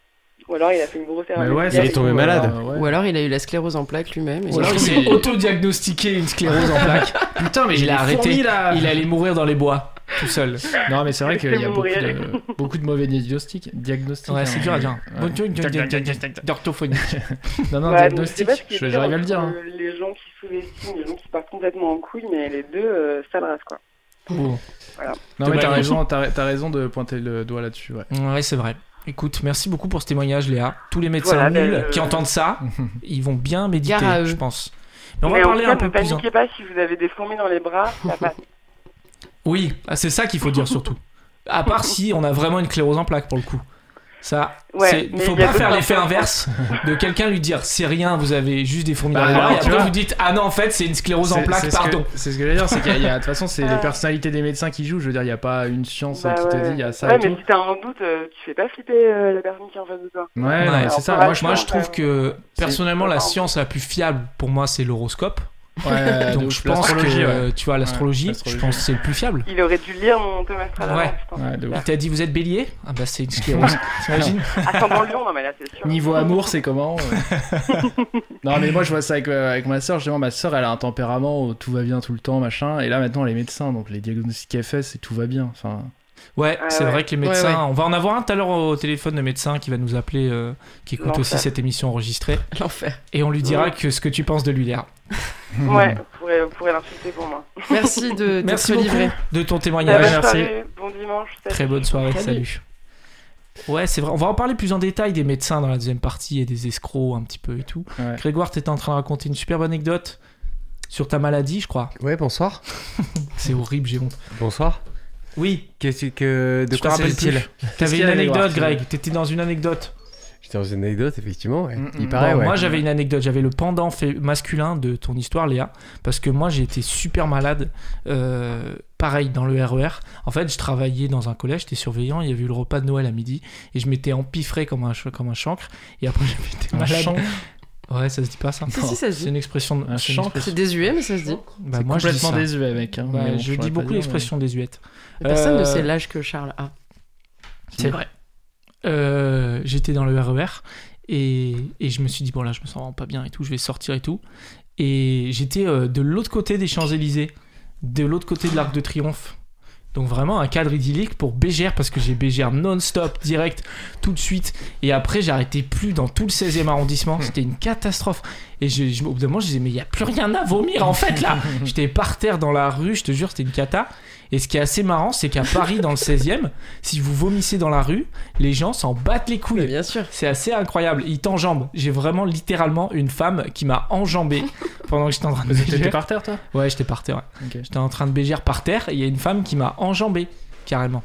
Speaker 5: Ou alors, il a fait une grosse erreur.
Speaker 3: Mais ouais,
Speaker 5: médicale.
Speaker 3: ça
Speaker 4: est
Speaker 3: se
Speaker 4: tombé
Speaker 3: trouve,
Speaker 4: malade.
Speaker 3: euh, ouais.
Speaker 2: Ou alors il a eu la sclérose en plaques lui-même. et-
Speaker 1: Ou alors il s'est auto-diagnostiqué une sclérose en plaques.
Speaker 3: Putain, mais
Speaker 1: Il
Speaker 3: j'ai
Speaker 1: a
Speaker 3: des fourmis,
Speaker 1: arrêté.
Speaker 5: Ah.
Speaker 3: là.
Speaker 1: Il allait mourir dans les bois tout seul.
Speaker 3: Non, mais c'est vrai qu'il y a
Speaker 5: Laissez-moi
Speaker 3: beaucoup
Speaker 5: mourir.
Speaker 3: de, beaucoup de mauvais diagnostics. diagnostics
Speaker 1: Ouais,
Speaker 3: hein.
Speaker 1: c'est dur à dire.
Speaker 3: Ouais.
Speaker 1: Bon, tu- tu- tu- D'orthophonie.
Speaker 3: Non, non,
Speaker 5: Ouais, donc, je sais
Speaker 3: diagnostic.
Speaker 5: pas ce qui est
Speaker 3: Je-
Speaker 5: pire
Speaker 3: J'arrive à le dire. hein.
Speaker 2: hein.
Speaker 5: entre Les gens qui sous-estiment, les gens qui partent complètement en couille, mais les deux, euh, sale race, quoi.
Speaker 1: Bon.
Speaker 3: hein. Non, mais
Speaker 1: Dommage.
Speaker 3: t'as raison, t'as t'as raison de pointer le doigt là-dessus. Ouais.
Speaker 1: Ouais, c'est vrai. Écoute, merci beaucoup pour ce témoignage, Léa. Tous les médecins
Speaker 5: Voilà,
Speaker 1: nuls
Speaker 5: ben, euh,
Speaker 1: qui entendent ça, ils vont bien méditer,
Speaker 2: Gare à eux.
Speaker 1: je pense. Mais on
Speaker 5: Mais
Speaker 1: va
Speaker 5: en
Speaker 1: parler
Speaker 5: tout cas,
Speaker 1: un peu
Speaker 5: ne
Speaker 1: plus. hein. en-
Speaker 5: paniquez pas si vous avez des fourmis dans les bras, ça passe.
Speaker 1: Oui, ah, c'est ça qu'il faut dire surtout. À part si on a vraiment une sclérose en plaques pour le coup. Ça,
Speaker 5: Ouais,
Speaker 1: c'est- il
Speaker 5: mais
Speaker 1: faut
Speaker 5: il y
Speaker 1: pas
Speaker 5: a d'autres
Speaker 1: faire l'effet
Speaker 5: personnes.
Speaker 1: inverse de quelqu'un lui dire c'est rien, vous avez juste des fourmis dans
Speaker 3: Bah,
Speaker 1: les bras,
Speaker 3: alors,
Speaker 1: et
Speaker 3: tu
Speaker 1: après
Speaker 3: vois.
Speaker 1: vous dites ah non, en fait, c'est une sclérose en
Speaker 3: C'est-
Speaker 1: plaques,
Speaker 3: c'est ce que-
Speaker 1: pardon.
Speaker 3: C'est ce que j'allais dire, c'est qu'il y a- il y a, de toute façon, c'est les personnalités des médecins qui jouent. Je veux dire, il n'y a pas une science
Speaker 5: Ah. Bah
Speaker 3: qui te
Speaker 5: ouais.
Speaker 3: dit, il y a ça
Speaker 5: Ouais,
Speaker 3: et tout.
Speaker 5: mais si t'as un doute, euh, tu fais pas flipper euh, la personne qui est en face de toi.
Speaker 3: Ouais, non, mais
Speaker 1: Ouais,
Speaker 3: c'est
Speaker 5: on
Speaker 3: ça.
Speaker 5: peut
Speaker 3: Moi, je
Speaker 5: pas-
Speaker 1: Moi, je trouve que personnellement, la
Speaker 5: Pardon.
Speaker 1: science la plus fiable pour moi, c'est l'horoscope.
Speaker 3: Ouais,
Speaker 1: Donc
Speaker 3: Ah, de
Speaker 1: je
Speaker 3: ouf,
Speaker 1: pense
Speaker 3: l'astrologie,
Speaker 1: que,
Speaker 3: ouais.
Speaker 1: tu vois, l'astrologie,
Speaker 3: Ouais,
Speaker 1: je
Speaker 3: l'astrologie.
Speaker 1: pense que c'est le plus fiable.
Speaker 5: euh, Il aurait dû lire mon Thomas Strada.
Speaker 1: Ouais.
Speaker 5: putain.
Speaker 3: Ouais, de ouf.
Speaker 1: Il t'a dit, vous êtes bélier Ah bah c'est une sclérose. T'imagines
Speaker 5: Attends, dans Lyon, non, mais là, Ah, c'est sûr.
Speaker 3: Niveau amour, c'est comment euh Non, mais moi, je vois ça avec, euh, avec ma soeur. Justement, ma soeur, elle a un tempérament où tout va bien tout le temps, machin. Et là, maintenant, elle est médecin. Donc, les diagnostics qu'elle fait, c'est tout va bien. Enfin,
Speaker 1: Ouais,
Speaker 5: Ah
Speaker 1: c'est
Speaker 5: ouais.
Speaker 1: vrai que les médecins.
Speaker 2: Ouais, ouais.
Speaker 1: On va en avoir un tout à l'heure au téléphone, le médecin qui va nous appeler, euh, qui écoute
Speaker 5: L'enfer.
Speaker 1: aussi cette émission enregistrée.
Speaker 2: L'enfer.
Speaker 1: Et on lui dira que ce que tu penses de lui, Léa.
Speaker 5: Ouais, vous pourrez, vous pourrez l'insulter pour moi.
Speaker 2: Merci de
Speaker 1: Merci
Speaker 2: t'être
Speaker 1: beaucoup
Speaker 2: livré. Ah
Speaker 1: de ton
Speaker 5: Bah,
Speaker 1: témoignage.
Speaker 5: bonne
Speaker 1: merci.
Speaker 5: soirée, bon dimanche. salut.
Speaker 1: Très bonne soirée,
Speaker 2: Salut.
Speaker 1: salut. Ouais, c'est vrai. On va en parler plus en détail des médecins dans la deuxième partie et des escrocs un petit peu et tout.
Speaker 3: Ouais.
Speaker 1: Grégoire, t'étais en train de raconter une superbe anecdote sur ta maladie, je crois.
Speaker 4: Ouais, bonsoir.
Speaker 1: C'est horrible, j'ai honte.
Speaker 4: Bonsoir.
Speaker 1: Oui,
Speaker 4: Qu'est-ce que. De
Speaker 1: je te
Speaker 4: quoi
Speaker 1: rappelle
Speaker 4: s'agit-il
Speaker 1: plus. T'avais
Speaker 3: qu'il y
Speaker 1: une
Speaker 3: a,
Speaker 1: anecdote,
Speaker 3: Grégoire
Speaker 1: Greg. T'étais dans une anecdote.
Speaker 4: J'étais dans une anecdote, effectivement. ouais.
Speaker 3: Mm,
Speaker 4: Il
Speaker 3: mm.
Speaker 4: paraît,
Speaker 1: Bon,
Speaker 4: ouais.
Speaker 1: Moi, j'avais une anecdote. J'avais le pendant fait masculin de ton histoire, Léa, parce que moi, j'ai été super malade. euh, pareil, dans le RER. En fait, je travaillais dans un collège, j'étais surveillant. Il y avait eu le repas de Noël à midi, et je m'étais empiffré comme un ch- comme un chancre. Et après, j'avais été
Speaker 3: Un
Speaker 1: malade.
Speaker 3: champ.
Speaker 1: Ouais, ça se dit pas ça.
Speaker 2: Si, si, ça se
Speaker 1: C'est
Speaker 2: dit.
Speaker 1: une expression.
Speaker 3: Un
Speaker 1: c'est une
Speaker 3: chancre.
Speaker 1: expression-
Speaker 2: C'est désuet, mais ça se dit.
Speaker 1: Bah,
Speaker 3: C'est
Speaker 1: moi, je dis
Speaker 3: complètement
Speaker 1: ça.
Speaker 3: désuet, mec. hein.
Speaker 1: Ouais,
Speaker 3: Mais bon,
Speaker 1: je
Speaker 3: saurais
Speaker 1: dis
Speaker 3: pas
Speaker 1: beaucoup
Speaker 3: dire,
Speaker 1: l'expression désuète.
Speaker 2: Mais Personne
Speaker 1: Euh,
Speaker 2: ne sait l'âge que Charles a.
Speaker 1: C'est vrai. Euh, j'étais dans le RER et, et je me suis dit, bon là, je me sens vraiment pas bien et tout, je vais sortir et tout. Et j'étais euh, de l'autre côté des Champs-Élysées, de l'autre côté de l'Arc de Triomphe. Donc vraiment un cadre idyllique pour BGR parce que j'ai BGR non-stop, direct, tout de suite. Et après, j'arrêtais plus dans tout le 16e arrondissement. C'était une catastrophe. Et je, je- au bout d'un moment, je disais, mais il n'y a plus rien à vomir en fait là. J'étais par terre dans la rue, je te jure, c'était une cata. Et ce qui est assez marrant, c'est qu'à Paris, dans le 16e, si vous vomissez dans la rue, les gens s'en battent les
Speaker 2: Mais
Speaker 1: couilles.
Speaker 2: bien sûr.
Speaker 1: C'est assez incroyable. Ils t'enjambent. J'ai vraiment littéralement une femme qui m'a enjambé pendant que j'étais en train de
Speaker 3: Mais T'étais
Speaker 1: bégère.
Speaker 3: par terre, toi
Speaker 1: Ouais, j'étais par terre. ouais.
Speaker 3: Ok.
Speaker 1: J'étais en train de bégère par terre et il y a une femme qui m'a enjambé, carrément.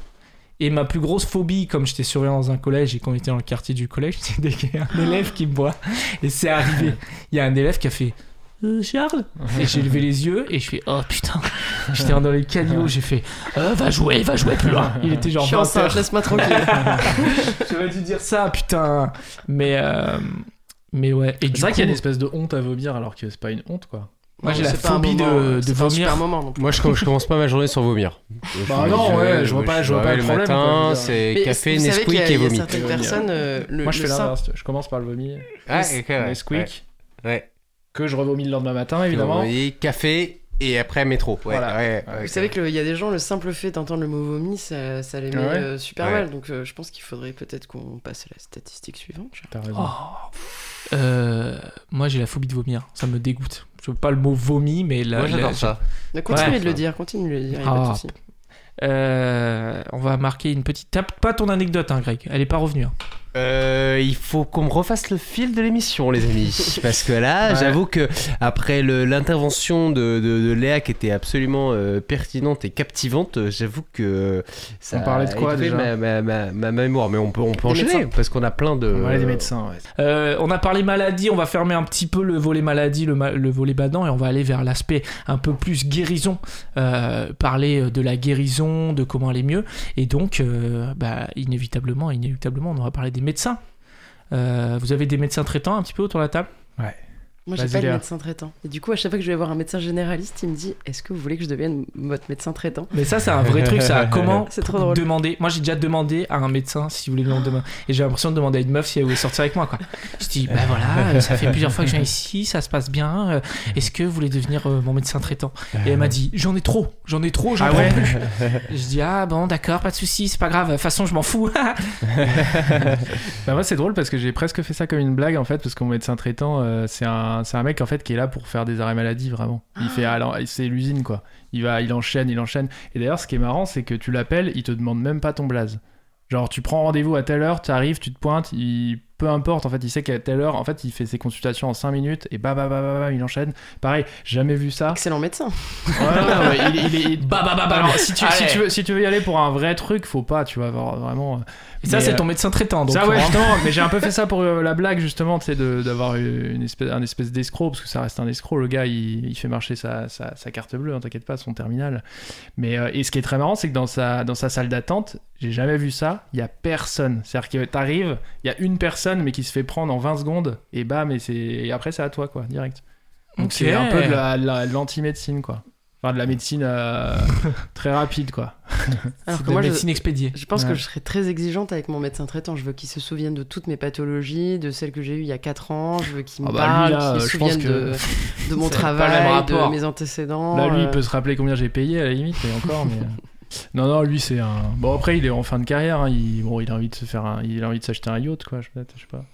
Speaker 1: Et ma plus grosse phobie, comme j'étais surveillant dans un collège et qu'on était dans le quartier du collège, c'est dès qu'il y a un élève qui me voit. Et c'est arrivé. Il y a un élève qui a fait Euh, Charles Et j'ai levé les yeux et je fais Oh putain J'étais dans les caniveaux, j'ai fait Euh, Va jouer, va jouer plus loin Il était genre
Speaker 2: je suis
Speaker 1: 20 heures.
Speaker 2: enceinte, hein, laisse-moi tranquille.
Speaker 1: J'aurais dû dire ça, putain. Mais euh, mais ouais. Et du
Speaker 3: C'est vrai
Speaker 1: coup,
Speaker 3: qu'il y a une espèce de honte à vomir alors que c'est pas une honte, quoi.
Speaker 1: moi j'ai
Speaker 2: Non,
Speaker 1: la
Speaker 2: c'est pas un
Speaker 1: phobie
Speaker 2: moment,
Speaker 1: de, de
Speaker 2: c'est pas un super
Speaker 1: vomir.
Speaker 2: moment non plus.
Speaker 4: Moi, je, com- je commence pas ma journée sans vomir. Je
Speaker 3: Bah
Speaker 4: me
Speaker 3: non,
Speaker 4: dis,
Speaker 3: ouais, je vois pas-
Speaker 4: suis
Speaker 3: je vois pas le
Speaker 4: réveillé
Speaker 3: problème, quoi, je
Speaker 4: matin,
Speaker 3: veux dire.
Speaker 4: c'est
Speaker 2: Mais
Speaker 4: café,
Speaker 2: vous savez qu'il y a-
Speaker 4: Nesquik et
Speaker 2: Il
Speaker 4: vomi.
Speaker 2: y a certaines
Speaker 3: Vomir.
Speaker 2: personnes, euh, le,
Speaker 3: Moi, je
Speaker 2: le
Speaker 3: fais
Speaker 2: sein-
Speaker 3: l'inverse. tu vois. Je commence par le vomi,
Speaker 4: Ah,
Speaker 3: le,
Speaker 4: ok, ouais,
Speaker 3: le squeak,
Speaker 4: Ouais. ouais.
Speaker 3: que je revomis le lendemain matin, évidemment.
Speaker 4: Vomi, café et après métro. Ouais,
Speaker 3: Voilà.
Speaker 4: ouais, ouais.
Speaker 3: Vous
Speaker 2: Vous savez qu'il y a des gens, le simple fait d'entendre le mot vomi, ça, ça les met
Speaker 3: Ah ouais
Speaker 2: euh, super
Speaker 4: Ouais.
Speaker 2: mal. Donc euh, je pense qu'il faudrait peut-être qu'on passe à la statistique suivante. Charles.
Speaker 3: T'as raison.
Speaker 1: Oh. Euh, moi j'ai la phobie de vomir. Ça me dégoûte. Je veux pas le mot vomi, mais là.
Speaker 4: Moi, j'adore ça.
Speaker 2: Mais Continue
Speaker 1: Ouais.
Speaker 2: de le dire, continue de le dire, il y a
Speaker 1: Ah.
Speaker 2: pas de souci.
Speaker 1: Euh, on va marquer une petite. Tape pas ton anecdote, hein, Greg. Elle est pas revenue. hein.
Speaker 4: Euh, il faut qu'on me refasse le fil de l'émission, les amis. Parce que là,
Speaker 3: Ouais.
Speaker 4: j'avoue que après le- l'intervention de, de- de Léa qui était absolument euh, pertinente et captivante, euh, j'avoue que ça
Speaker 3: On parlait de quoi,
Speaker 4: a étouffé
Speaker 3: déjà
Speaker 4: ma, ma- ma- ma mémoire. Mais on peut, on peut
Speaker 2: Des
Speaker 4: enchaîner
Speaker 2: médecins.
Speaker 4: parce qu'on a plein
Speaker 2: Oh.
Speaker 4: de.
Speaker 3: Voilà, des médecins, ouais.
Speaker 1: Euh, on a parlé maladie. On va fermer un petit peu le volet maladie, le, ma- le volet badant, et on va aller vers l'aspect un peu plus guérison. Euh, parler de la guérison, de comment aller mieux. Et donc, euh, bah, inévitablement, inéluctablement, on aura parlé des médecins. Euh, vous avez des médecins traitants un petit peu autour de la table
Speaker 2: Moi, j'ai
Speaker 3: Vas-y,
Speaker 2: pas de
Speaker 3: Léa.
Speaker 2: médecin traitant. Et du coup, à chaque fois que je vais voir un médecin généraliste, il me dit Est-ce que vous voulez que je devienne votre médecin traitant
Speaker 1: Mais ça, c'est un vrai truc, ça. Comment
Speaker 2: C'est trop drôle.
Speaker 1: demander Moi, j'ai déjà demandé à un médecin si vous voulez le demain. Et j'ai l'impression de demander à une meuf si elle voulait sortir avec moi, quoi. Je dis, bah voilà, euh, ça fait plusieurs fois que je viens ici, ça se passe bien. euh, Est-ce que vous voulez devenir euh, mon médecin traitant Et elle m'a dit, j'en ai trop, j'en ai trop, j'en
Speaker 3: Ah
Speaker 1: prends
Speaker 3: ouais
Speaker 1: plus. Je dis, ah bon, d'accord, pas de souci, c'est pas grave. De toute façon, je m'en fous.
Speaker 3: Bah moi c'est drôle parce que j'ai presque fait ça comme une blague en fait parce que mon médecin traitant euh, c'est un c'est un mec en fait qui est là pour faire des arrêts maladie vraiment. Il fait alors c'est l'usine quoi. Il va il enchaîne il enchaîne et d'ailleurs ce qui est marrant c'est que tu l'appelles il te demande même pas ton blaze. Genre tu prends rendez-vous à telle heure tu arrives tu te pointes il peu importe en fait il sait qu'à telle heure en fait il fait ses consultations en 5 minutes et bah bah bah bah, bah, il enchaîne. Pareil jamais vu ça.
Speaker 2: Excellent médecin.
Speaker 3: Ouais, ouais, ouais, il, il, Ah, il-
Speaker 1: bah, bah, bah, bah.
Speaker 3: Alors, si tu, si,
Speaker 1: Allez.
Speaker 3: tu veux, si tu veux y aller pour un vrai truc, faut pas, tu vas avoir vraiment.
Speaker 1: Et ça,
Speaker 3: Mais,
Speaker 1: c'est
Speaker 3: euh,
Speaker 1: ton médecin traitant. hein, Donc,
Speaker 3: ça ouais
Speaker 1: vraiment.
Speaker 3: justement mais j'ai un peu fait ça pour euh, la blague justement tu sais de- d'avoir une espèce un espèce d'escroc parce que ça reste un escroc le gars il, il fait marcher sa, sa, sa carte bleue hein, t'inquiète pas son terminal mais euh, et ce qui est très marrant c'est que dans sa dans sa salle d'attente j'ai jamais vu ça il y a personne c'est à dire que t'arrives il y a une personne mais qui se fait prendre en 20 secondes et bam et c'est et après c'est à toi quoi direct Donc
Speaker 1: Ok.
Speaker 3: c'est un peu de la- la- de l'anti-médecine, quoi. Enfin, de la médecine euh, très rapide, quoi.
Speaker 1: Alors
Speaker 2: Alors
Speaker 1: que
Speaker 2: que
Speaker 1: la
Speaker 2: moi, je-
Speaker 1: médecine expédiée.
Speaker 2: Je pense
Speaker 3: Ouais.
Speaker 2: que je serai très exigeante avec mon médecin traitant. Je veux qu'il se souvienne de toutes mes pathologies, de celles que j'ai eues il y a 4 ans. Je veux qu'il me
Speaker 3: Ah bah,
Speaker 2: parle,
Speaker 3: lui, là,
Speaker 2: qu'il se
Speaker 3: je pense
Speaker 2: souvienne
Speaker 3: que
Speaker 2: de, de mon
Speaker 3: ça va pas le même
Speaker 2: travail, de
Speaker 3: rapport.
Speaker 2: mes antécédents.
Speaker 3: Là, lui, il
Speaker 2: euh,
Speaker 3: peut se rappeler combien j'ai payé à la limite, mais encore. mais, euh, Non, non, lui, c'est un. Bon, après, il est en fin de carrière. hein, Il... Bon, il a envie de se faire, un... il a envie de s'acheter un yacht, quoi. Je peut-être, je sais pas.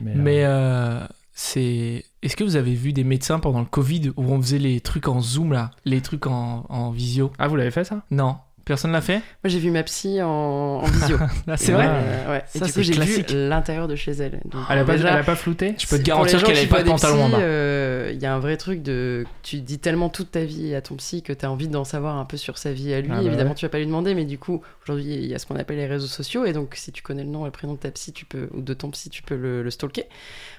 Speaker 3: Mais, euh,
Speaker 1: Mais euh, c'est. Est-ce que vous avez vu des médecins pendant le Covid où on faisait les trucs en zoom là Les trucs en, en visio
Speaker 3: ah, vous l'avez fait ça
Speaker 1: Non. Personne l'a fait
Speaker 2: Moi, j'ai vu ma psy en, en visio.
Speaker 1: Là, c'est
Speaker 3: Ouais.
Speaker 1: vrai
Speaker 2: Euh, ouais. Et
Speaker 1: Ça,
Speaker 2: du
Speaker 1: c'est
Speaker 2: coup, j'ai vu
Speaker 1: classique.
Speaker 2: l'intérieur de chez elle. Donc,
Speaker 3: Elle a, pas...
Speaker 2: déjà,
Speaker 3: elle a pas flouté
Speaker 1: Je peux te
Speaker 2: c'est- pour
Speaker 1: garantir
Speaker 2: les gens
Speaker 1: qu'elle
Speaker 2: qui
Speaker 1: avait pas
Speaker 2: voient
Speaker 1: de
Speaker 2: des
Speaker 1: pantalon en
Speaker 2: psys,
Speaker 1: bas.
Speaker 2: euh, Il y a un vrai truc de. Tu dis tellement toute ta vie à ton psy que tu as envie d'en savoir un peu sur sa vie à lui.
Speaker 3: Ah bah
Speaker 2: Évidemment,
Speaker 3: ouais.
Speaker 2: tu vas pas lui demander, mais du coup, aujourd'hui, il y a ce qu'on appelle les réseaux sociaux. Et donc, si tu connais le nom et le prénom de ta psy, tu peux, ou de ton psy, tu peux le, le stalker.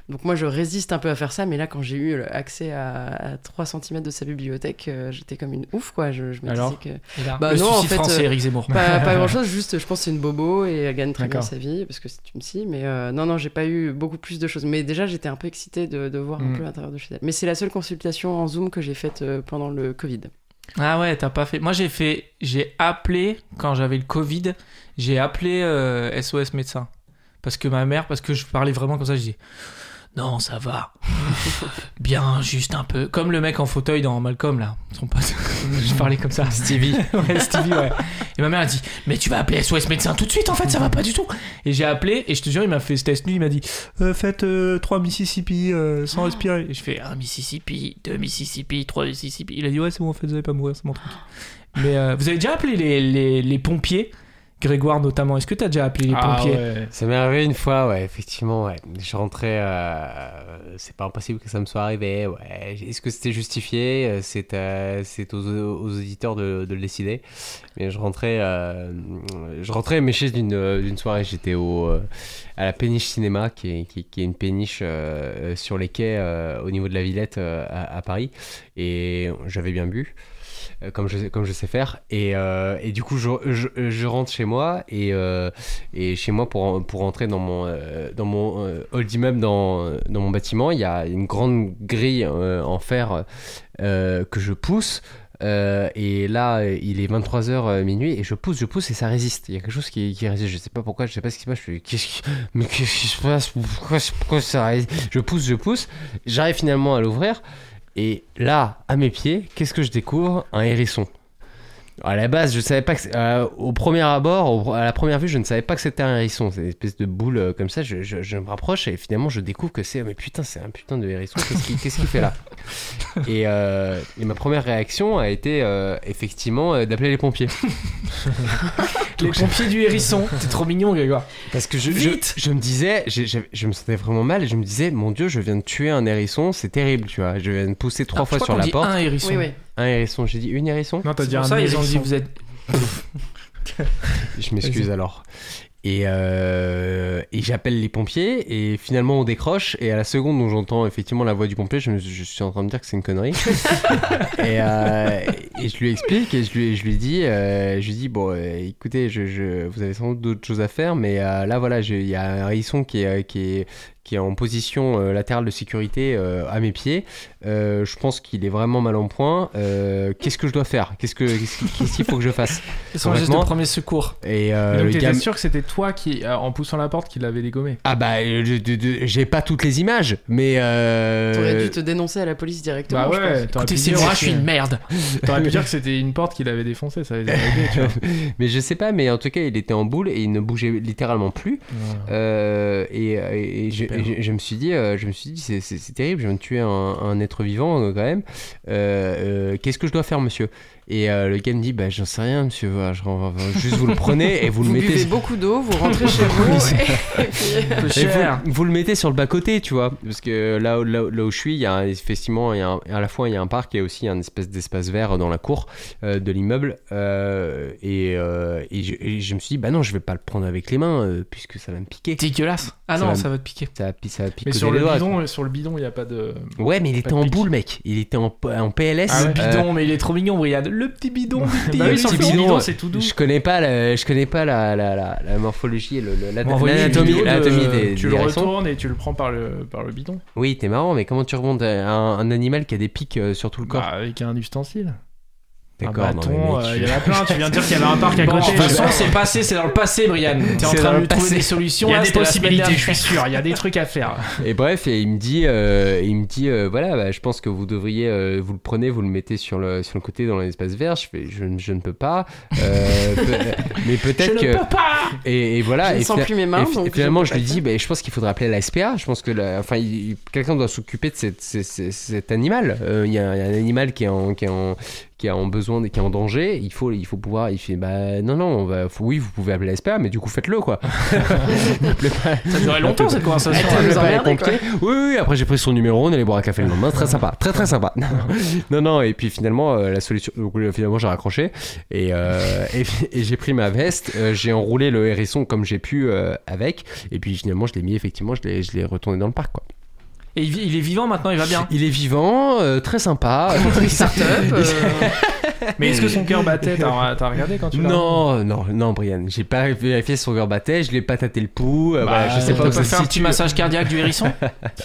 Speaker 2: Donc, moi, je résiste un peu à faire ça. Mais là, quand j'ai eu le- accès à, à 3 cm de sa bibliothèque, euh, j'étais comme une ouf, quoi. Je, je me
Speaker 3: Alors
Speaker 2: disais que.
Speaker 1: Et là,
Speaker 2: Bah
Speaker 1: le
Speaker 2: non, en
Speaker 1: suicide
Speaker 2: fait,
Speaker 1: français,
Speaker 2: euh,
Speaker 1: Éric Zemmour.
Speaker 2: Pas, pas grand chose, juste je pense que c'est une bobo et elle gagne très bien
Speaker 3: D'accord.
Speaker 2: sa vie parce que c'est une psy. Mais euh, non, non, j'ai pas eu beaucoup plus de choses. Mais déjà, j'étais un peu excitée de, de voir
Speaker 3: Mm.
Speaker 2: un peu l'intérieur de chez elle. Mais c'est la seule consultation en Zoom que j'ai faite euh, pendant le Covid.
Speaker 1: Ah ouais, t'as pas fait. Moi, j'ai fait. J'ai appelé quand j'avais le Covid. J'ai appelé euh, SOS médecin parce que ma mère, parce que je parlais vraiment comme ça, je dis. Non, ça va. Bien, juste un peu. Comme le mec en fauteuil dans Malcolm, là. Son pote. je parlais comme ça. Stevie. ouais, Stevie, ouais. Et ma mère a dit Mais tu vas appeler SOS médecin tout de suite, en fait, ça va pas du tout. Et j'ai appelé, et je te jure, il m'a fait ce test nu. Il m'a dit Euh, Faites 3 Mississippi euh,
Speaker 2: Ah.
Speaker 1: sans respirer. Et je fais 1 Mississippi, 2 Mississippi, 3 Mississippi. Il a dit Ouais, c'est bon, en fait, vous allez pas mourir, c'est mon truc. Mais euh, vous avez déjà appelé les, les, les pompiers Grégoire, notamment. Est-ce que t'as déjà appelé les
Speaker 3: Ah,
Speaker 1: pompiers
Speaker 3: ouais.
Speaker 4: Ça m'est arrivé une fois, ouais, effectivement, ouais. Je rentrais, euh, c'est pas impossible que ça me soit arrivé, ouais. Est-ce que c'était justifié Euh, C'est euh, c'est aux, aux auditeurs de, de le décider. Mais je rentrais, euh, je rentrais méché d'une euh, d'une soirée. J'étais au euh, à la péniche cinéma, qui est, qui, qui est une péniche euh, euh, sur les quais euh, au niveau de la Villette euh, à, à Paris, et j'avais bien bu euh, comme je, sais- comme je sais faire. Et, euh, et du coup, je, je- je rentre chez moi et, euh, et chez moi pour, pour rentrer dans mon, euh, dans mon euh, hall d'immeuble, dans, dans mon bâtiment, il y a une grande grille euh, en fer euh, que je pousse. Euh, et là, euh, il est 23h minuit et je pousse, je pousse et ça résiste. Il y a quelque chose qui, qui résiste. Je sais pas pourquoi, je sais pas ce qui se passe. Je fais, qu'est-ce qui, mais qu'est-ce qui se passe pourquoi, pourquoi ça résiste Je pousse, je pousse. J'arrive finalement à l'ouvrir. Et là, à mes pieds, qu'est-ce que je découvre Un hérisson. À la base, je savais pas que. c'est- euh, au premier abord, au- à la première vue, je ne savais pas que c'était un hérisson. C'est une espèce de boule euh, comme ça. Je, je- je me rapproche et finalement, je découvre que c'est. oh, Mais putain, c'est un putain de hérisson. Qu'est-ce qu'il qu'est-ce qu'il fait là et, euh, et ma première réaction a été euh, effectivement euh, d'appeler les pompiers.
Speaker 1: Les pompiers du hérisson. T'es trop mignon, Grégoire.
Speaker 4: Parce que je, je,
Speaker 1: Vite
Speaker 4: je me disais, j'ai- j'ai- je me sentais vraiment mal et je me disais, mon dieu, je viens de tuer un hérisson, c'est terrible, tu vois. Je viens de pousser
Speaker 1: Ah,
Speaker 4: trois
Speaker 1: je
Speaker 4: fois
Speaker 1: crois
Speaker 4: sur
Speaker 1: qu'on
Speaker 4: la
Speaker 1: dit
Speaker 4: porte.
Speaker 1: Un hérisson.
Speaker 2: Oui, oui.
Speaker 4: Un... hérisson, j'ai dit une hérisson
Speaker 3: Non, t'as
Speaker 1: C'est
Speaker 3: dit un
Speaker 1: pour ça, ils ont dit
Speaker 3: hérisson.
Speaker 1: vous êtes.
Speaker 4: Je m'excuse alors. Et, euh, et j'appelle les pompiers et finalement on décroche et à la seconde où j'entends effectivement la voix du pompier, je, me- je suis en train de me dire que c'est une connerie. et, euh, et je lui explique et je lui, je lui dis, euh, je lui dis bon euh, écoutez, je, je- vous avez sans doute d'autres choses à faire, mais euh, là voilà, je- il y a un hérisson qui est, euh, qui est qui est en position euh, latérale de sécurité euh, à mes pieds. Euh, je pense qu'il est vraiment mal en point. Euh, qu'est-ce que je dois faire Qu'est-ce que qu'est-ce qu'est-ce qu'il faut que je fasse
Speaker 1: Ils sont juste de
Speaker 4: Honnêtement.
Speaker 1: premier secours.
Speaker 4: Et euh,
Speaker 3: Mais
Speaker 4: le
Speaker 3: Donc, t'étais
Speaker 4: gars-
Speaker 3: sûr que c'était toi qui, euh, en poussant la porte, qui l'avait dégommé
Speaker 4: Ah bah, euh, je- je- je- j'ai pas toutes les images, mais... euh,
Speaker 2: T'aurais dû te dénoncer à la police directement.
Speaker 3: Bah
Speaker 2: je pense.
Speaker 3: ouais, t'aurais pu,
Speaker 1: Écoutez, c'est
Speaker 3: dire-
Speaker 1: moi, je suis une merde.
Speaker 3: t'aurais pu dire que c'était une porte qui l'avait défoncée, ça les avait aidés, tu vois.
Speaker 4: Mais je sais pas, mais en tout cas, il était en boule et il ne bougeait littéralement plus. Euh, et et- et je,
Speaker 3: Super.
Speaker 4: je- je me suis dit, euh, je me suis dit, c'est- c'est c'est terrible, je viens de tuer un, un être vivant euh, quand même. Euh, euh, Qu'est-ce que je dois faire, monsieur Et euh, le gars me dit, bah j'en sais rien, monsieur. Voilà, je- on va- juste vous le prenez et vous le
Speaker 2: Vous
Speaker 4: mettez...
Speaker 2: buvez beaucoup d'eau, vous rentrez chez vous. et- et puis-
Speaker 1: Un peu
Speaker 4: Et
Speaker 1: cher.
Speaker 4: vous, vous le mettez sur le bas côté, tu vois, parce que là, où- là, où- là où je suis, il y a un- effectivement, il y a un- à la fois il y a un parc et aussi un espèce d'espace vert dans la cour euh, de l'immeuble. euh, et, euh, et je, et je me suis dit, bah non, je vais pas le prendre avec les mains euh, puisque ça va me piquer.
Speaker 1: Dégueulasse. Ah
Speaker 4: Ça
Speaker 1: non,
Speaker 4: va-
Speaker 1: ça va te piquer.
Speaker 4: Ça, pi- ça va piquer
Speaker 3: Mais sur
Speaker 4: les
Speaker 3: le,
Speaker 4: doigts.
Speaker 3: bidon, sur le bidon, il n'y a pas de.
Speaker 4: Ouais, mais il était
Speaker 3: de
Speaker 4: en
Speaker 3: pique.
Speaker 4: boule, mec. Il était en, en PLS.
Speaker 3: Ah
Speaker 1: Le
Speaker 3: ouais.
Speaker 4: euh,
Speaker 1: bidon, mais il est trop mignon, Brian. Le le petit bidon du petit.
Speaker 4: Bah oui,
Speaker 1: le
Speaker 4: sur
Speaker 1: petit
Speaker 4: le
Speaker 1: bidon.
Speaker 4: bidon,
Speaker 3: c'est tout doux.
Speaker 4: Je connais pas la, je connais pas la, la, la, la morphologie, le- le- la-
Speaker 1: M'envoie une
Speaker 4: l'anatomie
Speaker 1: vidéo de-
Speaker 4: l'anatomie des,
Speaker 3: euh, Tu
Speaker 4: des
Speaker 3: le
Speaker 4: hérissons.
Speaker 3: retournes et tu le prends par le, par le bidon.
Speaker 4: Oui, t'es marrant, mais comment tu remontes à un, un animal qui a des pics euh, sur tout le corps
Speaker 3: Bah, avec un ustensile.
Speaker 4: D'accord,
Speaker 3: un
Speaker 4: non, mais
Speaker 3: bâton,
Speaker 4: mec,
Speaker 3: euh,
Speaker 4: tu-
Speaker 3: il y en a plein. Tu viens de dire qu'il y avait un parc à
Speaker 1: Bon, de
Speaker 3: côté.
Speaker 1: toute façon, c'est passé, c'est dans le passé, Brian. T'es en
Speaker 4: C'est
Speaker 1: train
Speaker 4: dans
Speaker 1: de
Speaker 4: le
Speaker 1: lui trouver
Speaker 4: passé.
Speaker 1: des solutions.
Speaker 3: Il y a
Speaker 1: là,
Speaker 3: des
Speaker 1: c'était la semaine
Speaker 3: possibilités, je
Speaker 1: dernière.
Speaker 3: suis sûr. Il y a des trucs à faire.
Speaker 4: Et bref, et il me dit, euh, il me dit, euh, voilà, bah, je pense que vous devriez, euh, vous le prenez, vous le mettez sur le, sur le côté dans l'espace vert. Je fais, je, ne- je ne peux pas, euh, peu- mais peut-être
Speaker 1: Je
Speaker 4: que,
Speaker 1: ne peux pas
Speaker 4: et, et voilà.
Speaker 2: Je ne
Speaker 4: Ah, et
Speaker 2: sens
Speaker 4: fina-
Speaker 2: plus mes mains,
Speaker 4: et fi-
Speaker 2: donc
Speaker 4: et finalement,
Speaker 2: peux
Speaker 4: je
Speaker 2: pas
Speaker 4: lui
Speaker 2: le
Speaker 4: dis, bah, je pense qu'il faudrait appeler la SPA. Je pense que, la- enfin, il- il- quelqu'un doit s'occuper de cette- ces- ces- cet animal. Euh, Il y, a un- il y a un animal qui est en, qui est en, qui est en besoin, de- qui est en danger. Il faut, il faut pouvoir. Il fait, bah, non, non, on va, faut- oui, vous pouvez appeler la SPA, mais du coup, faites-le, quoi. N'appelez pas-
Speaker 1: Ça durait longtemps cette conversation.
Speaker 2: Attends,
Speaker 4: le
Speaker 2: nous
Speaker 4: palais
Speaker 2: emmerder,
Speaker 4: pompier. Oui, oui, après j'ai pris son numéro, on allait boire un café le lendemain, très sympa, très très sympa. non, non, et puis finalement, euh, la solution, donc, euh, finalement j'ai raccroché et, euh, et, et j'ai pris ma veste, euh, j'ai enroulé le hérisson comme j'ai pu euh, avec, et puis finalement je l'ai mis effectivement, je l'ai, je l'ai retourné dans le parc. Quoi.
Speaker 1: Et il, vit- il est vivant maintenant, il va bien.
Speaker 4: Il est vivant, euh, très sympa.
Speaker 2: Start-up, euh,
Speaker 3: Mais est-ce que son cœur battait T'as t'as regardé quand tu l'as
Speaker 4: Non, Bah, non, non, Brian, j'ai pas vérifié son cœur battait, je l'ai pas tâté le pouls, euh,
Speaker 3: Bah,
Speaker 4: voilà, je
Speaker 3: t'as
Speaker 4: sais
Speaker 1: T'as
Speaker 4: pas où
Speaker 1: pas
Speaker 4: ça
Speaker 1: fait
Speaker 4: se
Speaker 1: un
Speaker 4: situe.
Speaker 1: petit massage cardiaque du hérisson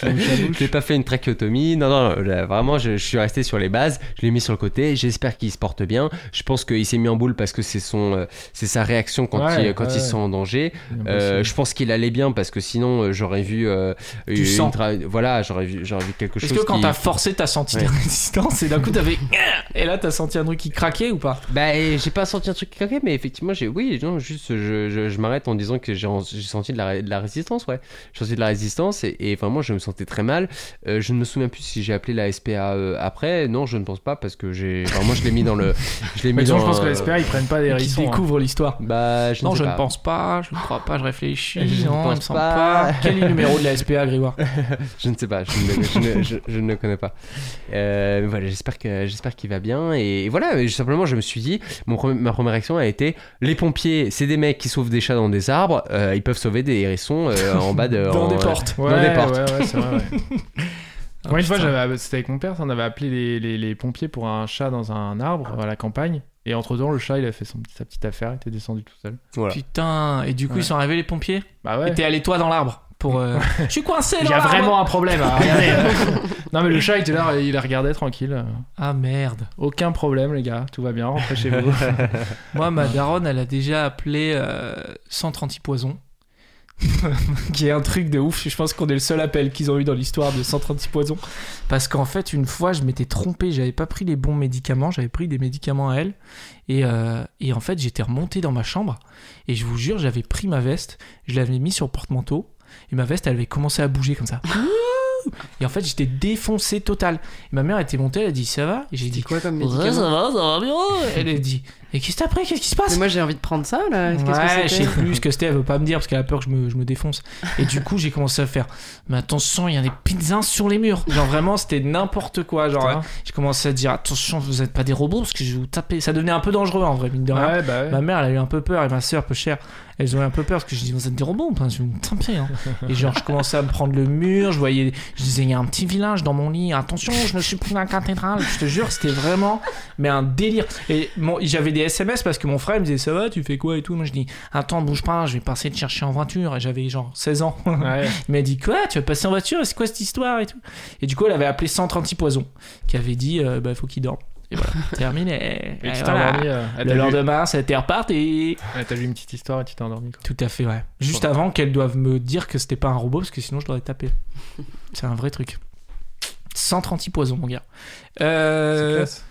Speaker 4: Je n'ai pas fait une trachéotomie, non, non, euh, là, vraiment, je, je suis resté sur les bases, je l'ai mis sur le côté, j'espère qu'il se porte bien. Je pense qu'il s'est mis en boule parce que c'est son, euh, c'est sa réaction quand,
Speaker 3: Ouais,
Speaker 4: il, quand
Speaker 3: ouais.
Speaker 4: ils sont en danger.
Speaker 1: Bah,
Speaker 4: Euh, je pense qu'il allait bien parce que sinon, euh, j'aurais vu. euh, une
Speaker 1: sang.
Speaker 4: tra- Voilà, j'aurais vu, j'aurais vu quelque chose.
Speaker 1: Est-ce que quand
Speaker 4: qui-
Speaker 1: t'as forcé, t'as senti des
Speaker 4: Ouais.
Speaker 1: résistances et d'un coup t'avais. Et là t'as senti un truc qui craquait ou pas
Speaker 4: Bah, et j'ai pas senti un truc craqué, mais effectivement, j'ai. Oui, non, juste, je, je, je m'arrête en disant que j'ai j'ai senti de la, ré- de la résistance, ouais. J'ai senti de la résistance et, et vraiment, je me sentais très mal. Euh, je ne me souviens plus si j'ai appelé la SPA euh, après. Non, je ne pense pas parce que j'ai. Enfin, moi, je l'ai mis dans le. Je l'ai
Speaker 3: Mais
Speaker 4: mis
Speaker 3: de toute
Speaker 4: dans.
Speaker 3: façon, je pense que les SPA ils prennent pas des
Speaker 1: Qui
Speaker 3: hérissons. hein.
Speaker 1: découvre l'histoire
Speaker 4: Bah, je
Speaker 1: Non,
Speaker 4: ne sais
Speaker 1: je
Speaker 4: pas.
Speaker 1: ne pense pas, je ne crois pas, je réfléchis.
Speaker 4: Je ne
Speaker 1: non, il me
Speaker 4: pense
Speaker 1: semble pas.
Speaker 4: pas.
Speaker 1: Quel est le numéro de la SPA, Grégoire
Speaker 4: Je ne sais pas. Je ne, je ne- je- je ne le connais pas. Euh, voilà, j'espère que j'espère qu'il va bien. Et voilà, mais simplement, je me suis dit, mon premier- ma première réaction a été les pompiers, c'est des mecs qui sauvent des chats dans des arbres. euh, ils peuvent sauver des hérissons euh, en bas de.
Speaker 1: Dans
Speaker 4: en-
Speaker 1: des portes.
Speaker 3: Ouais,
Speaker 4: Dans des portes.
Speaker 3: ouais, ouais, c'est vrai. ouais. Moi, une fois,
Speaker 1: Putain.
Speaker 3: j'avais- c'était avec mon père, on avait appelé les, les- les pompiers pour un chat dans un arbre à la campagne. Et entre-temps, le chat, il a fait son, sa petite affaire, il était descendu tout seul.
Speaker 4: Voilà.
Speaker 1: Putain, et du coup
Speaker 3: Ouais.
Speaker 1: ils sont arrivés les pompiers
Speaker 3: Bah
Speaker 1: Et
Speaker 3: ouais.
Speaker 1: t'es allé toi dans l'arbre pour. euh, Je suis coincé dans
Speaker 3: Il y a
Speaker 1: l'arbre.
Speaker 3: vraiment un problème. hein, Regardez. non, mais le chat, il était là, il la regardait tranquille.
Speaker 1: Ah merde.
Speaker 3: Aucun problème, les gars, tout va bien, rentrez chez vous.
Speaker 1: Moi, ma daronne, elle a déjà appelé euh, 130 antipoisons. qui est un truc de ouf. Je pense qu'on est le seul appel qu'ils ont eu dans l'histoire de 136 poisons. Parce qu'en fait, une fois, je m'étais trompé. J'avais pas pris les bons médicaments. J'avais pris des médicaments à elle. Et, euh, et en fait, j'étais remonté dans ma chambre. Et je vous jure, j'avais pris ma veste. Je l'avais mis sur le porte-manteau. Et ma veste, elle avait commencé à bouger comme ça. Et en fait, j'étais défoncé total. Et ma mère était montée. Elle a dit Ça va Et j'ai dit
Speaker 2: C'est quoi comme
Speaker 1: Ouais, ça
Speaker 2: médicament
Speaker 1: va, ça va bien. Elle a dit Et qu'est-ce que t'as pris Qu'est-ce qui se passe
Speaker 2: Mais moi j'ai envie de prendre ça là. Qu'est-ce
Speaker 1: Ouais, je
Speaker 2: que
Speaker 1: sais
Speaker 2: c'était
Speaker 1: plus ce que c'était, elle veut pas me dire parce qu'elle a peur que je me, je me défonce. Et du coup, j'ai commencé à faire Mais attention, il y a des pizzas sur les murs. Genre vraiment, c'était n'importe quoi. Genre,
Speaker 3: Putain.
Speaker 1: euh, j'ai commencé à dire Attention, vous êtes pas des robots parce que je vais vous taper. Ça devenait un peu dangereux en vrai, mine de rien.
Speaker 3: ouais, bah ouais.
Speaker 1: Ma mère, elle a eu un peu peur et ma soeur, peu chère, elles ont eu un peu peur parce que je dis Vous êtes des robots, enfin, je vais vous taper. hein. Et genre, je commençais à me prendre le mur, je voyais, je disais Il y a un petit village dans mon lit, attention, je me suis pris dans la cathédrale. Je te jure, c'était vraiment mais un délire. Et mon- j'avais des SMS parce que mon frère il me disait Ça va, tu fais quoi et tout. Moi, je dis Attends, bouge pas, je vais passer te chercher en voiture. Et j'avais genre 16 ans.
Speaker 3: Ouais.
Speaker 1: Il m'a dit quoi Tu vas passer en voiture C'est quoi cette histoire et tout Et du coup, elle avait appelé 130 poisons qui avait dit euh, Bah, faut qu'il dorme. Et voilà, terminé.
Speaker 3: Et
Speaker 1: Et
Speaker 3: tu t'es
Speaker 1: voilà.
Speaker 3: endormi. euh, elle
Speaker 1: Le
Speaker 3: t'a lu-
Speaker 1: lendemain, c'était reparti.
Speaker 3: elle t'a lu une petite histoire et tu t'es endormi. quoi.
Speaker 1: Tout à fait, ouais. Juste avant qu'elles doivent me dire que c'était pas un robot, parce que sinon je l'aurais tapé. C'est un vrai truc. 130 poisons, mon gars.
Speaker 3: C'est
Speaker 1: Euh,
Speaker 3: classe.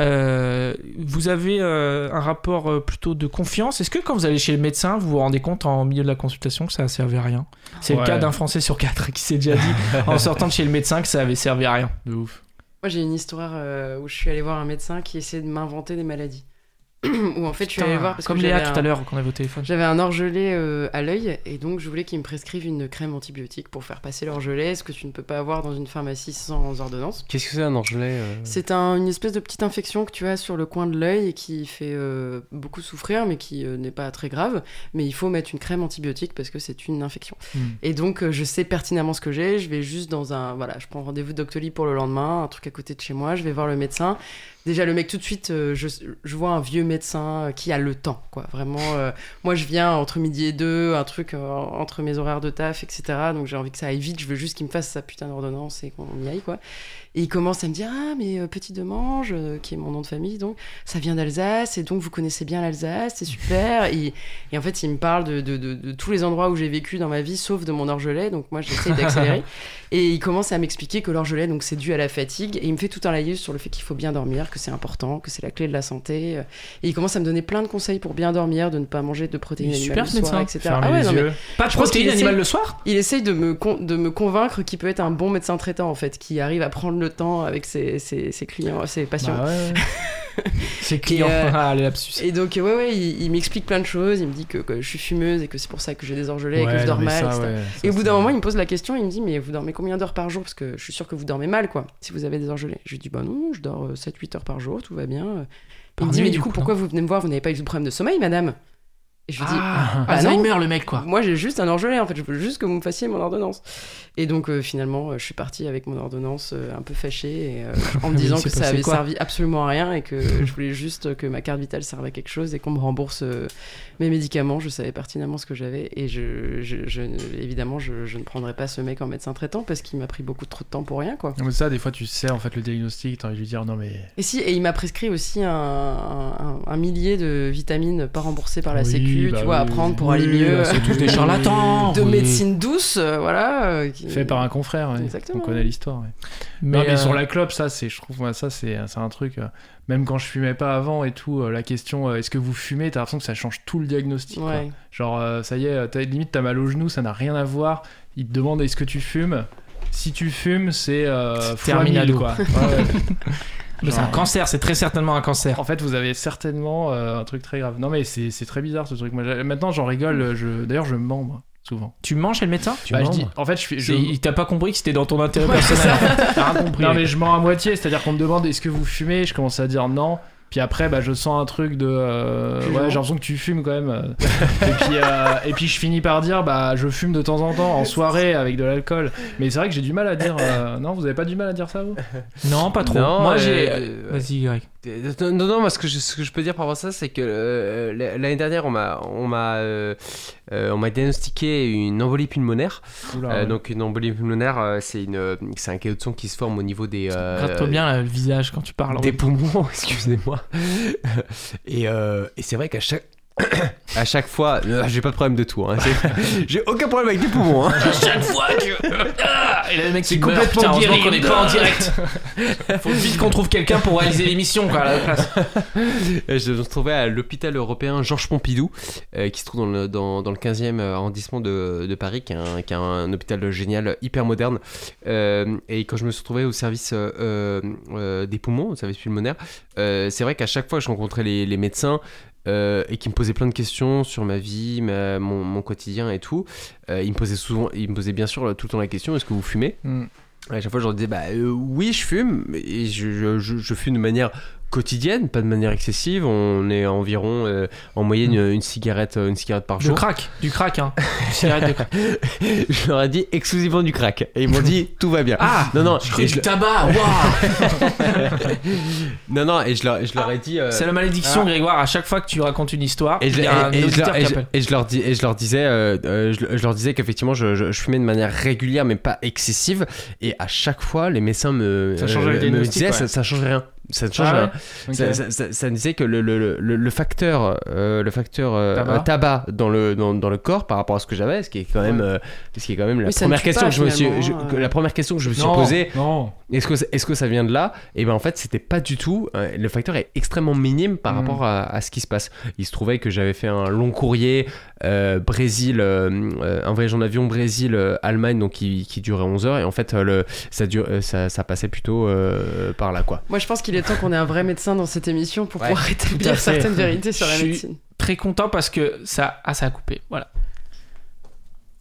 Speaker 1: euh, vous avez euh, un rapport euh, plutôt de confiance. Est-ce que quand vous allez chez le médecin, vous vous rendez compte en milieu de la consultation que ça a servi à rien C'est le
Speaker 3: Ouais.
Speaker 1: cas d'un Français sur quatre qui s'est déjà dit en sortant de chez le médecin que ça avait servi à rien.
Speaker 3: De ouf.
Speaker 2: Moi j'ai une histoire euh, où je suis allée voir un médecin qui essayait de m'inventer des maladies. où en fait je suis allée
Speaker 1: Putain,
Speaker 2: voir parce
Speaker 1: comme
Speaker 2: que
Speaker 1: Léa
Speaker 2: j'avais
Speaker 1: tout à
Speaker 2: un-
Speaker 1: l'heure qu'on avait au téléphone.
Speaker 2: J'avais un orgelet euh, à l'œil et donc je voulais qu'ils me prescrivent une crème antibiotique pour faire passer l'orgelet, ce que tu ne peux pas avoir dans une pharmacie sans ordonnance.
Speaker 4: Qu'est-ce que c'est un orgelet euh
Speaker 2: C'est un- une espèce de petite infection que tu as sur le coin de l'œil et qui fait euh, beaucoup souffrir, mais qui euh, n'est pas très grave. Mais il faut mettre une crème antibiotique parce que c'est une infection.
Speaker 1: Mm.
Speaker 2: Et donc euh, je sais pertinemment ce que j'ai. Je vais juste dans un voilà, je prends rendez-vous Doctolib pour le lendemain, un truc à côté de chez moi. Je vais voir le médecin. Déjà le mec tout de suite, euh, je, je vois un vieux médecin euh, qui a le temps quoi. Vraiment, euh, moi je viens entre midi et deux, un truc euh, entre mes horaires de taf, etc. Donc j'ai envie que ça aille vite. Je veux juste qu'il me fasse sa putain d'ordonnance et qu'on y aille quoi. Et il commence à me dire Ah, mais euh, Petit Demange, euh, qui est mon nom de famille, donc ça vient d'Alsace, et donc vous connaissez bien l'Alsace, c'est super. et, et en fait, il me parle de, de- de- de tous les endroits où j'ai vécu dans ma vie, sauf de mon orgelet, donc moi j'essaie d'accélérer. et il commence à m'expliquer que l'orgelet, donc c'est dû à la fatigue, et il me fait tout un laïus sur le fait qu'il faut bien dormir, que c'est important, que c'est la clé de la santé. euh. Et il commence à me donner plein de conseils pour bien dormir, de ne pas manger de protéines
Speaker 1: Il est
Speaker 2: animales
Speaker 1: super,
Speaker 2: le
Speaker 1: ce
Speaker 2: soir,
Speaker 1: médecin.
Speaker 2: etc.
Speaker 3: Fermer
Speaker 2: Ah ouais,
Speaker 3: les
Speaker 2: non, mais
Speaker 3: yeux.
Speaker 1: Pas de
Speaker 2: Je pense
Speaker 1: protéines
Speaker 2: qu'il essaie-
Speaker 1: animales le soir
Speaker 2: il essaye de me, con- de me convaincre qu'il peut être un bon médecin traitant, en fait, qui arrive à prendre le temps avec ses, ses- ses clients, ses patients.
Speaker 3: Bah ouais, ouais.
Speaker 1: C'est client.
Speaker 2: euh,
Speaker 1: Ah, le
Speaker 3: Bah,
Speaker 1: lapsus.
Speaker 2: Et donc, euh, ouais, ouais, il, il m'explique plein de choses. Il me dit que, que je suis fumeuse et que c'est pour ça que j'ai des orgelets et que
Speaker 3: Ouais,
Speaker 2: je dors
Speaker 3: non, mais
Speaker 2: mal,
Speaker 3: ça,
Speaker 2: etc.
Speaker 3: ouais, ça,
Speaker 2: Et au bout
Speaker 3: c'est-
Speaker 2: d'un moment, il me pose la question, il me dit, mais vous dormez combien d'heures par jour Parce que je suis sûr que vous dormez mal, quoi, si vous avez des orgelets. Je lui dis, bah non, je dors 7-8 heures par jour, tout va bien. Il
Speaker 1: Par
Speaker 2: me dit,
Speaker 1: nuit,
Speaker 2: mais
Speaker 1: du
Speaker 2: du coup,
Speaker 1: coup,
Speaker 2: pourquoi vous venez me voir Vous n'avez pas eu de problème de sommeil, madame Et je lui dis,
Speaker 1: Ah,
Speaker 2: bah non.
Speaker 1: Alzheimer, le mec, quoi.
Speaker 2: moi, j'ai juste un orgelet, en fait. Je veux juste que vous me fassiez mon ordonnance. Et donc, euh, finalement, euh, je suis partie avec mon ordonnance euh, un peu fâchée, et, euh, en me
Speaker 1: Mais
Speaker 2: disant
Speaker 1: il s'est
Speaker 2: que ça
Speaker 1: passé
Speaker 2: avait
Speaker 1: quoi
Speaker 2: servi absolument à rien et que je voulais juste que ma carte vitale serve à quelque chose et qu'on me rembourse euh, mes médicaments. Je savais pertinemment ce que j'avais et je, je- je- évidemment, je, je ne prendrais pas ce mec en médecin traitant parce qu'il m'a pris beaucoup trop de temps pour rien, quoi.
Speaker 3: Non, mais ça, des fois, tu sais en fait le diagnostic, t'as envie de lui dire non, mais.
Speaker 2: Et si, et il m'a prescrit aussi un, un- un millier de vitamines pas remboursées par la
Speaker 3: Oui,
Speaker 2: Sécu,
Speaker 3: bah
Speaker 2: tu vois, à
Speaker 3: oui.
Speaker 2: prendre pour
Speaker 3: Oui,
Speaker 2: aller mieux.
Speaker 3: bah, c'est tous
Speaker 1: des charlatans.
Speaker 2: de
Speaker 1: Oui.
Speaker 2: médecine douce, euh, voilà. euh, qui-
Speaker 3: Fait par un confrère, hein, ouais.
Speaker 2: Exactement.
Speaker 3: on connaît l'histoire. ouais.
Speaker 1: Mais,
Speaker 3: non, mais
Speaker 1: euh,
Speaker 3: sur la clope, ça, c'est, je trouve, moi, ça, c'est, c'est un truc. euh, même quand je fumais pas avant et tout, euh, la question, euh, est-ce que vous fumez, t'as l'impression que ça change tout le diagnostic. quoi.
Speaker 2: Ouais.
Speaker 3: Genre, euh, ça y est, t'as, limite, t'as mal au genou, ça n'a rien à voir. Ils te demandent, est-ce que tu fumes Si tu fumes, c'est. Euh,
Speaker 1: C'est
Speaker 3: fois
Speaker 1: terminado.
Speaker 3: mille, quoi. Ouais, ouais.
Speaker 1: mais c'est un
Speaker 3: genre-
Speaker 1: cancer, c'est très certainement un cancer.
Speaker 3: En fait, vous avez certainement euh, un truc très grave. Non, mais c'est, c'est très bizarre ce truc. Moi, j'ai- maintenant, j'en rigole. euh, Je... D'ailleurs, je mens, moi, souvent.
Speaker 1: Tu manges chez le médecin
Speaker 3: Bah, je
Speaker 1: manges
Speaker 3: dis, en fait, je, fais- je,
Speaker 1: C'est- Il t'a pas compris que c'était dans ton intérêt
Speaker 2: Ouais, c'est
Speaker 1: personnel. en fait. T'as rien compris.
Speaker 3: Non mais je mens à moitié, c'est-à-dire qu'on me demande est-ce que vous fumez, je commence à dire non, puis après bah je sens un truc de euh,
Speaker 2: Jugement.
Speaker 3: ouais j'ai l'impression que tu fumes quand même, et puis euh, et puis je finis par dire bah je fume de temps en temps en soirée avec de l'alcool, mais c'est vrai que j'ai du mal à dire euh, non vous avez pas du mal à dire ça vous
Speaker 1: Non, pas trop.
Speaker 4: Non,
Speaker 1: Moi,
Speaker 4: euh,
Speaker 1: j'ai.
Speaker 4: euh,
Speaker 1: Vas-y, Greg.
Speaker 4: Euh, Non, non, non, moi ce que je, ce que je peux dire par rapport à ça, c'est que euh, l'année dernière, on m'a, on m'a, euh, euh, on m'a diagnostiqué une embolie pulmonaire.
Speaker 3: Oula,
Speaker 4: Euh,
Speaker 3: ouais.
Speaker 4: donc une embolie pulmonaire, euh, c'est une, euh, c'est un caillot de sang qui se forme au niveau des, euh,
Speaker 1: Gratte-toi bien là, le visage quand tu parles.
Speaker 4: des poumons, excusez-moi. Et, euh, et c'est vrai qu'à chaque à chaque fois, euh, j'ai pas de problème de tout. j'ai aucun problème avec les poumons. hein.
Speaker 1: chaque fois que. et là, le mec,
Speaker 4: C'est
Speaker 1: il meurt.
Speaker 4: complètement
Speaker 1: Putain, heureusement
Speaker 4: guéri.
Speaker 1: qu'on n'est pas en direct. Faut vite qu'on trouve quelqu'un pour réaliser l'émission, quoi, à la place.
Speaker 4: Euh, Je me trouvais à l'hôpital européen Georges Pompidou, euh, qui se trouve dans le, dans, dans le 15e arrondissement de, de Paris, qui est, un, qui est un hôpital génial, hyper moderne. Euh, et quand je me suis retrouvé au service euh, euh, euh, des poumons, au service pulmonaire, euh, c'est vrai qu'à chaque fois que je rencontrais les, les médecins, euh, et qui me posaient plein de questions sur ma vie, ma- mon, mon quotidien et tout. euh, ils me posaient souvent, ils me posaient bien sûr tout le temps la question est-ce que vous fumez
Speaker 1: Mm.
Speaker 3: Hmm.
Speaker 4: et À chaque fois, je leur disais bah euh, oui, je fume, et je, je- je- je fume de manière quotidienne, pas de manière excessive. On est à environ euh, en moyenne une, une cigarette, euh, une cigarette par
Speaker 1: Du
Speaker 4: jour.
Speaker 1: Mm. crack, du crack, hein. Une cigarette de crack.
Speaker 4: je leur ai dit exclusivement du crack, et ils m'ont dit tout va bien.
Speaker 1: Ah
Speaker 4: non non,
Speaker 1: Je
Speaker 4: et
Speaker 1: croyais
Speaker 4: je-
Speaker 1: du tabac, waouh
Speaker 4: non non, et je leur, et je leur ai dit. euh,
Speaker 1: C'est la malédiction, Grégoire, à chaque fois que tu racontes une histoire,
Speaker 4: et je,
Speaker 1: il y a un
Speaker 4: et- et je
Speaker 1: auditeur
Speaker 4: leur- et
Speaker 1: qui
Speaker 4: je-
Speaker 1: appelle.
Speaker 4: et je leur dis- et je leur disais, euh, euh, je, je leur disais qu'effectivement je, je- je fumais de manière régulière mais pas excessive et à chaque fois les médecins me, euh,
Speaker 3: Ça changeait le
Speaker 4: me
Speaker 3: diagnostic,
Speaker 4: disaient
Speaker 3: ouais.
Speaker 4: ça, ça change rien, ça ne change
Speaker 3: Ah ouais
Speaker 4: rien.
Speaker 3: Ok.
Speaker 4: Ça, ça- ça- ça disait que le, le- le- le facteur, euh, le facteur euh,
Speaker 3: Tabac.
Speaker 4: euh, tabac dans le, dans, dans le corps par rapport à ce que j'avais, ce qui est quand même, euh, ce qui est quand même la,
Speaker 2: Oui, ça ne
Speaker 4: première
Speaker 2: tue pas,
Speaker 4: question que je me suis,
Speaker 2: finalement,
Speaker 4: je-
Speaker 2: hein.
Speaker 4: que la première question que je me suis
Speaker 3: Non,
Speaker 4: posée.
Speaker 3: non,
Speaker 4: Est-ce que, est-ce que ça vient de là Et ben en fait, c'était pas du tout. euh, Le facteur est extrêmement minime par
Speaker 3: Mm.
Speaker 4: rapport à, à ce qui se passe. Il se trouvait que j'avais fait un long courrier euh, Brésil, euh, euh, un voyage en avion Brésil euh, Allemagne, donc qui, qui durait 11 heures. Et en fait, euh, le, ça, dure, euh, ça, ça passait plutôt euh, par là, quoi.
Speaker 2: Moi, je pense qu'il est temps qu'on ait un vrai médecin dans cette émission pour
Speaker 4: Ouais,
Speaker 2: pouvoir
Speaker 1: à
Speaker 2: rétablir
Speaker 1: fait.
Speaker 2: certaines vérités sur la
Speaker 1: Je suis-
Speaker 2: médecine.
Speaker 1: Très content parce que ça, ah, ça a coupé. Voilà.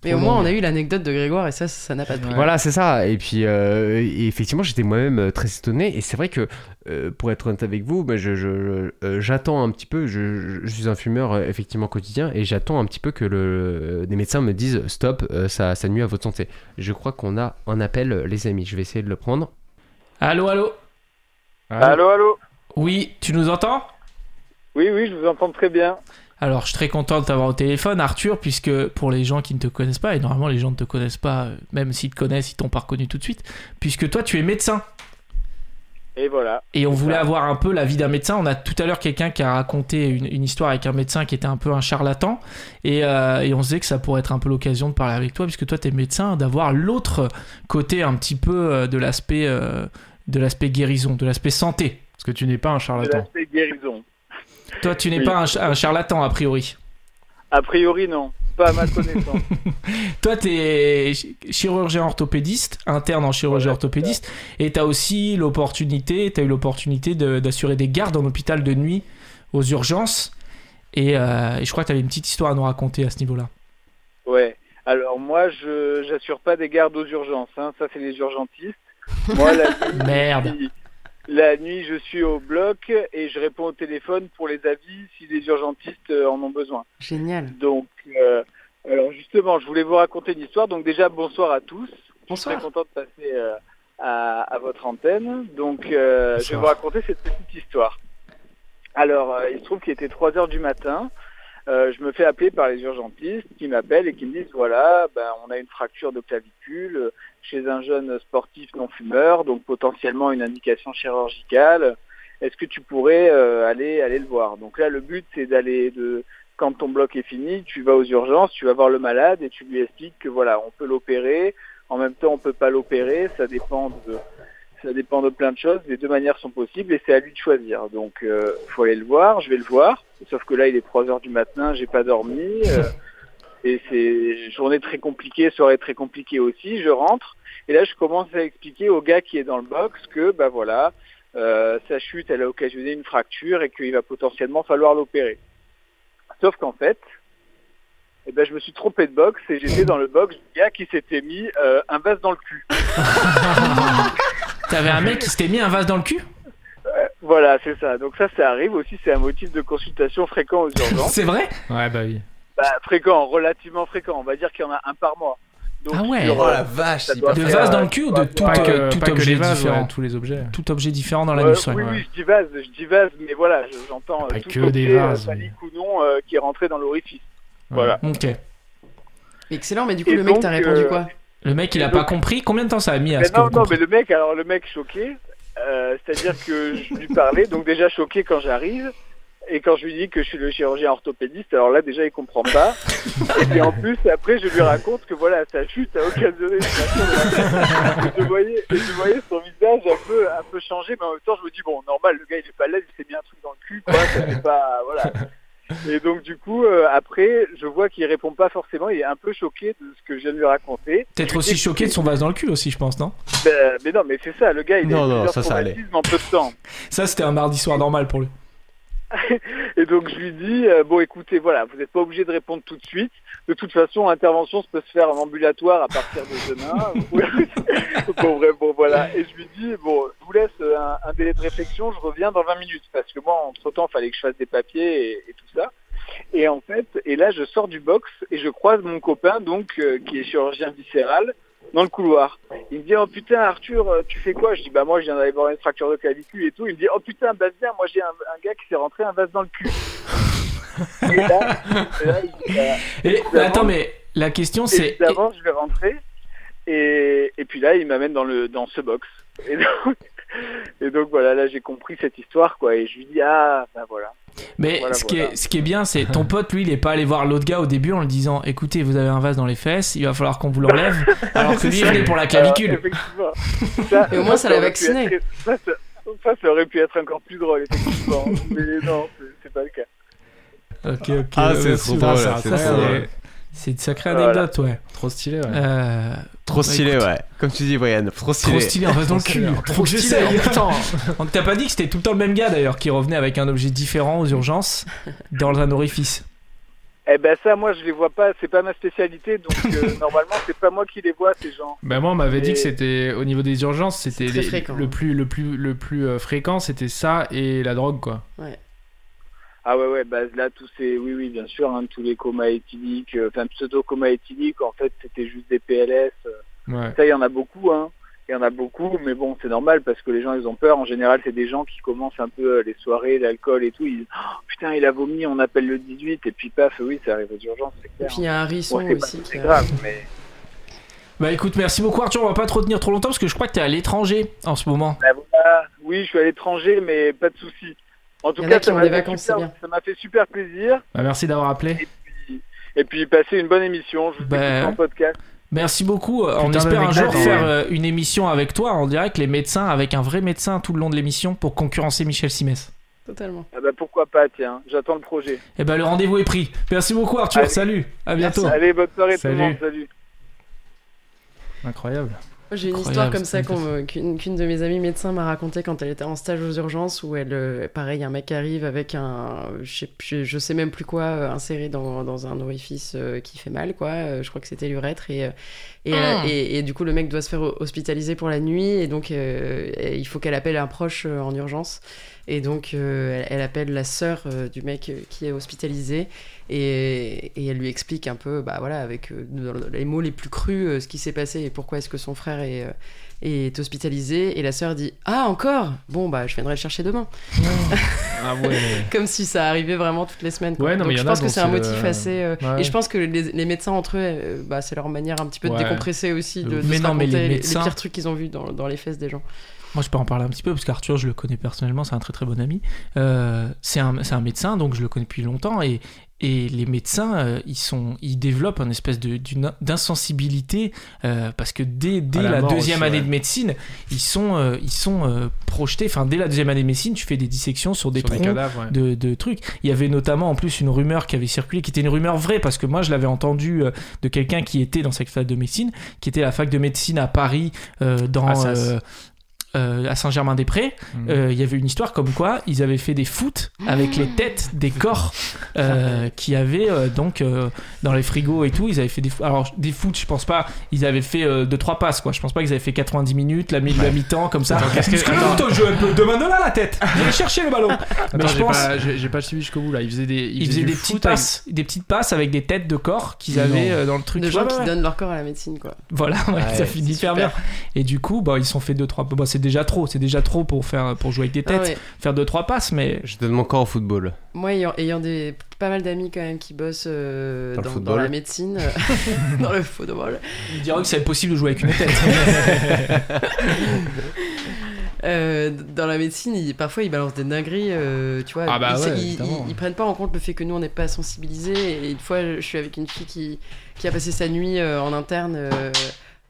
Speaker 2: Mais au moins, on a eu l'anecdote de Grégoire et ça, ça n'a pas de prix.
Speaker 3: Ouais.
Speaker 4: Voilà, c'est ça. Et puis, euh, et effectivement, j'étais moi-même euh, très étonné. Et c'est vrai que, euh, pour être honnête avec vous, bah, je- je- je- euh, j'attends un petit peu. Je, je- je suis un fumeur, euh, effectivement, quotidien. Et j'attends un petit peu que le, euh, des médecins me disent stop, euh, ça, ça nuit à votre santé. Je crois qu'on a un appel, euh, les amis. Je vais essayer de le prendre.
Speaker 1: Allô, allô
Speaker 5: Ah,
Speaker 6: Allô, allô
Speaker 1: Oui, tu nous entends
Speaker 6: Oui, oui, je vous entends très bien.
Speaker 1: Alors, je suis très content de t'avoir au téléphone, Arthur, puisque pour les gens qui ne te connaissent pas, et normalement les gens ne te connaissent pas, euh, même s'ils te connaissent, ils t'ont pas reconnu tout de suite, puisque toi, tu es médecin.
Speaker 6: Et voilà.
Speaker 1: Et on voulait
Speaker 6: ça.
Speaker 1: avoir un peu la vie d'un médecin. On a tout à l'heure quelqu'un qui a raconté une, une histoire avec un médecin qui était un peu un charlatan. Et, euh, et on se disait que ça pourrait être un peu l'occasion de parler avec toi, puisque toi, tu es médecin, d'avoir l'autre côté un petit peu euh, de l'aspect euh, de l'aspect guérison, de l'aspect santé.
Speaker 3: Parce que tu n'es pas un
Speaker 6: De
Speaker 3: charlatan.
Speaker 6: l'aspect guérison.
Speaker 1: Toi, tu n'es
Speaker 6: Oui.
Speaker 1: pas un, ch- un charlatan, a priori.
Speaker 6: A priori, non. Pas à ma connaissance.
Speaker 1: Toi, tu es chirurgien orthopédiste, interne en chirurgie
Speaker 6: Voilà,
Speaker 1: orthopédiste, et tu as aussi l'opportunité, tu as eu l'opportunité de- d'assurer des gardes en hôpital de nuit aux urgences. Et, euh, et je crois que tu avais une petite histoire à nous raconter à ce niveau-là.
Speaker 6: Ouais. Alors, moi, je j'assure pas des gardes aux urgences. hein. Ça, c'est les urgentistes. Moi, la nuit,
Speaker 1: Merde.
Speaker 6: la nuit, je suis au bloc et je réponds au téléphone pour les avis si les urgentistes euh, en ont besoin.
Speaker 2: Génial.
Speaker 6: Donc, euh, alors justement, je voulais vous raconter une histoire. Donc déjà, bonsoir à tous. Je
Speaker 2: Bonsoir.
Speaker 6: suis très content de passer euh, à, à votre antenne. Donc, euh, je vais vous raconter cette petite histoire. Alors, euh, il se trouve qu'il était 3 heures du matin. Euh, je me fais appeler par les urgentistes qui m'appellent et qui me disent voilà, ben, on a une fracture de clavicule euh, chez un jeune sportif non fumeur, donc potentiellement une indication chirurgicale. Est-ce que tu pourrais euh, aller aller le voir Donc là, le but c'est d'aller de quand ton bloc est fini, tu vas aux urgences, tu vas voir le malade et tu lui expliques que voilà, on peut l'opérer, en même temps, on peut pas l'opérer. Ça dépend de ça dépend de plein de choses. Les deux manières sont possibles et c'est à lui de choisir. Donc, euh, faut aller le voir. Je vais le voir. Sauf que là, il est 3 heures du matin. J'ai pas dormi. euh, et c'est journée très compliquée, soirée très compliquée aussi. Je rentre et là, je commence à expliquer au gars qui est dans le box que bah voilà, euh, sa chute, elle a occasionné une fracture et qu'il va potentiellement falloir l'opérer. Sauf qu'en fait, eh ben, je me suis trompé de box et j'étais dans le box du gars qui s'était mis euh, un vase dans le cul.
Speaker 1: T'avais un mec qui s'était mis un vase dans le cul
Speaker 6: Voilà, c'est ça. Donc ça, ça arrive aussi, c'est un motif de consultation fréquent aux urgences.
Speaker 1: C'est vrai
Speaker 3: Ouais, bah oui.
Speaker 6: bah, fréquent, relativement fréquent, on va dire qu'il y en a un par mois. Donc,
Speaker 1: Ah ouais.
Speaker 6: sur, euh,
Speaker 4: vache
Speaker 6: ça doit
Speaker 1: De
Speaker 6: faire,
Speaker 1: vase dans
Speaker 6: euh,
Speaker 1: le cul ou de
Speaker 6: ça doit
Speaker 1: tout,
Speaker 3: pas
Speaker 6: faire,
Speaker 3: que,
Speaker 1: euh,
Speaker 3: pas
Speaker 1: tout
Speaker 3: que
Speaker 1: objet
Speaker 3: les vases,
Speaker 1: différent
Speaker 3: ouais, tous les objets.
Speaker 1: Tout objet différent dans la
Speaker 6: euh,
Speaker 1: nuit, ouais.
Speaker 6: oui,
Speaker 3: ouais.
Speaker 6: oui, je dis vase, je dis vase, mais voilà, je- j'entends euh,
Speaker 3: Pas
Speaker 6: tout
Speaker 3: que
Speaker 6: objet,
Speaker 3: des
Speaker 6: euh,
Speaker 3: vases, mais-
Speaker 6: phallique ou non, euh, qui est rentré dans l'orifice. Voilà.
Speaker 1: Ok.
Speaker 2: Excellent, mais du coup,
Speaker 6: Et
Speaker 2: le mec, t'as
Speaker 6: donc,
Speaker 2: répondu
Speaker 6: euh,
Speaker 2: quoi
Speaker 1: Le mec, il a
Speaker 6: Et
Speaker 1: pas
Speaker 6: donc-
Speaker 1: compris. Combien de temps ça a mis à
Speaker 6: Mais
Speaker 1: hein, ce que
Speaker 6: non,
Speaker 1: vous
Speaker 6: non, mais
Speaker 1: compreniez
Speaker 6: le mec, alors le mec choqué, euh, c'est-à-dire que je lui parlais, donc déjà choqué quand j'arrive, et quand je lui dis que je suis le chirurgien orthopédiste, alors là déjà il comprend pas. Et puis en plus, après je lui raconte que voilà, sa chute a occasionné une fracture de la- Et je voyais, et je voyais son visage un peu, un peu changé, mais en même temps je me dis bon, normal, le gars il est pas à l'aise, il s'est mis un truc dans le cul, quoi, ça fait pas, voilà. Et donc du coup, euh, après, je vois qu'il répond pas forcément, il est un peu choqué de ce que je viens de lui raconter.
Speaker 1: Peut-être aussi choqué de son vase dans le cul aussi, je pense, non
Speaker 6: Ben, mais non, mais c'est ça, le gars, il
Speaker 4: Non,
Speaker 6: a eu
Speaker 4: non,
Speaker 6: plusieurs
Speaker 4: ça, ça allait.
Speaker 6: traumatismes en peu de temps.
Speaker 1: Ça, c'était un mardi soir normal pour lui.
Speaker 6: Et donc, je lui dis, euh, bon, écoutez, voilà, vous n'êtes pas obligé de répondre tout de suite. De toute façon, l'intervention se peut se faire en ambulatoire à partir de demain. Vous pouvez- bon, bref, bon, voilà. Et je lui dis, bon, je vous laisse euh, un, un délai de réflexion, je reviens dans 20 minutes. Parce que moi, entre-temps, il fallait que je fasse des papiers et, et tout ça. Et en fait, et là, je sors du box et je croise mon copain, donc, euh, qui est chirurgien viscéral, dans le couloir. Il me dit oh putain Arthur euh, tu fais quoi Je dis bah moi je viens d'aller voir une fracture de clavicule et tout. Il me dit oh putain bah viens moi j'ai un, un gars qui s'est rentré un vase dans le cul. et là, et là, il dit, bah,
Speaker 1: Et
Speaker 6: Évidemment.
Speaker 1: attends, mais la question, c'est.
Speaker 6: évidemment je vais rentrer. Et, et puis là, il m'amène dans le dans ce box. Et donc, et donc voilà, là j'ai compris cette histoire quoi. Et je lui dis ah bah voilà.
Speaker 1: eh, Mais
Speaker 6: Voilà,
Speaker 1: ce,
Speaker 6: voilà.
Speaker 1: Qui est, ce qui est bien, c'est ton pote, lui, il est pas allé voir l'autre gars au début en lui disant Écoutez, vous avez un vase dans les fesses, il va falloir qu'on vous l'enlève. Alors que lui, il est pour la
Speaker 6: Alors,
Speaker 1: clavicule.
Speaker 6: effectivement. Ça,
Speaker 2: Mais au moins, ça l'a
Speaker 6: aurait
Speaker 2: vacciné.
Speaker 6: pu être- Ça, ça- ça, ça aurait pu être encore plus drôle, effectivement. Mais non, c'est- c'est pas le cas.
Speaker 1: Ok, ok.
Speaker 3: Ah, c'est
Speaker 1: ouais,
Speaker 3: trop
Speaker 1: tu
Speaker 3: drôle,
Speaker 1: vois, ça,
Speaker 3: c'est
Speaker 1: ça,
Speaker 3: trop
Speaker 1: c'est-
Speaker 3: drôle.
Speaker 1: C'est une sacrée
Speaker 6: Voilà.
Speaker 1: anecdote, ouais.
Speaker 3: Trop stylé, ouais.
Speaker 1: Euh,
Speaker 4: Trop stylé,
Speaker 1: écoute.
Speaker 4: ouais. Comme tu dis, Brian, trop stylé.
Speaker 1: trop stylé, un vase dans le cul.
Speaker 3: stylé.
Speaker 1: Trop stylé, en même temps. euh, On t'a pas dit que c'était tout le temps le même gars d'ailleurs qui revenait avec un objet différent aux urgences dans un orifice.
Speaker 6: Eh ben ça, moi, je les vois pas. C'est pas ma spécialité, donc euh, normalement, c'est pas moi qui les vois ces gens.
Speaker 3: Bah moi on m'avait dit
Speaker 6: Et-
Speaker 3: que c'était au niveau des urgences c'était
Speaker 2: C'est très
Speaker 3: les-
Speaker 2: fréquent.
Speaker 3: le plus le plus le plus euh, fréquent c'était ça et la drogue quoi.
Speaker 6: Ah ouais, ouais. Bah là, tous ces, oui, oui, bien sûr, hein, tous les comas éthyliques, euh, enfin pseudo comas éthyliques. En fait, c'était juste des PLS. euh,
Speaker 3: Ouais.
Speaker 6: Ça, il y en a beaucoup, hein. Il y en a beaucoup, mais bon, c'est normal parce que les gens, ils ont peur. En général, c'est des gens qui commencent un peu euh, les soirées, l'alcool et tout. Ils disent, Oh, putain, il a vomi, on appelle le 18, et puis paf, oui, ça arrive aux urgences, c'est
Speaker 2: Et
Speaker 6: clair.
Speaker 2: puis il y a un
Speaker 6: Bon,
Speaker 2: risson
Speaker 6: c'est pas-
Speaker 2: aussi. euh, qui
Speaker 6: c'est
Speaker 2: a-
Speaker 6: grave, mais
Speaker 1: Bah écoute, merci beaucoup Arthur, on va pas te retenir trop longtemps parce que je crois que t'es à l'étranger en ce moment.
Speaker 6: bah, voilà. oui, je suis à l'étranger, mais pas de souci. En tout
Speaker 2: Il y en a
Speaker 6: cas,
Speaker 2: qui
Speaker 6: ça
Speaker 2: ont
Speaker 6: m'a
Speaker 2: des
Speaker 6: fait
Speaker 2: vacances,
Speaker 6: super-
Speaker 2: c'est bien.
Speaker 6: ça m'a fait super plaisir.
Speaker 3: Bah, merci d'avoir appelé.
Speaker 6: Et puis, passez une bonne émission. Je vous
Speaker 1: Bah,
Speaker 6: écoute en podcast.
Speaker 1: Merci beaucoup. euh, on
Speaker 3: Putain
Speaker 1: espère un jour
Speaker 3: d'anecdote,
Speaker 1: faire
Speaker 3: hein.
Speaker 1: euh, une émission avec toi en direct, les médecins, avec un vrai médecin tout le long de l'émission pour concurrencer Michel Simès.
Speaker 2: Totalement.
Speaker 6: Ah bah, pourquoi pas, tiens. J'attends le projet.
Speaker 1: Et ben le rendez-vous est pris. Merci beaucoup Arthur,
Speaker 6: Allez.
Speaker 1: salut, à bientôt.
Speaker 6: Allez, bonne soirée
Speaker 3: Salut.
Speaker 6: tout le monde. Salut.
Speaker 3: Incroyable.
Speaker 2: Moi, J'ai une
Speaker 1: Incroyable,
Speaker 2: histoire comme ça
Speaker 1: cette
Speaker 2: qu'on me- qu'une qu'une de mes amies médecins m'a racontée quand elle était en stage aux urgences où elle, euh, pareil, un mec arrive avec un, je sais, plus- je sais même plus quoi, euh, inséré dans, dans un orifice euh, qui fait mal, quoi. Euh, je crois que c'était l'urètre et, euh, et, euh, et- et du coup le mec doit se faire ho- hospitaliser pour la nuit et donc euh, et il faut qu'elle appelle un proche euh, en urgence et donc euh, elle, elle appelle la sœur euh, du mec euh, qui est hospitalisé et, et elle lui explique un peu, bah voilà, avec euh, dans les mots les plus crus, euh, ce qui s'est passé et pourquoi est-ce que son frère est, euh, est hospitalisé. Et la sœur dit Ah, encore Bon, bah je viendrai le chercher demain.
Speaker 3: Ah ouais.
Speaker 2: Comme si ça arrivait vraiment toutes les semaines. quoi.
Speaker 3: Ouais, non, mais
Speaker 2: Donc
Speaker 3: il y
Speaker 2: je
Speaker 3: en a
Speaker 2: pense que
Speaker 3: dont
Speaker 2: c'est un
Speaker 3: c'est le-
Speaker 2: motif assez. euh,
Speaker 3: Ouais.
Speaker 2: Et je pense que les, les médecins entre eux, euh, bah, c'est leur manière un petit peu
Speaker 3: Ouais.
Speaker 2: de décompresser aussi, de, de
Speaker 1: Mais
Speaker 2: se
Speaker 1: non, mais les
Speaker 2: raconter les,
Speaker 1: médecins-
Speaker 2: pires trucs qu'ils ont vus dans, dans les fesses des gens.
Speaker 1: Moi, je peux en parler un petit peu parce qu'Arthur, je le connais personnellement, c'est un très très bon ami. Euh, c'est un, c'est un médecin, donc je le connais depuis longtemps. Et, et les médecins, euh, ils, sont, ils développent une espèce de- d'une- d'insensibilité euh, parce que dès, dès
Speaker 3: À la
Speaker 1: la,
Speaker 3: mort
Speaker 1: deuxième
Speaker 3: aussi,
Speaker 1: année
Speaker 3: ouais.
Speaker 1: de médecine, ils sont, euh, ils sont euh, projetés. Enfin, dès la deuxième année de médecine, tu fais des dissections sur des
Speaker 3: Sur des
Speaker 1: troncs
Speaker 3: cadavres. ouais.
Speaker 1: de, de trucs. Il y avait notamment en plus une rumeur qui avait circulé, qui était une rumeur vraie, parce que moi je l'avais entendue euh, de quelqu'un qui était dans cette fac de médecine, qui était à la fac de médecine à Paris, euh, dans,
Speaker 3: Assas.
Speaker 1: euh, euh, à Saint-Germain-des-Prés.
Speaker 3: Mm.
Speaker 1: Euh, Il y avait une histoire comme quoi ils avaient fait des foot avec les têtes des corps euh, qui avaient euh, donc euh, dans les frigos et tout. Ils avaient fait des, alors, des foot, je pense pas, ils avaient fait 2 deux trois passes quoi. Je pense pas qu'ils avaient fait 90 minutes, la, mi- la mi-temps comme ça.
Speaker 3: Attends, qu'est-ce que-
Speaker 1: Parce que le
Speaker 3: attends.
Speaker 1: bouton, je peux- demande là la tête, viens chercher le ballon. Mais je
Speaker 3: Attends, j'ai
Speaker 1: pense.
Speaker 3: pas- j'ai j'ai pas suivi jusqu'au bout là. Ils faisaient des
Speaker 1: Ils faisaient
Speaker 3: du
Speaker 1: des
Speaker 3: foot
Speaker 1: petites
Speaker 3: avec-
Speaker 1: passes, des petites passes avec des têtes de corps qu'ils
Speaker 3: Non.
Speaker 1: avaient euh, dans le truc.
Speaker 2: De gens
Speaker 1: Ouais,
Speaker 2: qui
Speaker 1: ouais.
Speaker 2: donnent leur corps à la médecine, quoi.
Speaker 1: Voilà, ouais,
Speaker 4: Ouais,
Speaker 1: ça finit
Speaker 2: c'est
Speaker 1: hyper
Speaker 2: super.
Speaker 1: bien. Et du coup, bah, ils se sont fait deux trois. Bah, c'est déjà trop, c'est déjà trop pour faire pour jouer avec des têtes,
Speaker 2: Ah ouais.
Speaker 1: faire deux trois passes, mais
Speaker 4: Je donne mon corps au football.
Speaker 2: Moi, ayant, ayant des, pas mal d'amis quand même qui bossent euh, dans,
Speaker 4: Dans le
Speaker 2: dans
Speaker 4: football.
Speaker 2: la médecine, euh, dans le football,
Speaker 1: ils diraient que c'est possible de jouer avec une tête.
Speaker 2: Euh, dans la médecine, ils- parfois ils balancent des dingueries, euh, tu vois.
Speaker 3: Ah bah
Speaker 2: ils,
Speaker 3: ouais,
Speaker 2: ils- ils-
Speaker 3: évidemment.
Speaker 2: ils prennent pas en compte le fait que nous on n'est pas sensibilisés. Et une fois, je suis avec une fille qui, qui a passé sa nuit euh, en interne euh,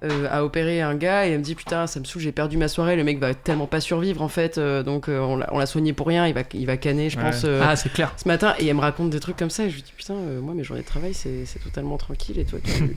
Speaker 2: euh, à opérer un gars et elle me dit putain, ça me saoule, j'ai perdu ma soirée. Le mec va tellement pas survivre en fait, euh, donc euh, on l'a- on l'a soigné pour rien. Il va, il va canner, je
Speaker 3: Ouais.
Speaker 2: pense. euh,
Speaker 1: ah, c'est clair.
Speaker 2: Ce matin, et elle me raconte des trucs comme ça, et je lui dis putain, euh, moi mes journées de travail c'est c'est totalement tranquille, et toi tu.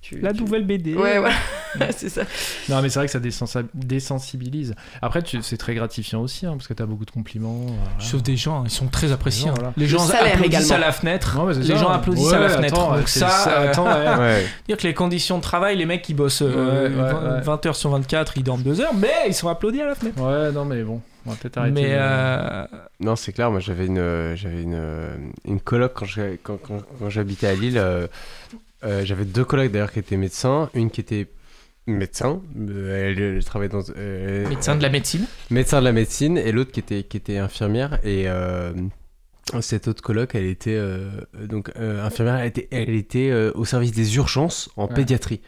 Speaker 2: tu-
Speaker 1: La
Speaker 2: tu-
Speaker 1: nouvelle BD.
Speaker 2: Ouais, voilà, c'est ça.
Speaker 3: Non mais c'est vrai que ça désensa- désensibilise. Après tu- c'est très gratifiant aussi hein, parce que t'as beaucoup de compliments. euh, voilà.
Speaker 1: Sauf des gens, ils sont très appréciés.
Speaker 3: gens,
Speaker 1: hein.
Speaker 3: voilà.
Speaker 1: Les gens
Speaker 2: salaire
Speaker 1: applaudissent
Speaker 2: également.
Speaker 1: à la fenêtre.
Speaker 3: Non, mais c'est
Speaker 1: hein. les
Speaker 3: ça.
Speaker 1: gens applaudissent à la
Speaker 3: Ouais,
Speaker 1: fenêtre.
Speaker 3: attends,
Speaker 1: Donc
Speaker 3: c'est
Speaker 1: ça, euh,
Speaker 3: attends, ouais.
Speaker 4: Ouais.
Speaker 1: dire que les conditions de travail, les mecs ils bossent euh,
Speaker 3: Ouais, ouais,
Speaker 1: 20,
Speaker 3: ouais.
Speaker 1: 20 heures sur 24, ils dorment 2 heures, mais ils sont applaudis à la fenêtre.
Speaker 3: Ouais, non, mais bon, on va peut-être arrêter.
Speaker 1: Mais
Speaker 3: de-
Speaker 1: euh,
Speaker 4: Non, c'est clair, moi j'avais une, euh, j'avais une, euh, une coloc quand je- quand- quand- quand j'habitais à Lille. euh, euh, j'avais deux colocs d'ailleurs qui étaient médecins, une qui était médecin, euh, elle, elle travaillait dans... euh,
Speaker 1: médecin de la médecine.
Speaker 4: médecin de la médecine et l'autre qui était, qui était infirmière et euh, cette autre coloc elle était euh, donc euh, infirmière elle était, elle était euh, au service des urgences en
Speaker 3: Ouais.
Speaker 4: pédiatrie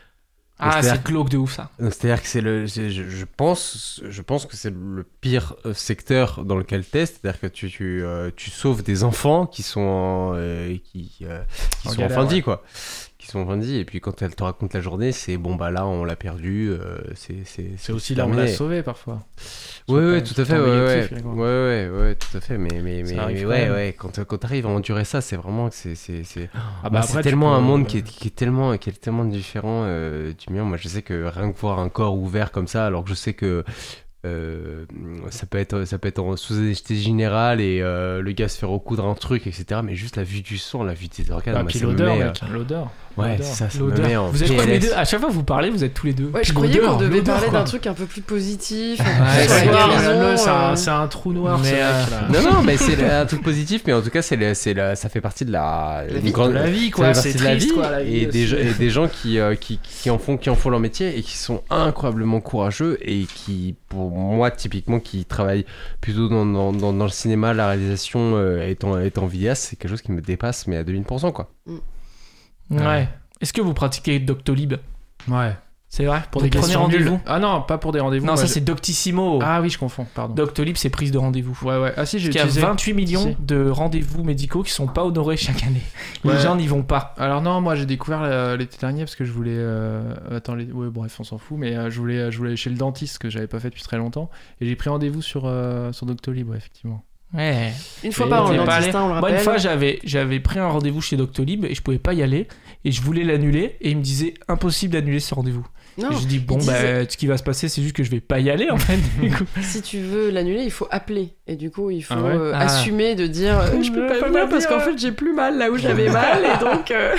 Speaker 1: Ah,
Speaker 4: c'est-à-dire
Speaker 1: c'est glauque de ouf ça.
Speaker 4: Donc, C'est-à-dire que c'est le, c'est- je, je pense, je pense que c'est le pire euh, secteur dans lequel t'es. C'est-à-dire que tu, tu, euh, tu sauves des enfants qui sont en, euh, qui, euh, qui
Speaker 3: En
Speaker 4: sont
Speaker 3: galère,
Speaker 4: en fin de vie, quoi, qui sont en fin de vie. Et puis quand elle te raconte la journée, c'est bon bah là on l'a perdu. euh, c'est c'est
Speaker 3: C'est aussi là où on l'a
Speaker 4: terminé.
Speaker 3: sauvé parfois.
Speaker 4: Oui,
Speaker 3: C'est
Speaker 4: oui,
Speaker 3: pas-
Speaker 4: tout
Speaker 3: c'est
Speaker 4: à fait.
Speaker 3: pas
Speaker 4: Ouais, ouais, Ah,
Speaker 3: négatif, là, quoi.
Speaker 4: ouais, ouais, ouais, tout à fait. Mais, mais, mais,
Speaker 3: Ça arrive
Speaker 4: mais
Speaker 3: quand
Speaker 4: ouais,
Speaker 3: même.
Speaker 4: ouais, quand, quand t'arrives à endurer ça, c'est vraiment que c'est, c'est, c'est...
Speaker 3: Ah
Speaker 4: Bah,
Speaker 3: après,
Speaker 4: c'est
Speaker 3: tu
Speaker 4: tellement
Speaker 3: peux-
Speaker 4: un monde qui est, qui est tellement, qui est tellement différent euh, du mien. Moi, je sais que rien que voir un corps ouvert comme ça, alors que je sais que euh, ça peut être, ça peut être en sous anesthésie générale et euh, le gars se fait recoudre un truc, etc. Mais juste la vue du sang, la vue des organes,
Speaker 3: Ah,
Speaker 4: moi,
Speaker 3: puis
Speaker 4: ça me
Speaker 3: l'odeur,
Speaker 4: met,
Speaker 3: mec. L'odeur.
Speaker 4: euh, ouais,
Speaker 3: l'odeur,
Speaker 4: c'est ça, ça me met en
Speaker 1: L'odeur. Vous êtes tous les
Speaker 4: PLS.
Speaker 1: deux. À chaque fois que vous parlez, vous êtes tous les deux. hein.
Speaker 2: Ouais, je croyais qu'on devait parler d'un truc un peu plus positif. un peu
Speaker 3: Ouais,
Speaker 2: plus sur
Speaker 3: c'est
Speaker 2: la
Speaker 3: noir,
Speaker 2: guérison,
Speaker 3: la meuf, c'est un-
Speaker 2: euh.
Speaker 3: c'est un trou noir.
Speaker 1: Mais,
Speaker 3: ce mec,
Speaker 1: euh,
Speaker 3: là.
Speaker 4: Non, non, mais c'est le- un truc positif, mais en tout cas, c'est le- c'est le- ça fait partie de la,
Speaker 2: La
Speaker 4: une
Speaker 2: vie.
Speaker 4: grande-
Speaker 3: La vie,
Speaker 4: ça
Speaker 3: quoi.
Speaker 4: fait
Speaker 3: C'est
Speaker 4: partie de la
Speaker 3: triste,
Speaker 4: vie,
Speaker 3: quoi, la vie
Speaker 4: et, des,
Speaker 3: aussi.
Speaker 4: gens- et des gens qui, euh, qui, qui en font, qui en font leur métier et qui sont incroyablement courageux et qui, pour moi, typiquement, qui travaillent plutôt dans, dans, dans, dans le cinéma, la réalisation, euh, étant, étant vidéaste, c'est quelque chose qui me dépasse, mais à 2000%, quoi.
Speaker 1: Ouais. Est-ce que vous pratiquez Doctolib
Speaker 3: Ouais.
Speaker 1: C'est vrai
Speaker 3: Pour des
Speaker 1: Vous prenez
Speaker 3: questions
Speaker 1: rendez-vous
Speaker 3: nulles. Ah non, pas pour des rendez-vous.
Speaker 1: Non,
Speaker 3: moi,
Speaker 1: ça
Speaker 3: j'ai-
Speaker 1: c'est Doctissimo.
Speaker 3: Ah oui, je confonds, pardon.
Speaker 1: Doctolib, c'est prise de rendez-vous.
Speaker 3: Ouais, ouais. Ah si, j'ai
Speaker 1: Il y a
Speaker 3: utilisé.
Speaker 1: 28 millions
Speaker 3: Si.
Speaker 1: de rendez-vous médicaux qui sont pas honorés chaque année. Les
Speaker 3: Ouais.
Speaker 1: gens n'y vont pas.
Speaker 3: Alors non, moi j'ai découvert euh, l'été dernier parce que je voulais. euh, Attends, les... ouais, bref, on s'en fout, mais euh, je voulais, euh, je voulais aller chez le dentiste que j'avais pas fait depuis très longtemps et j'ai pris rendez-vous sur euh, sur Doctolib, ouais, effectivement.
Speaker 1: Ouais.
Speaker 2: Une fois
Speaker 3: Et
Speaker 2: par
Speaker 3: on
Speaker 2: an,
Speaker 3: est pas
Speaker 2: dentiste,
Speaker 1: allé.
Speaker 2: hein, on le
Speaker 1: Moi,
Speaker 2: rappelle.
Speaker 1: une fois, j'avais, j'avais pris un rendez-vous chez Doctolib et je pouvais pas y aller. Et je voulais l'annuler. Et il me disait impossible d'annuler ce rendez-vous.
Speaker 2: Non,
Speaker 1: Et je dis bon,
Speaker 2: il disait-
Speaker 1: bah, ce qui va se passer, c'est juste que je vais pas y aller en fait. du coup.
Speaker 2: si tu veux l'annuler, il faut appeler. Et du coup, il faut
Speaker 3: Ah ouais
Speaker 2: euh,
Speaker 1: Ah.
Speaker 2: assumer de dire euh, Je peux pas venir parce qu'en fait, j'ai plus mal là où j'avais mal. Et donc. euh,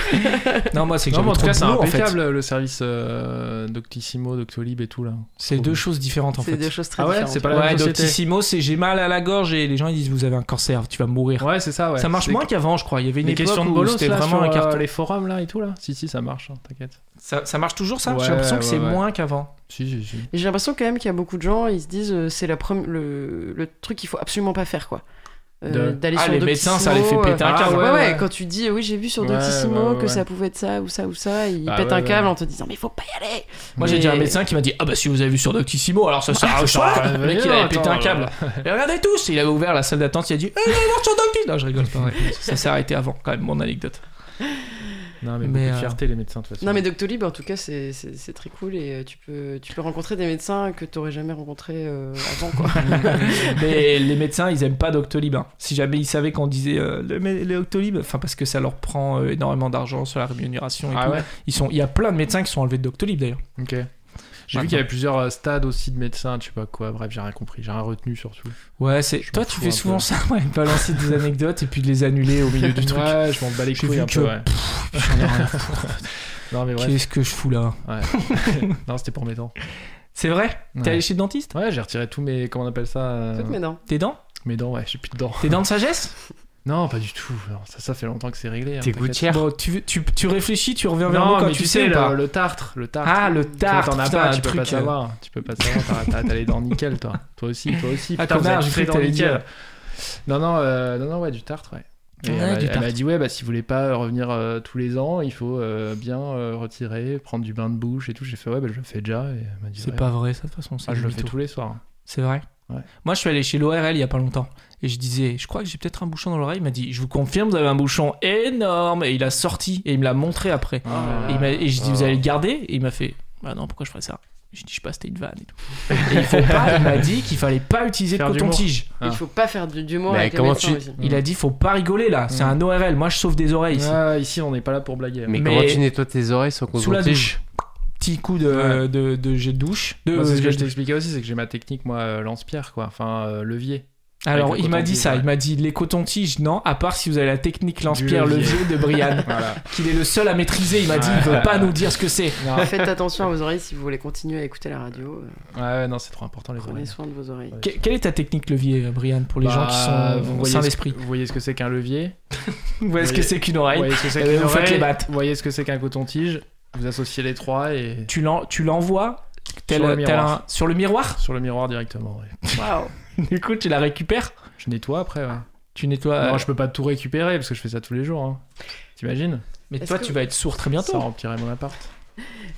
Speaker 1: non, moi, c'est que
Speaker 3: Non, mais en
Speaker 1: j'avais trop de
Speaker 3: tout cas, c'est
Speaker 1: boulot, en fait.
Speaker 3: impeccable le service euh, Doctissimo, Doctolib et tout là.
Speaker 1: C'est deux choses différentes en
Speaker 2: C'est
Speaker 1: fait.
Speaker 2: deux choses très
Speaker 3: Ah ouais,
Speaker 2: différentes.
Speaker 3: c'est pas la
Speaker 1: Ouais,
Speaker 3: même société.
Speaker 1: Doctissimo, c'est j'ai mal à la gorge et les gens ils disent vous avez un cancer, tu vas mourir.
Speaker 3: Ouais, c'est ça, ouais.
Speaker 1: ça marche
Speaker 3: C'est
Speaker 1: moins qu'avant, je crois. Il y avait une
Speaker 3: Les
Speaker 1: époque
Speaker 3: questions de
Speaker 1: où
Speaker 3: bolos,
Speaker 1: c'était
Speaker 3: là,
Speaker 1: vraiment
Speaker 3: sur,
Speaker 1: un
Speaker 3: euh,
Speaker 1: carton.
Speaker 3: les forums là et tout là. Si si, ça marche, hein, t'inquiète.
Speaker 1: Ça, ça marche toujours ça
Speaker 3: Ouais,
Speaker 1: J'ai l'impression que
Speaker 3: ouais,
Speaker 1: c'est
Speaker 3: ouais.
Speaker 1: moins qu'avant.
Speaker 3: Si si si.
Speaker 2: J'ai l'impression quand même qu'il y a beaucoup de gens, ils se disent euh, c'est la premi- le, le truc qu'il faut absolument pas faire quoi. Euh,
Speaker 3: De-
Speaker 2: D'aller
Speaker 1: Ah,
Speaker 2: sur
Speaker 1: les
Speaker 2: Doctissimo,
Speaker 1: médecins, ça les fait
Speaker 2: euh,
Speaker 1: péter un
Speaker 3: ah,
Speaker 1: câble.
Speaker 2: ouais,
Speaker 3: ouais,
Speaker 2: ouais,
Speaker 3: ouais.
Speaker 2: quand tu dis euh, oui, j'ai vu sur
Speaker 3: Ouais,
Speaker 2: Doctissimo
Speaker 3: ouais, ouais,
Speaker 2: que
Speaker 3: ouais.
Speaker 2: ça pouvait être ça ou ça ou ça, ils
Speaker 3: Bah,
Speaker 2: pètent
Speaker 3: ouais,
Speaker 2: un
Speaker 3: ouais.
Speaker 2: câble en te disant mais faut pas y aller.
Speaker 1: Moi j'ai
Speaker 2: Mais-
Speaker 1: dit à un médecin qui m'a dit Ah bah si vous avez vu sur Doctissimo, alors ça sert à
Speaker 3: Ah, ça,
Speaker 1: rien. Le mec il
Speaker 3: euh,
Speaker 1: avait pété un
Speaker 3: attends,
Speaker 1: câble. Et regardez tous, il avait ouvert la salle d'attente, il a dit Eh, allez voir sur Doctissimo. Non, je rigole pas. ouais. Ça s'est arrêté avant, quand même, mon anecdote.
Speaker 3: Non
Speaker 1: Mais,
Speaker 3: mais, beaucoup de
Speaker 1: euh,
Speaker 3: fierté les médecins de toute façon.
Speaker 2: Non mais Doctolib en tout cas c'est- c'est c'est très cool et euh, tu peux tu peux rencontrer des médecins que t'aurais jamais rencontrés euh, avant quoi.
Speaker 1: Mais les médecins, ils aiment pas Doctolib. hein. Si jamais ils savaient qu'on disait euh, le, mé- le Doctolib, enfin parce que ça leur prend euh, énormément d'argent sur la rémunération et
Speaker 3: Ah
Speaker 1: tout.
Speaker 3: ouais.
Speaker 1: Ils sont, il y a plein de médecins qui sont enlevés de Doctolib d'ailleurs.
Speaker 3: Ok. J'ai vu qu'il y avait plusieurs euh, stades aussi de médecins, tu sais pas quoi. Bref, j'ai rien compris, j'ai rien retenu surtout.
Speaker 1: Ouais, c'est.
Speaker 3: Je
Speaker 1: Toi,
Speaker 3: m'en
Speaker 1: tu
Speaker 3: fous
Speaker 1: fais
Speaker 3: un
Speaker 1: souvent
Speaker 3: peu.
Speaker 1: ça, ouais, balancer des anecdotes et puis de les annuler au milieu du truc.
Speaker 3: Ouais, je m'en bats les
Speaker 1: J'ai
Speaker 3: couilles
Speaker 1: vu
Speaker 3: un
Speaker 1: que-
Speaker 3: peu. Ouais.
Speaker 1: J'en ai rien à foutre.
Speaker 3: Non mais bref.
Speaker 1: Qu'est-ce que je fous là
Speaker 3: Non, c'était pour mes dents.
Speaker 1: C'est vrai T'es allé chez le dentiste
Speaker 3: Ouais, j'ai retiré tous mes. Comment on appelle ça euh,
Speaker 4: Ah.
Speaker 2: Toutes mes dents.
Speaker 1: Tes dents
Speaker 3: Mes dents, ouais, j'ai plus de dents.
Speaker 1: Tes dents de sagesse
Speaker 3: Non, pas du tout. Non, ça, ça fait longtemps que c'est réglé. hein,
Speaker 4: Tes
Speaker 3: t'inquiète.
Speaker 4: gouttières.
Speaker 1: Bon, tu, tu, tu réfléchis, tu reviens vers
Speaker 3: Non,
Speaker 1: moi quand
Speaker 3: mais
Speaker 1: tu sais ou pas
Speaker 3: le, le tartre, le tartre.
Speaker 1: Ah, le
Speaker 3: Toi,
Speaker 1: tard,
Speaker 3: t'en as
Speaker 1: putain,
Speaker 3: pas,
Speaker 1: un
Speaker 3: tu peux
Speaker 1: truc,
Speaker 3: pas
Speaker 1: euh,
Speaker 3: savoir. Tu peux pas savoir. t'as- T'as t'as les dents nickel, toi. Toi aussi, toi aussi.
Speaker 1: Ah,
Speaker 3: Putain, vous
Speaker 1: connard,
Speaker 3: êtes
Speaker 1: j'ai
Speaker 3: très
Speaker 1: cru que t'allais dire.
Speaker 3: Non, non, euh, non, non, ouais, du tartre, ouais. Et
Speaker 1: Ouais,
Speaker 3: elle m'a-
Speaker 1: du
Speaker 3: elle
Speaker 1: tartre.
Speaker 3: m'a dit, ouais, bah si vous voulez pas euh, revenir euh, tous les ans, il faut euh, bien euh, retirer, prendre du bain de bouche et tout. J'ai fait, ouais, bah je le fais déjà. Et elle m'a dit,
Speaker 1: C'est
Speaker 3: ouais.
Speaker 1: pas vrai, ça de toute façon. c'est
Speaker 3: Ah, je
Speaker 1: du
Speaker 3: le fais
Speaker 1: mytho.
Speaker 3: tous les soirs.
Speaker 1: C'est vrai.
Speaker 3: Ouais.
Speaker 1: Moi, je suis allé chez l'ORL il y a pas longtemps et je disais, je crois que j'ai peut-être un bouchon dans l'oreille. Il m'a dit, je vous confirme, vous avez un bouchon énorme. Et il a sorti et il me l'a montré après. Et, Ah. il m'a- et je dis, vous allez le garder Et il m'a fait, bah non, pourquoi je ferais ça Je dis, je sais pas, c'était une vanne et tout. Et il, faut pas, il m'a dit qu'il fallait pas utiliser
Speaker 3: Faire
Speaker 1: de
Speaker 3: du
Speaker 1: coton-tige.
Speaker 3: Ah.
Speaker 2: Il faut pas faire du du mot
Speaker 4: Mais
Speaker 2: avec les
Speaker 4: comment
Speaker 2: médecins
Speaker 4: tu-
Speaker 2: aussi.
Speaker 1: Il a dit, faut pas rigoler là, c'est
Speaker 3: Mm.
Speaker 1: un ORL. Moi, je sauve des oreilles ici.
Speaker 3: Ah, ici, on n'est pas là pour blaguer.
Speaker 4: Mais,
Speaker 1: Mais-
Speaker 4: comment tu nettoies tes oreilles sans qu'on
Speaker 1: Sous la
Speaker 4: t'entende
Speaker 1: douche. Petit coup de,
Speaker 3: Ouais.
Speaker 1: de, de jet de douche. De,
Speaker 3: Moi, c'est
Speaker 1: jet
Speaker 3: ce que je
Speaker 1: de-
Speaker 3: t'expliquais aussi, c'est que j'ai ma technique, moi, euh, lance-pierre, quoi. Enfin, euh, levier.
Speaker 1: Alors,
Speaker 3: Avec le
Speaker 1: il m'a dit
Speaker 3: coton-tige,
Speaker 1: ça.
Speaker 3: ouais.
Speaker 1: Il m'a dit les cotons-tiges, non, à part si vous avez la technique lance-pierre
Speaker 3: Du
Speaker 1: levier
Speaker 3: levier.
Speaker 1: de Brian,
Speaker 3: Voilà.
Speaker 1: qu'il est le seul à maîtriser. Il m'a dit, il veut pas nous dire ce que c'est.
Speaker 3: Non,
Speaker 2: Faites attention à vos oreilles si vous voulez continuer à écouter la radio. euh,
Speaker 3: ouais, ouais, non, c'est trop important, les
Speaker 2: Prenez
Speaker 3: oreilles.
Speaker 2: soin de vos oreilles.
Speaker 1: Que- quelle est ta technique levier, Brian, pour les gens qui
Speaker 3: Bah,
Speaker 1: sont
Speaker 3: vous
Speaker 1: sans
Speaker 3: voyez ce-
Speaker 1: esprit
Speaker 3: Vous voyez ce que c'est qu'un levier
Speaker 1: Vous voyez ce que
Speaker 3: voyez-
Speaker 1: c'est qu'une
Speaker 3: Vous
Speaker 1: oreille
Speaker 3: voyez ce que c'est
Speaker 1: Eh ben,
Speaker 3: qu'une
Speaker 1: vous faites les
Speaker 3: oreille
Speaker 1: battes.
Speaker 3: Vous voyez ce que c'est qu'un coton-tige Vous associez les trois et
Speaker 1: Tu l'en- tu l'envoies tel-
Speaker 3: Sur le
Speaker 1: tel
Speaker 3: miroir.
Speaker 1: un- sur le miroir
Speaker 3: sur le miroir directement. ouais.
Speaker 2: Waouh.
Speaker 1: Du coup, tu la récupères,
Speaker 3: Je nettoie après, ouais.
Speaker 1: tu nettoies. euh,
Speaker 3: Non, je peux pas tout récupérer parce que je fais ça tous les jours. hein. T'imagines
Speaker 1: Mais
Speaker 2: Est-ce
Speaker 1: toi,
Speaker 2: que-
Speaker 1: tu vas être sourd très
Speaker 3: Ça
Speaker 1: bientôt.
Speaker 3: remplirait mon appart.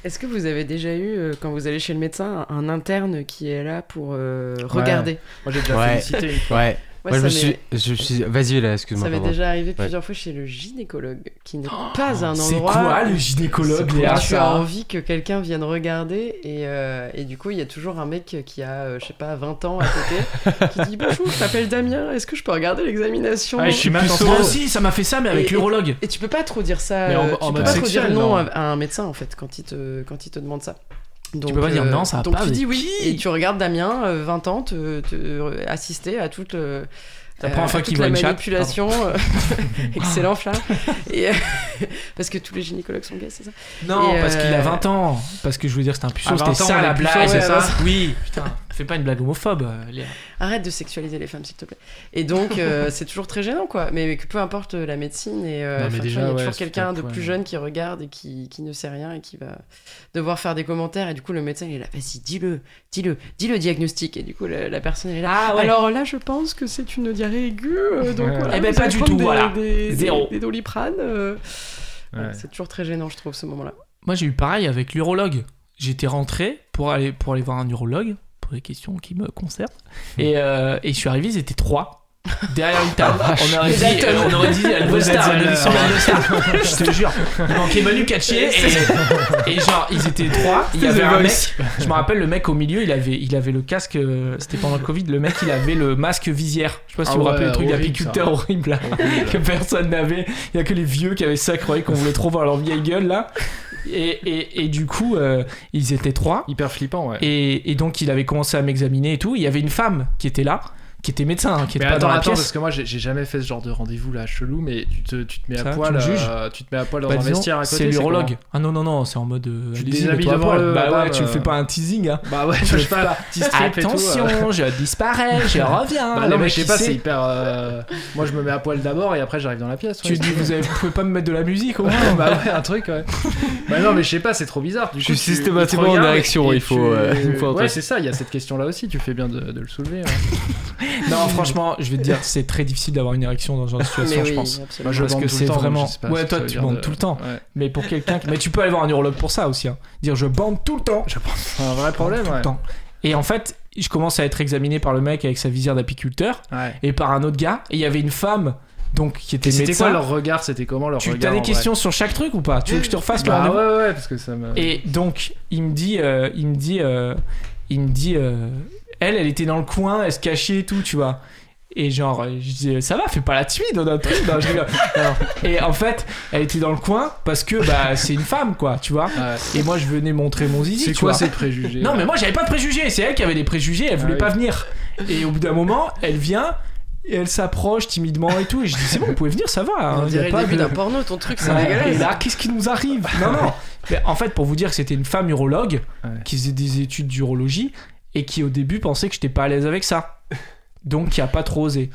Speaker 2: Est-ce que vous avez déjà eu, euh, quand vous allez chez le médecin, un un interne qui est là pour euh, regarder
Speaker 3: Moi, j'ai déjà
Speaker 4: Ouais.
Speaker 3: félicité une fois.
Speaker 4: Ouais.
Speaker 2: Moi,
Speaker 4: Moi, je
Speaker 2: ça
Speaker 4: me
Speaker 2: m'est-
Speaker 4: suis. Je suis... Vas-y, là, excuse-moi.
Speaker 2: ça m'est
Speaker 4: pardon. Oh
Speaker 2: déjà arrivé plusieurs fois chez le gynécologue, qui n'est pas un endroit.
Speaker 1: C'est quoi le
Speaker 2: C'est
Speaker 1: gynécologue,
Speaker 2: quoi,
Speaker 1: Léa
Speaker 2: tu
Speaker 1: ça hein.
Speaker 2: as envie que quelqu'un vienne regarder et, euh, et du coup il y a toujours un mec qui a euh, je sais pas 20 ans à côté qui dit bonjour je m'appelle Damien est-ce que je peux regarder l'examination
Speaker 3: Ah, je suis mal
Speaker 1: Moi aussi, ça m'a fait ça, mais avec
Speaker 2: Et- euh,
Speaker 1: l'urologue.
Speaker 2: et tu peux pas trop dire ça
Speaker 3: Mais en-
Speaker 2: euh,
Speaker 3: en
Speaker 2: tu peux
Speaker 3: mode
Speaker 2: pas trop
Speaker 3: sexuel,
Speaker 2: dire non
Speaker 3: non.
Speaker 2: à, à un médecin en fait quand il te quand il te demande ça donc, euh,
Speaker 1: peux pas dire non, ça va
Speaker 2: donc
Speaker 1: pas,
Speaker 2: tu
Speaker 1: mais
Speaker 2: dis oui
Speaker 1: qui
Speaker 2: et tu regardes Damien euh, 20 ans te, te, euh, assister à toute le
Speaker 1: La première fois
Speaker 2: à
Speaker 1: qu'il
Speaker 2: toute la
Speaker 1: voit une chatte,
Speaker 2: manipulation euh, excellent Flin et, euh, parce que tous les gynécologues sont gays c'est ça
Speaker 1: Non,
Speaker 2: Et,
Speaker 1: parce
Speaker 2: euh,
Speaker 1: qu'il a 20 ans. Parce que je voulais dire c'était un puceau,
Speaker 3: À
Speaker 1: c'était
Speaker 3: 20 ans,
Speaker 1: ça
Speaker 3: on
Speaker 1: la
Speaker 3: est puceau,
Speaker 1: blague,
Speaker 2: ouais, à
Speaker 1: Oui, putain, fais pas une blague homophobe, euh, Léa.
Speaker 2: Arrête de sexualiser les femmes, s'il te plaît. Et donc, euh, c'est toujours très gênant, quoi. Mais, mais que peu importe la médecine, et euh,
Speaker 3: Non, mais
Speaker 2: enfin, tu vois,
Speaker 3: déjà,
Speaker 2: il y a
Speaker 3: ouais,
Speaker 2: toujours
Speaker 3: c'est
Speaker 2: quelqu'un
Speaker 3: top,
Speaker 2: de
Speaker 3: ouais.
Speaker 2: plus jeune qui regarde et qui, qui ne sait rien et qui va devoir faire des commentaires. Et du coup, le médecin, il est là, vas-y, dis-le, dis-le, dis le diagnostic. Et du coup, la, la personne, elle est là.
Speaker 1: Ah ouais.
Speaker 2: Alors là, je pense que c'est une diarrhée aiguë. euh, donc,
Speaker 3: Ouais.
Speaker 2: voilà,
Speaker 1: Eh ben,
Speaker 2: vous
Speaker 1: pas
Speaker 2: allez
Speaker 1: du
Speaker 2: prendre
Speaker 1: tout,
Speaker 2: des-
Speaker 1: voilà.
Speaker 2: Des, des-
Speaker 1: Zéro.
Speaker 2: des doliprane. euh.
Speaker 3: Ouais.
Speaker 2: C'est toujours très gênant, je trouve, ce moment-là.
Speaker 1: Moi, j'ai eu pareil avec l'urologue. J'étais rentré pour aller, pour aller voir un urologue pour des questions qui me concernent.
Speaker 3: Hmm.
Speaker 1: Et, euh, et je suis arrivé, ils étaient trois. Derrière une table.
Speaker 3: Ah,
Speaker 1: on, aurait
Speaker 2: Les
Speaker 1: dit,
Speaker 2: Dalton.
Speaker 1: euh, on aurait dit elle
Speaker 3: Vous
Speaker 1: veut
Speaker 3: êtes
Speaker 1: star,
Speaker 3: à
Speaker 1: elle veut
Speaker 3: l'heure.
Speaker 1: star, elle veut star. Je te jure. Il manquait Manu Katché et, et genre, ils étaient trois. Il y avait
Speaker 3: The
Speaker 1: un
Speaker 3: Voice.
Speaker 1: mec. Je me rappelle, le mec au milieu, il avait, il avait le casque. euh, C'était pendant le Covid. Le mec, il avait le masque visière. Je sais pas si
Speaker 3: Ah
Speaker 1: vous vous
Speaker 3: ouais,
Speaker 1: rappelez le truc
Speaker 3: horrible,
Speaker 1: d'apiculteur
Speaker 3: ça.
Speaker 1: horrible là.
Speaker 3: euh,
Speaker 1: Que personne n'avait. Il y a que les vieux qui avaient ça, croyaient qu'on voulait trop voir leur vieille gueule là. Et, et, et du coup, euh, ils étaient trois.
Speaker 3: Hyper flippant, ouais.
Speaker 1: Et, et donc, il avait commencé à m'examiner et tout. Il y avait une femme qui était là, qui était médecin, hein, qui
Speaker 3: Mais
Speaker 1: était pas
Speaker 3: attends,
Speaker 1: dans la
Speaker 3: attends, parce
Speaker 1: pièce.
Speaker 3: que moi j'ai j'ai jamais fait ce genre de rendez-vous là chelou, mais tu te, tu te mets
Speaker 1: Ça,
Speaker 3: à
Speaker 1: tu
Speaker 3: poil,
Speaker 1: me juges
Speaker 3: euh, tu te mets à poil dans
Speaker 1: Bah,
Speaker 3: un
Speaker 1: disons,
Speaker 3: vestiaire à côté.
Speaker 1: c'est l'urologue.
Speaker 3: comment
Speaker 1: Ah non, non, non, c'est en mode. euh,
Speaker 3: Tu te
Speaker 1: allez-y,
Speaker 3: déshabilles
Speaker 1: mets-toi à
Speaker 3: devant
Speaker 1: poil.
Speaker 3: le-
Speaker 1: Bah
Speaker 3: la
Speaker 1: ouais, tu me
Speaker 3: dame,
Speaker 1: fais
Speaker 3: euh.
Speaker 1: pas un teasing. hein.
Speaker 3: Bah ouais, je sais pas, petit strip et tout.
Speaker 1: Attention,
Speaker 3: euh.
Speaker 1: je disparais, je reviens.
Speaker 3: Bah
Speaker 1: Le
Speaker 3: non, mais
Speaker 1: mec,
Speaker 3: je sais
Speaker 1: il
Speaker 3: pas,
Speaker 1: sait.
Speaker 3: c'est hyper. euh, Moi je me mets à poil d'abord et après j'arrive dans la pièce. ouais.
Speaker 1: Tu dis, vous, avez, vous pouvez pas me mettre de la musique au moins
Speaker 3: Ouais, bah ouais, un truc, ouais. bah non, mais je sais pas, c'est trop bizarre. Du
Speaker 4: Je
Speaker 3: coup,
Speaker 4: suis
Speaker 3: tu-
Speaker 4: systématiquement
Speaker 3: il te
Speaker 4: en
Speaker 3: regarde
Speaker 4: érection,
Speaker 3: et
Speaker 4: il faut,
Speaker 3: tu-
Speaker 4: euh, il faut un
Speaker 3: ouais,
Speaker 4: truc.
Speaker 3: c'est ça, il y a cette question là aussi, tu fais bien de, de le soulever. ouais.
Speaker 1: Non, franchement, je vais te dire, c'est très difficile d'avoir une érection dans ce genre de situation,
Speaker 2: mais oui,
Speaker 1: je pense.
Speaker 2: absolument.
Speaker 1: je- Parce
Speaker 3: bande
Speaker 1: que
Speaker 3: tout
Speaker 1: c'est
Speaker 3: le temps,
Speaker 1: vraiment-
Speaker 3: donc je sais pas
Speaker 1: Ouais,
Speaker 3: ce que
Speaker 1: toi,
Speaker 3: ça veut
Speaker 1: tu
Speaker 3: dire
Speaker 1: bandes
Speaker 3: de-
Speaker 1: tout le temps.
Speaker 3: Ouais.
Speaker 1: Mais pour quelqu'un qui... Mais tu peux aller voir un urologue pour ça aussi. hein. Dire je bande tout le temps.
Speaker 3: Je pense que c'est un vrai problème,
Speaker 1: tout le
Speaker 3: ouais.
Speaker 1: temps. Et en fait, je commence à être examiné par le mec avec sa visière d'apiculteur
Speaker 3: Ouais.
Speaker 1: et par un autre gars. Et il y avait une femme, donc, qui était
Speaker 3: Et C'était
Speaker 1: médecin.
Speaker 3: quoi leur regard C'était comment leur
Speaker 1: tu
Speaker 3: regard
Speaker 1: as des
Speaker 3: en vrai
Speaker 1: questions sur chaque truc ou pas Tu veux que je te refasse le
Speaker 3: Bah
Speaker 1: rendez-vous
Speaker 3: ouais, ouais, parce que ça me.
Speaker 1: Et donc, il me dit, euh, il me dit, euh, il me dit, euh, elle, elle était dans le coin, elle se cachait et tout, tu vois. Et genre, euh, je dis, ça va, fais pas la tuile dans notre truc. Non, je rigole. Non. Et en fait, elle était dans le coin parce que bah, c'est une femme, quoi, tu vois.
Speaker 3: Ouais.
Speaker 1: Et moi, je venais montrer mon zizi.
Speaker 3: C'est
Speaker 1: tu
Speaker 3: quoi
Speaker 1: vois.
Speaker 3: ces préjugés
Speaker 1: Non, mais moi, j'avais pas de préjugés. C'est elle qui avait des préjugés. Elle voulait
Speaker 3: Ah
Speaker 1: pas
Speaker 3: oui.
Speaker 1: venir. Et au bout d'un moment, elle vient et elle s'approche timidement et tout. Et je dis, c'est bon, vous pouvez venir, ça va. hein,
Speaker 2: on
Speaker 1: y a
Speaker 2: dirait le
Speaker 1: pas
Speaker 2: début
Speaker 1: de-
Speaker 2: d'un porno ton truc c'est
Speaker 1: Ouais,
Speaker 2: dégueulasse
Speaker 1: Et là, qu'est-ce qui nous arrive Non, non. Mais en fait, pour vous dire que c'était une femme urologue
Speaker 3: Ouais.
Speaker 1: qui faisait des études d'urologie et qui au début pensait que j'étais pas à l'aise avec ça. Donc, qui a pas trop osé.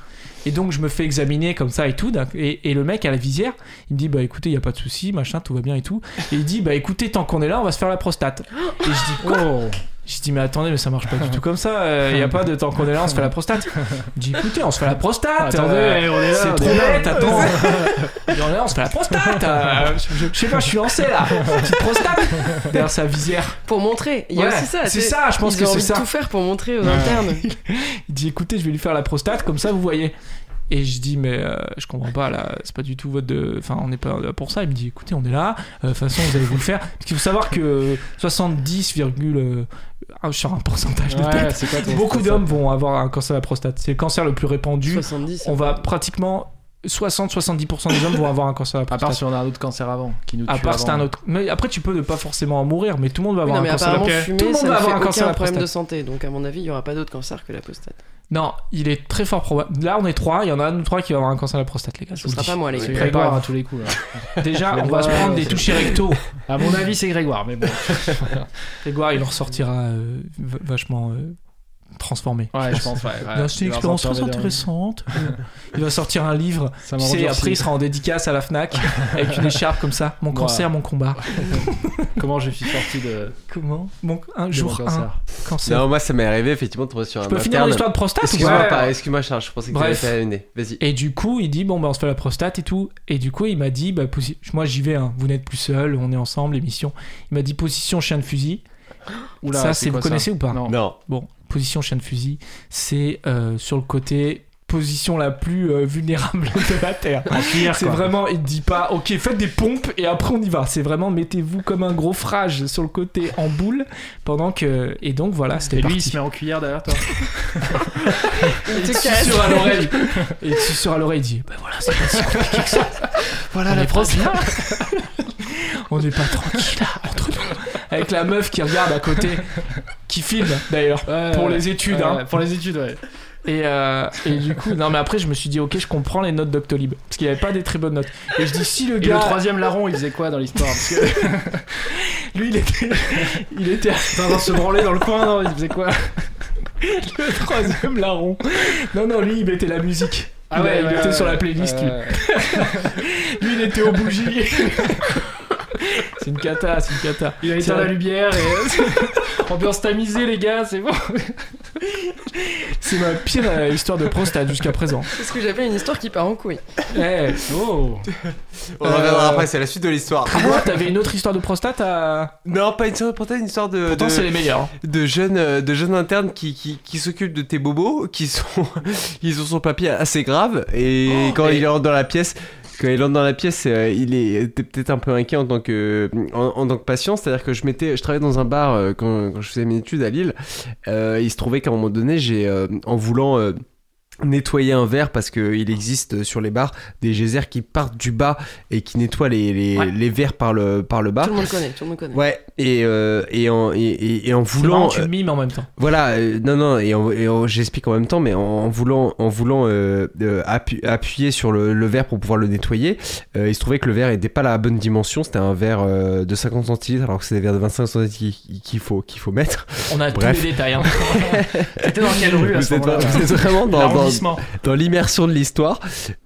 Speaker 1: Et donc, je me fais examiner comme ça et tout. d'un- Et, et le mec à la visière, il me dit Bah écoutez, il y a pas de souci, machin, tout va bien et tout. Et il dit Bah écoutez, tant qu'on est là, on va se faire la prostate. Et je dis Quoi
Speaker 3: Oh.
Speaker 1: je dis mais attendez mais ça marche pas du tout comme ça, euh, il y a pas de temps qu'on est là on se fait la prostate. Je dis écoutez on se fait la prostate,
Speaker 3: Attendez,
Speaker 1: euh,
Speaker 3: eh, on est là,
Speaker 1: c'est
Speaker 3: on
Speaker 1: trop
Speaker 3: est là.
Speaker 1: bête, attends. Il y en a, on se fait la prostate. euh, je, je sais pas, je suis lancé là. Petite prostate derrière sa visière.
Speaker 2: pour montrer il y
Speaker 1: Ouais,
Speaker 2: a aussi ça
Speaker 1: C'est ça, je pense
Speaker 2: Ils
Speaker 1: que
Speaker 2: ont
Speaker 1: c'est
Speaker 2: envie de
Speaker 1: ça.
Speaker 2: tout faire pour montrer aux internes.
Speaker 1: Il dit écoutez, je vais lui faire la prostate, comme ça vous voyez. Et je dis mais euh, je comprends pas là, c'est pas du tout votre. de- Enfin on n'est pas là pour ça. Il me dit écoutez on est là, euh, de toute façon vous allez vous le faire. Parce qu'il faut savoir que 70, virgule, euh, sur un pourcentage de
Speaker 3: Ouais,
Speaker 1: tête,
Speaker 3: c'est quoi ton-
Speaker 1: beaucoup
Speaker 3: ton-
Speaker 1: d'hommes vont avoir un cancer de la prostate. C'est le cancer le plus répandu.
Speaker 2: 70.
Speaker 1: On va pratiquement 60-70% des hommes vont avoir un cancer de la
Speaker 3: À
Speaker 1: prostate.
Speaker 3: part si on a un autre cancer avant qui nous
Speaker 1: À
Speaker 3: tue
Speaker 1: part c'est
Speaker 3: avant.
Speaker 1: un autre. Mais après tu peux ne pas forcément en mourir, mais tout le monde va avoir
Speaker 2: non, mais
Speaker 1: un cancer. de la-
Speaker 2: apparemment,
Speaker 3: prostate.
Speaker 2: fumer,
Speaker 1: Tout le monde
Speaker 2: ça
Speaker 1: va
Speaker 2: ne
Speaker 1: avoir
Speaker 2: fait
Speaker 1: un cancer de
Speaker 2: aucun
Speaker 1: la
Speaker 2: problème
Speaker 1: prostate.
Speaker 2: de santé. Donc, à mon avis, il n'y aura pas d'autre cancer que la prostate.
Speaker 1: Non, il est très fort probable. Là on est trois, il y en a un ou trois qui va avoir un cancer de la prostate les gars. je
Speaker 2: Ce
Speaker 1: vous
Speaker 2: sera
Speaker 1: le dis.
Speaker 2: pas moi, les
Speaker 3: C'est
Speaker 2: gars.
Speaker 3: Grégoire à tous les coups. Là.
Speaker 1: Déjà
Speaker 3: Mais
Speaker 1: on va
Speaker 3: moi,
Speaker 1: se prendre des
Speaker 3: c'est-
Speaker 1: touches rectaux.
Speaker 3: À mon avis, c'est Grégoire, mais bon.
Speaker 1: Grégoire il en sortira euh, v- vachement euh, transformer.
Speaker 3: Ouais, je pense, ouais. ouais.
Speaker 1: Là, C'est une
Speaker 3: Il va
Speaker 1: expérience
Speaker 3: sortir
Speaker 1: très
Speaker 3: des derniers.
Speaker 1: intéressante. Euh, Il va sortir un livre.
Speaker 3: Ça
Speaker 1: Tu
Speaker 3: me
Speaker 1: sais,
Speaker 3: rend
Speaker 1: après, il
Speaker 3: gentil.
Speaker 1: sera en dédicace à la Fnac avec une écharpe comme ça. Mon
Speaker 3: Ouais.
Speaker 1: cancer, mon combat.
Speaker 3: Comment je suis sorti de.
Speaker 1: Comment Mon un
Speaker 3: de
Speaker 1: jour 1
Speaker 3: mon cancer
Speaker 1: cancer.
Speaker 4: Non, moi ça m'est arrivé effectivement de tomber sur un
Speaker 1: Je peux finir
Speaker 4: interne.
Speaker 1: l'histoire de prostate ou
Speaker 4: Excuse-moi,
Speaker 1: pas
Speaker 4: pardon, excuse-moi Charles, je pensais que t'avais
Speaker 1: Bref.
Speaker 4: fait une idée. Vas-y.
Speaker 1: Et du coup, il dit bon bah on se fait la prostate et tout. Et du coup, il m'a dit bah posi- moi j'y vais. hein. Vous n'êtes plus seul, on est ensemble, émission. Il m'a dit position chien de fusil.
Speaker 3: Oula,
Speaker 1: ça, c'est vous
Speaker 3: quoi
Speaker 1: connaissez ou pas
Speaker 3: Non.
Speaker 4: Non.
Speaker 1: Bon, position chien de fusil, c'est euh, sur le côté position la plus euh, vulnérable de la terre. C'est
Speaker 3: quoi.
Speaker 1: vraiment, il te dit pas, ok, faites des pompes et après on y va. C'est vraiment, mettez-vous comme un gros frage sur le côté en boule pendant que. Et donc voilà, c'était
Speaker 3: Et lui, il
Speaker 1: parti.
Speaker 3: se met en cuillère derrière toi.
Speaker 2: Il
Speaker 1: Et tu
Speaker 2: te caresse.
Speaker 1: susurres à l'oreille. Et tu susurres à l'oreille, il dit, bah voilà, c'est pas si compliqué que ça. Voilà la prostate. On n'est pas tranquille là, entre nous. Avec la meuf qui regarde à côté, qui filme d'ailleurs,
Speaker 3: Ouais,
Speaker 1: pour
Speaker 3: ouais,
Speaker 1: les études.
Speaker 3: ouais,
Speaker 1: hein.
Speaker 3: ouais, Pour les études, ouais.
Speaker 1: Et, euh, et du coup, non, mais après, je me suis dit, ok, je comprends les notes d'Octolib. Parce qu'il avait pas des très bonnes notes. Et je dis, si le
Speaker 3: Et
Speaker 1: gars,
Speaker 3: le troisième larron, il faisait quoi dans l'histoire Parce que
Speaker 1: lui, il était, il était
Speaker 3: en train de se branler dans le coin, non, il faisait quoi
Speaker 1: le troisième larron. Non, non, lui, il mettait la musique. Il a- il était sur la playlist, lui.
Speaker 3: ouais.
Speaker 1: Lui, il était aux bougies. c'est une cata, c'est une cata.
Speaker 3: Il a éteint
Speaker 1: C'est-
Speaker 3: la lumière et. Ambiance tamisée, les gars, c'est bon.
Speaker 1: C'est ma pire euh, histoire de prostate jusqu'à présent.
Speaker 2: C'est ce que j'appelle une histoire qui part en couille.
Speaker 1: Eh,
Speaker 3: Oh
Speaker 4: On reviendra
Speaker 1: Euh,
Speaker 4: après, c'est la suite de l'histoire.
Speaker 1: moi, t'avais une autre histoire de prostate à.
Speaker 4: Non, pas une histoire de portail, une histoire de,
Speaker 1: Pourtant, c'est
Speaker 4: de,
Speaker 1: les hein. meilleurs.
Speaker 4: de jeunes euh, de jeunes internes qui, qui, qui s'occupent de tes bobos, qui sont ils ont son papier assez grave et quand il rentre dans la pièce. Quand il rentre dans la pièce, euh, il est t'es peut-être un peu inquiet en tant que en, en tant que patient. C'est-à-dire que je m'étais, je travaillais dans un bar euh, quand, quand je faisais mes études à Lille. Euh, il se trouvait qu'à un moment donné, j'ai euh, en voulant euh, nettoyer un verre parce que il existe euh, sur les bars des geysers qui partent du bas et qui nettoient les, les,
Speaker 2: Ouais.
Speaker 4: les verres par le par
Speaker 1: Ah.
Speaker 4: le bas.
Speaker 2: Tout le monde connaît, tout le monde connaît.
Speaker 4: Ouais, et, euh, et, en, et, et- et en
Speaker 1: C'est marrant,
Speaker 4: voulant.
Speaker 1: tu
Speaker 4: euh,
Speaker 1: le mimes en même temps.
Speaker 4: voilà, euh, non, non, et, en- et en- j'explique en même temps, mais en, en voulant, en voulant euh, euh, appu- appuyer sur le, le verre pour pouvoir le nettoyer, euh, il se trouvait que le verre n'était pas la bonne dimension. C'était un verre euh, de 50 centilitres, alors que c'est des verres de 25 centilitres qui- qu'il faut, qu'il faut mettre.
Speaker 1: On a
Speaker 4: Bref. Oh,
Speaker 1: tous les détails. hein.
Speaker 3: T'étais dans quelle rue à
Speaker 4: Vous
Speaker 3: ce
Speaker 4: êtes,
Speaker 3: moment-là
Speaker 4: vous êtes vraiment dans, dans,
Speaker 3: L'arrondissement.
Speaker 4: dans l'immersion de l'histoire.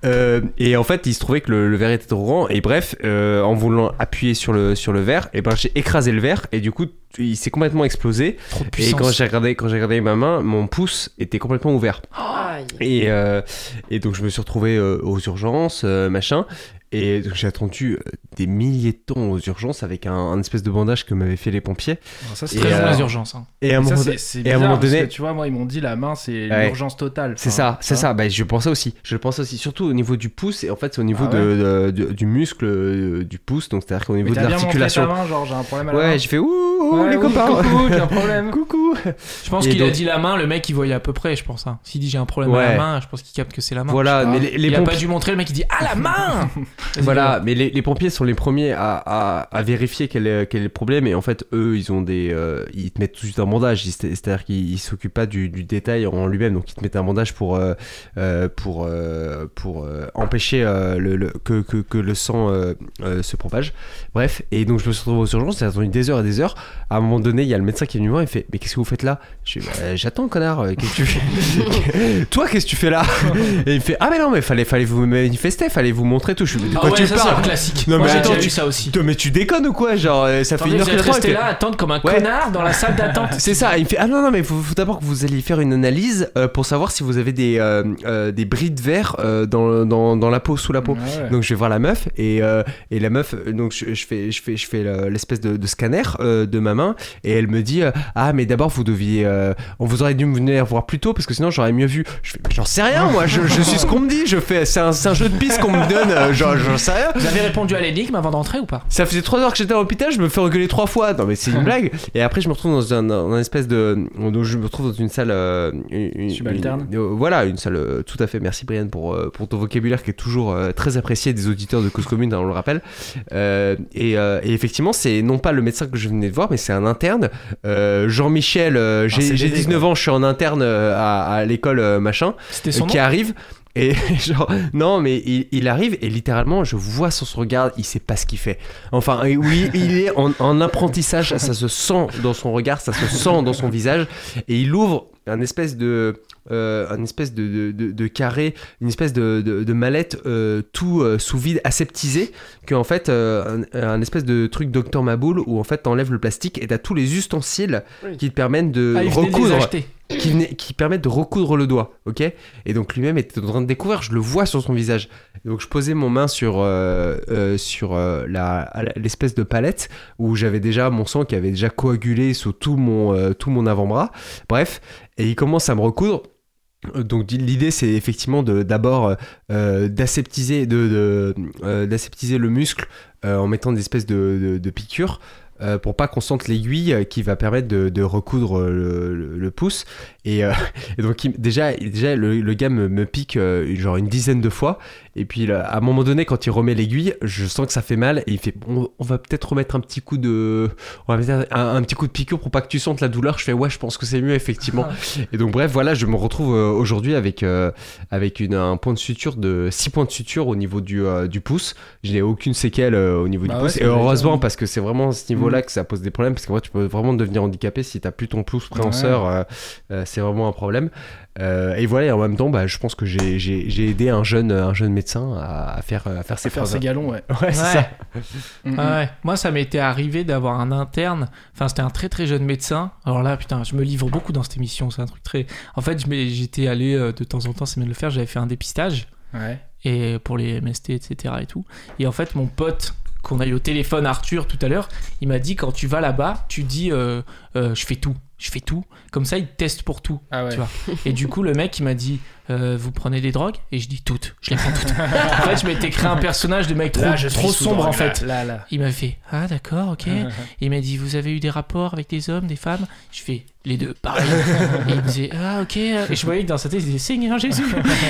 Speaker 4: Euh, et en fait, il se trouvait que le, le verre était trop grand. Et bref, euh, en voulant appuyer sur le, sur le verre, et ben, j'ai écrasé le verre. Et du coup, il s'est complètement explosé.
Speaker 1: Trop de
Speaker 4: Et quand
Speaker 1: puissance.
Speaker 4: j'ai regardé, quand j'ai regardé ma main, mon pouce était complètement ouvert.
Speaker 2: Aïe.
Speaker 4: Et, euh, et donc je me suis retrouvé euh, aux urgences, euh, machin. Et donc j'ai attendu euh, des milliers de temps aux urgences avec un, un espèce de bandage que m'avaient fait les pompiers.
Speaker 3: Ça,
Speaker 1: C'est
Speaker 4: Et
Speaker 1: très long
Speaker 4: euh,
Speaker 1: les urgences. hein.
Speaker 4: Et à un
Speaker 3: Ça,
Speaker 4: moment,
Speaker 3: c'est-
Speaker 4: don-
Speaker 3: c'est
Speaker 4: et à un
Speaker 3: bizarre,
Speaker 4: moment
Speaker 3: parce
Speaker 4: donné-
Speaker 3: que tu vois, moi, ils m'ont dit la main, c'est
Speaker 4: Ouais.
Speaker 3: l'urgence totale.
Speaker 4: c'est
Speaker 3: Enfin,
Speaker 4: ça, c'est
Speaker 3: tu
Speaker 4: ça. Bah, je pensais aussi. Je pensais aussi, surtout au niveau du pouce. Et en fait, c'est au niveau
Speaker 3: Ah
Speaker 4: de- de- de- du muscle euh, du pouce. Donc c'est-à-dire qu'au
Speaker 3: vois.
Speaker 4: niveau
Speaker 3: Mais
Speaker 4: de
Speaker 3: t'as bien montré ta
Speaker 4: l'articulation.
Speaker 3: main, genre, j'ai un problème à la main.
Speaker 4: Ouais, j'ai fait ouh, ouh,
Speaker 3: Ouais,
Speaker 4: les
Speaker 3: oui,
Speaker 4: copains.
Speaker 3: Coucou, j'ai un problème.
Speaker 4: Coucou.
Speaker 1: Je pense
Speaker 4: Et
Speaker 1: qu'il a
Speaker 4: donc-
Speaker 1: dit la main, le mec il voyait à peu près, je pense. hein. S'il dit j'ai un problème à la
Speaker 4: Ouais.
Speaker 1: main, je pense qu'il capte que c'est la main.
Speaker 4: Voilà, mais les, les
Speaker 1: il a
Speaker 4: pompiers-
Speaker 1: pas dû montrer, le mec il dit ah la main Vas-y,
Speaker 4: Voilà, mais les, les pompiers sont les premiers à, à, à vérifier quel est, quel est le problème et en fait eux ils ont des euh, ils te mettent tout de suite un bandage, Ils- c'est-à-dire qu'ils ils s'occupent pas du, du détail en lui-même donc ils te mettent un bandage pour euh, euh, pour euh, pour euh, empêcher euh, le, le- que, que, que le sang euh, euh, se propage. Bref et donc je me suis retrouvé aux urgences, j'ai attendu des heures et des heures. À un moment donné il y a le médecin qui est venu me voir il fait mais qu'est-ce que vous faites là Je dis Bah, j'attends connard euh, qu'est-ce que tu fais Toi qu'est-ce que tu fais là Et il me fait ah mais non mais fallait fallait vous manifester, fallait vous montrer tout. Je suis de
Speaker 1: Ah
Speaker 4: quoi
Speaker 1: ouais,
Speaker 4: tu
Speaker 1: ça, c'est
Speaker 4: parles
Speaker 1: un classique.
Speaker 4: Non,
Speaker 1: Moi
Speaker 4: mais
Speaker 1: j'ai déjà
Speaker 4: attends,
Speaker 1: eu
Speaker 4: tu-
Speaker 1: ça aussi.
Speaker 4: Putain, mais tu déconnes ou quoi Genre, euh, ça fait
Speaker 1: Attendez,
Speaker 4: une heure
Speaker 1: vous
Speaker 4: que
Speaker 1: êtes
Speaker 4: le temps, il
Speaker 1: resté
Speaker 4: fait-
Speaker 1: là à attendre comme un
Speaker 4: Ouais.
Speaker 1: connard dans la salle d'attente.
Speaker 4: C'est ça, il me fait Ah non, non, mais faut, faut d'abord que vous alliez faire une analyse euh, pour savoir si vous avez des, euh, euh, des bris de verre euh, dans, dans, dans la peau, sous la peau.
Speaker 3: Ouais, Ah ouais.
Speaker 4: Donc je vais voir la meuf et, euh, et la meuf euh, donc je, je fais je fais je fais le- l'espèce de, de scanner euh, de ma main et elle me dit euh, ah mais d'abord vous deviez euh, on vous aurait dû me venir voir plus tôt parce que sinon j'aurais mieux vu je fais mais j'en sais rien moi je, je suis ce qu'on me dit je fais c'est un, c'est un jeu de piste qu'on me donne euh, genre j'en sais rien
Speaker 1: Vous avez répondu à l'énigme avant d'entrer ou pas
Speaker 4: ça faisait 3 heures que j'étais à l'hôpital, je me fais reculer 3 fois. Non mais c'est une blague. Et après je me retrouve dans un, dans un espèce de donc je me retrouve dans une salle euh, une- une-
Speaker 3: Subalterne.
Speaker 4: une- euh, voilà, une salle euh, tout à fait merci Brian pour euh, pour ton vocabulaire qui est toujours euh, très apprécié des auditeurs de cause commune, hein, on le rappelle. Euh, et, euh, et effectivement, c'est non pas le médecin que je venais de voir, mais c'est un interne euh, Jean-Michel euh, j'ai
Speaker 3: CDD,
Speaker 4: j'ai 19 ans, je suis en interne euh, à, à l'école euh, machin
Speaker 1: C'était son nom
Speaker 4: qui arrive et genre non mais il, il arrive et littéralement je vois sur son regard il sait pas ce qu'il fait enfin et oui il est en, en apprentissage ça se sent dans son regard ça se sent dans son visage et il ouvre un espèce de, euh, un espèce de, de- de- de carré, une espèce de, de- de mallette euh, tout euh, sous vide aseptisé, que en fait euh, un, un espèce de truc Docteur Maboul où en fait t'enlèves le plastique et t'as tous les ustensiles
Speaker 2: Oui.
Speaker 4: qui te permettent de
Speaker 1: Ah, il venait de les
Speaker 4: recoudre,
Speaker 1: acheter.
Speaker 4: qui, venaient- qui permettent de recoudre le doigt, ok Et donc lui-même était en train de découvrir, je le vois sur son visage. Donc je posais mon main sur, euh, euh, sur euh, la- à la- l'espèce de palette où j'avais déjà mon sang qui avait déjà coagulé sous tout mon, euh, tout mon avant-bras. Bref, et il commence à me recoudre. Euh, Donc di- l'idée c'est effectivement de- d'abord euh, euh, d'aseptiser de, de, euh, d'aseptiser le muscle euh, en mettant des espèces de, de- de piqûres euh, pour pas qu'on sente l'aiguille euh, qui va permettre de, de recoudre euh, le, le- le pouce et, euh, et donc il- déjà, déjà le, le gars me, me pique euh, genre une dizaine de fois et puis là, à un moment donné quand il remet l'aiguille je sens que ça fait mal et il fait on, on va peut-être remettre un petit coup de on va mettre un, un petit coup de piqûre pour pas que tu sentes la douleur je fais ouais je pense que c'est mieux effectivement et donc bref, voilà, je me retrouve euh, aujourd'hui avec, euh, avec une, un point de suture de 6 points de suture au niveau du, euh, du pouce. Je n'ai aucune séquelle euh, au niveau
Speaker 3: Bah
Speaker 4: du
Speaker 3: ouais,
Speaker 4: pouce.
Speaker 3: c'est
Speaker 4: Et
Speaker 3: ce que j'allais
Speaker 4: heureusement,
Speaker 3: dire.
Speaker 4: parce que c'est vraiment à ce niveau-là
Speaker 2: Mm.
Speaker 4: que ça pose des problèmes, parce qu'en vrai, tu peux vraiment devenir handicapé si t'as plus ton pouce préhenseur. euh, euh, c'est vraiment un problème. Euh, et voilà, et en même temps, bah, je pense que j'ai- j'ai j'ai aidé un jeune, un jeune médecin à, à faire, à faire
Speaker 3: C'est
Speaker 4: ses
Speaker 3: faire
Speaker 4: preuves.
Speaker 3: ses galons, ouais.
Speaker 4: Ouais, c'est
Speaker 1: Ouais.
Speaker 4: ça.
Speaker 3: Mhm.
Speaker 1: Ah ouais. Moi, ça m'était arrivé d'avoir un interne. Enfin, c'était un très très jeune médecin. Alors là, putain, je me livre beaucoup dans cette émission. C'est un truc très. En fait, je m'ai- j'étais allé euh, de temps en temps, c'est bien de le faire. J'avais fait un dépistage
Speaker 3: Ouais.
Speaker 1: et pour les MST, etc. et tout. Et en fait, mon pote qu'on a eu au téléphone, Arthur, tout à l'heure, il m'a dit quand tu vas là-bas, tu dis euh, euh, je fais tout, je fais tout. Comme ça, ils te testent pour tout.
Speaker 3: Ah ouais.
Speaker 1: Tu vois. Et du coup, le mec, il m'a dit euh, Vous prenez des drogues Et je dis Toutes. Je les prends toutes. en fait, je m'étais créé un personnage de mec trop,
Speaker 3: Là, je suis
Speaker 1: trop
Speaker 3: sous
Speaker 1: sombre,
Speaker 3: drogue,
Speaker 1: en fait.
Speaker 3: Là, là.
Speaker 1: Il m'a fait Ah, d'accord, ok. Il m'a dit Vous avez eu des rapports avec des hommes, des femmes Je fais Les deux, pareil. Et il me disait Ah, ok. euh. Et je voyais que dans sa tête, il disait Seigneur Jésus,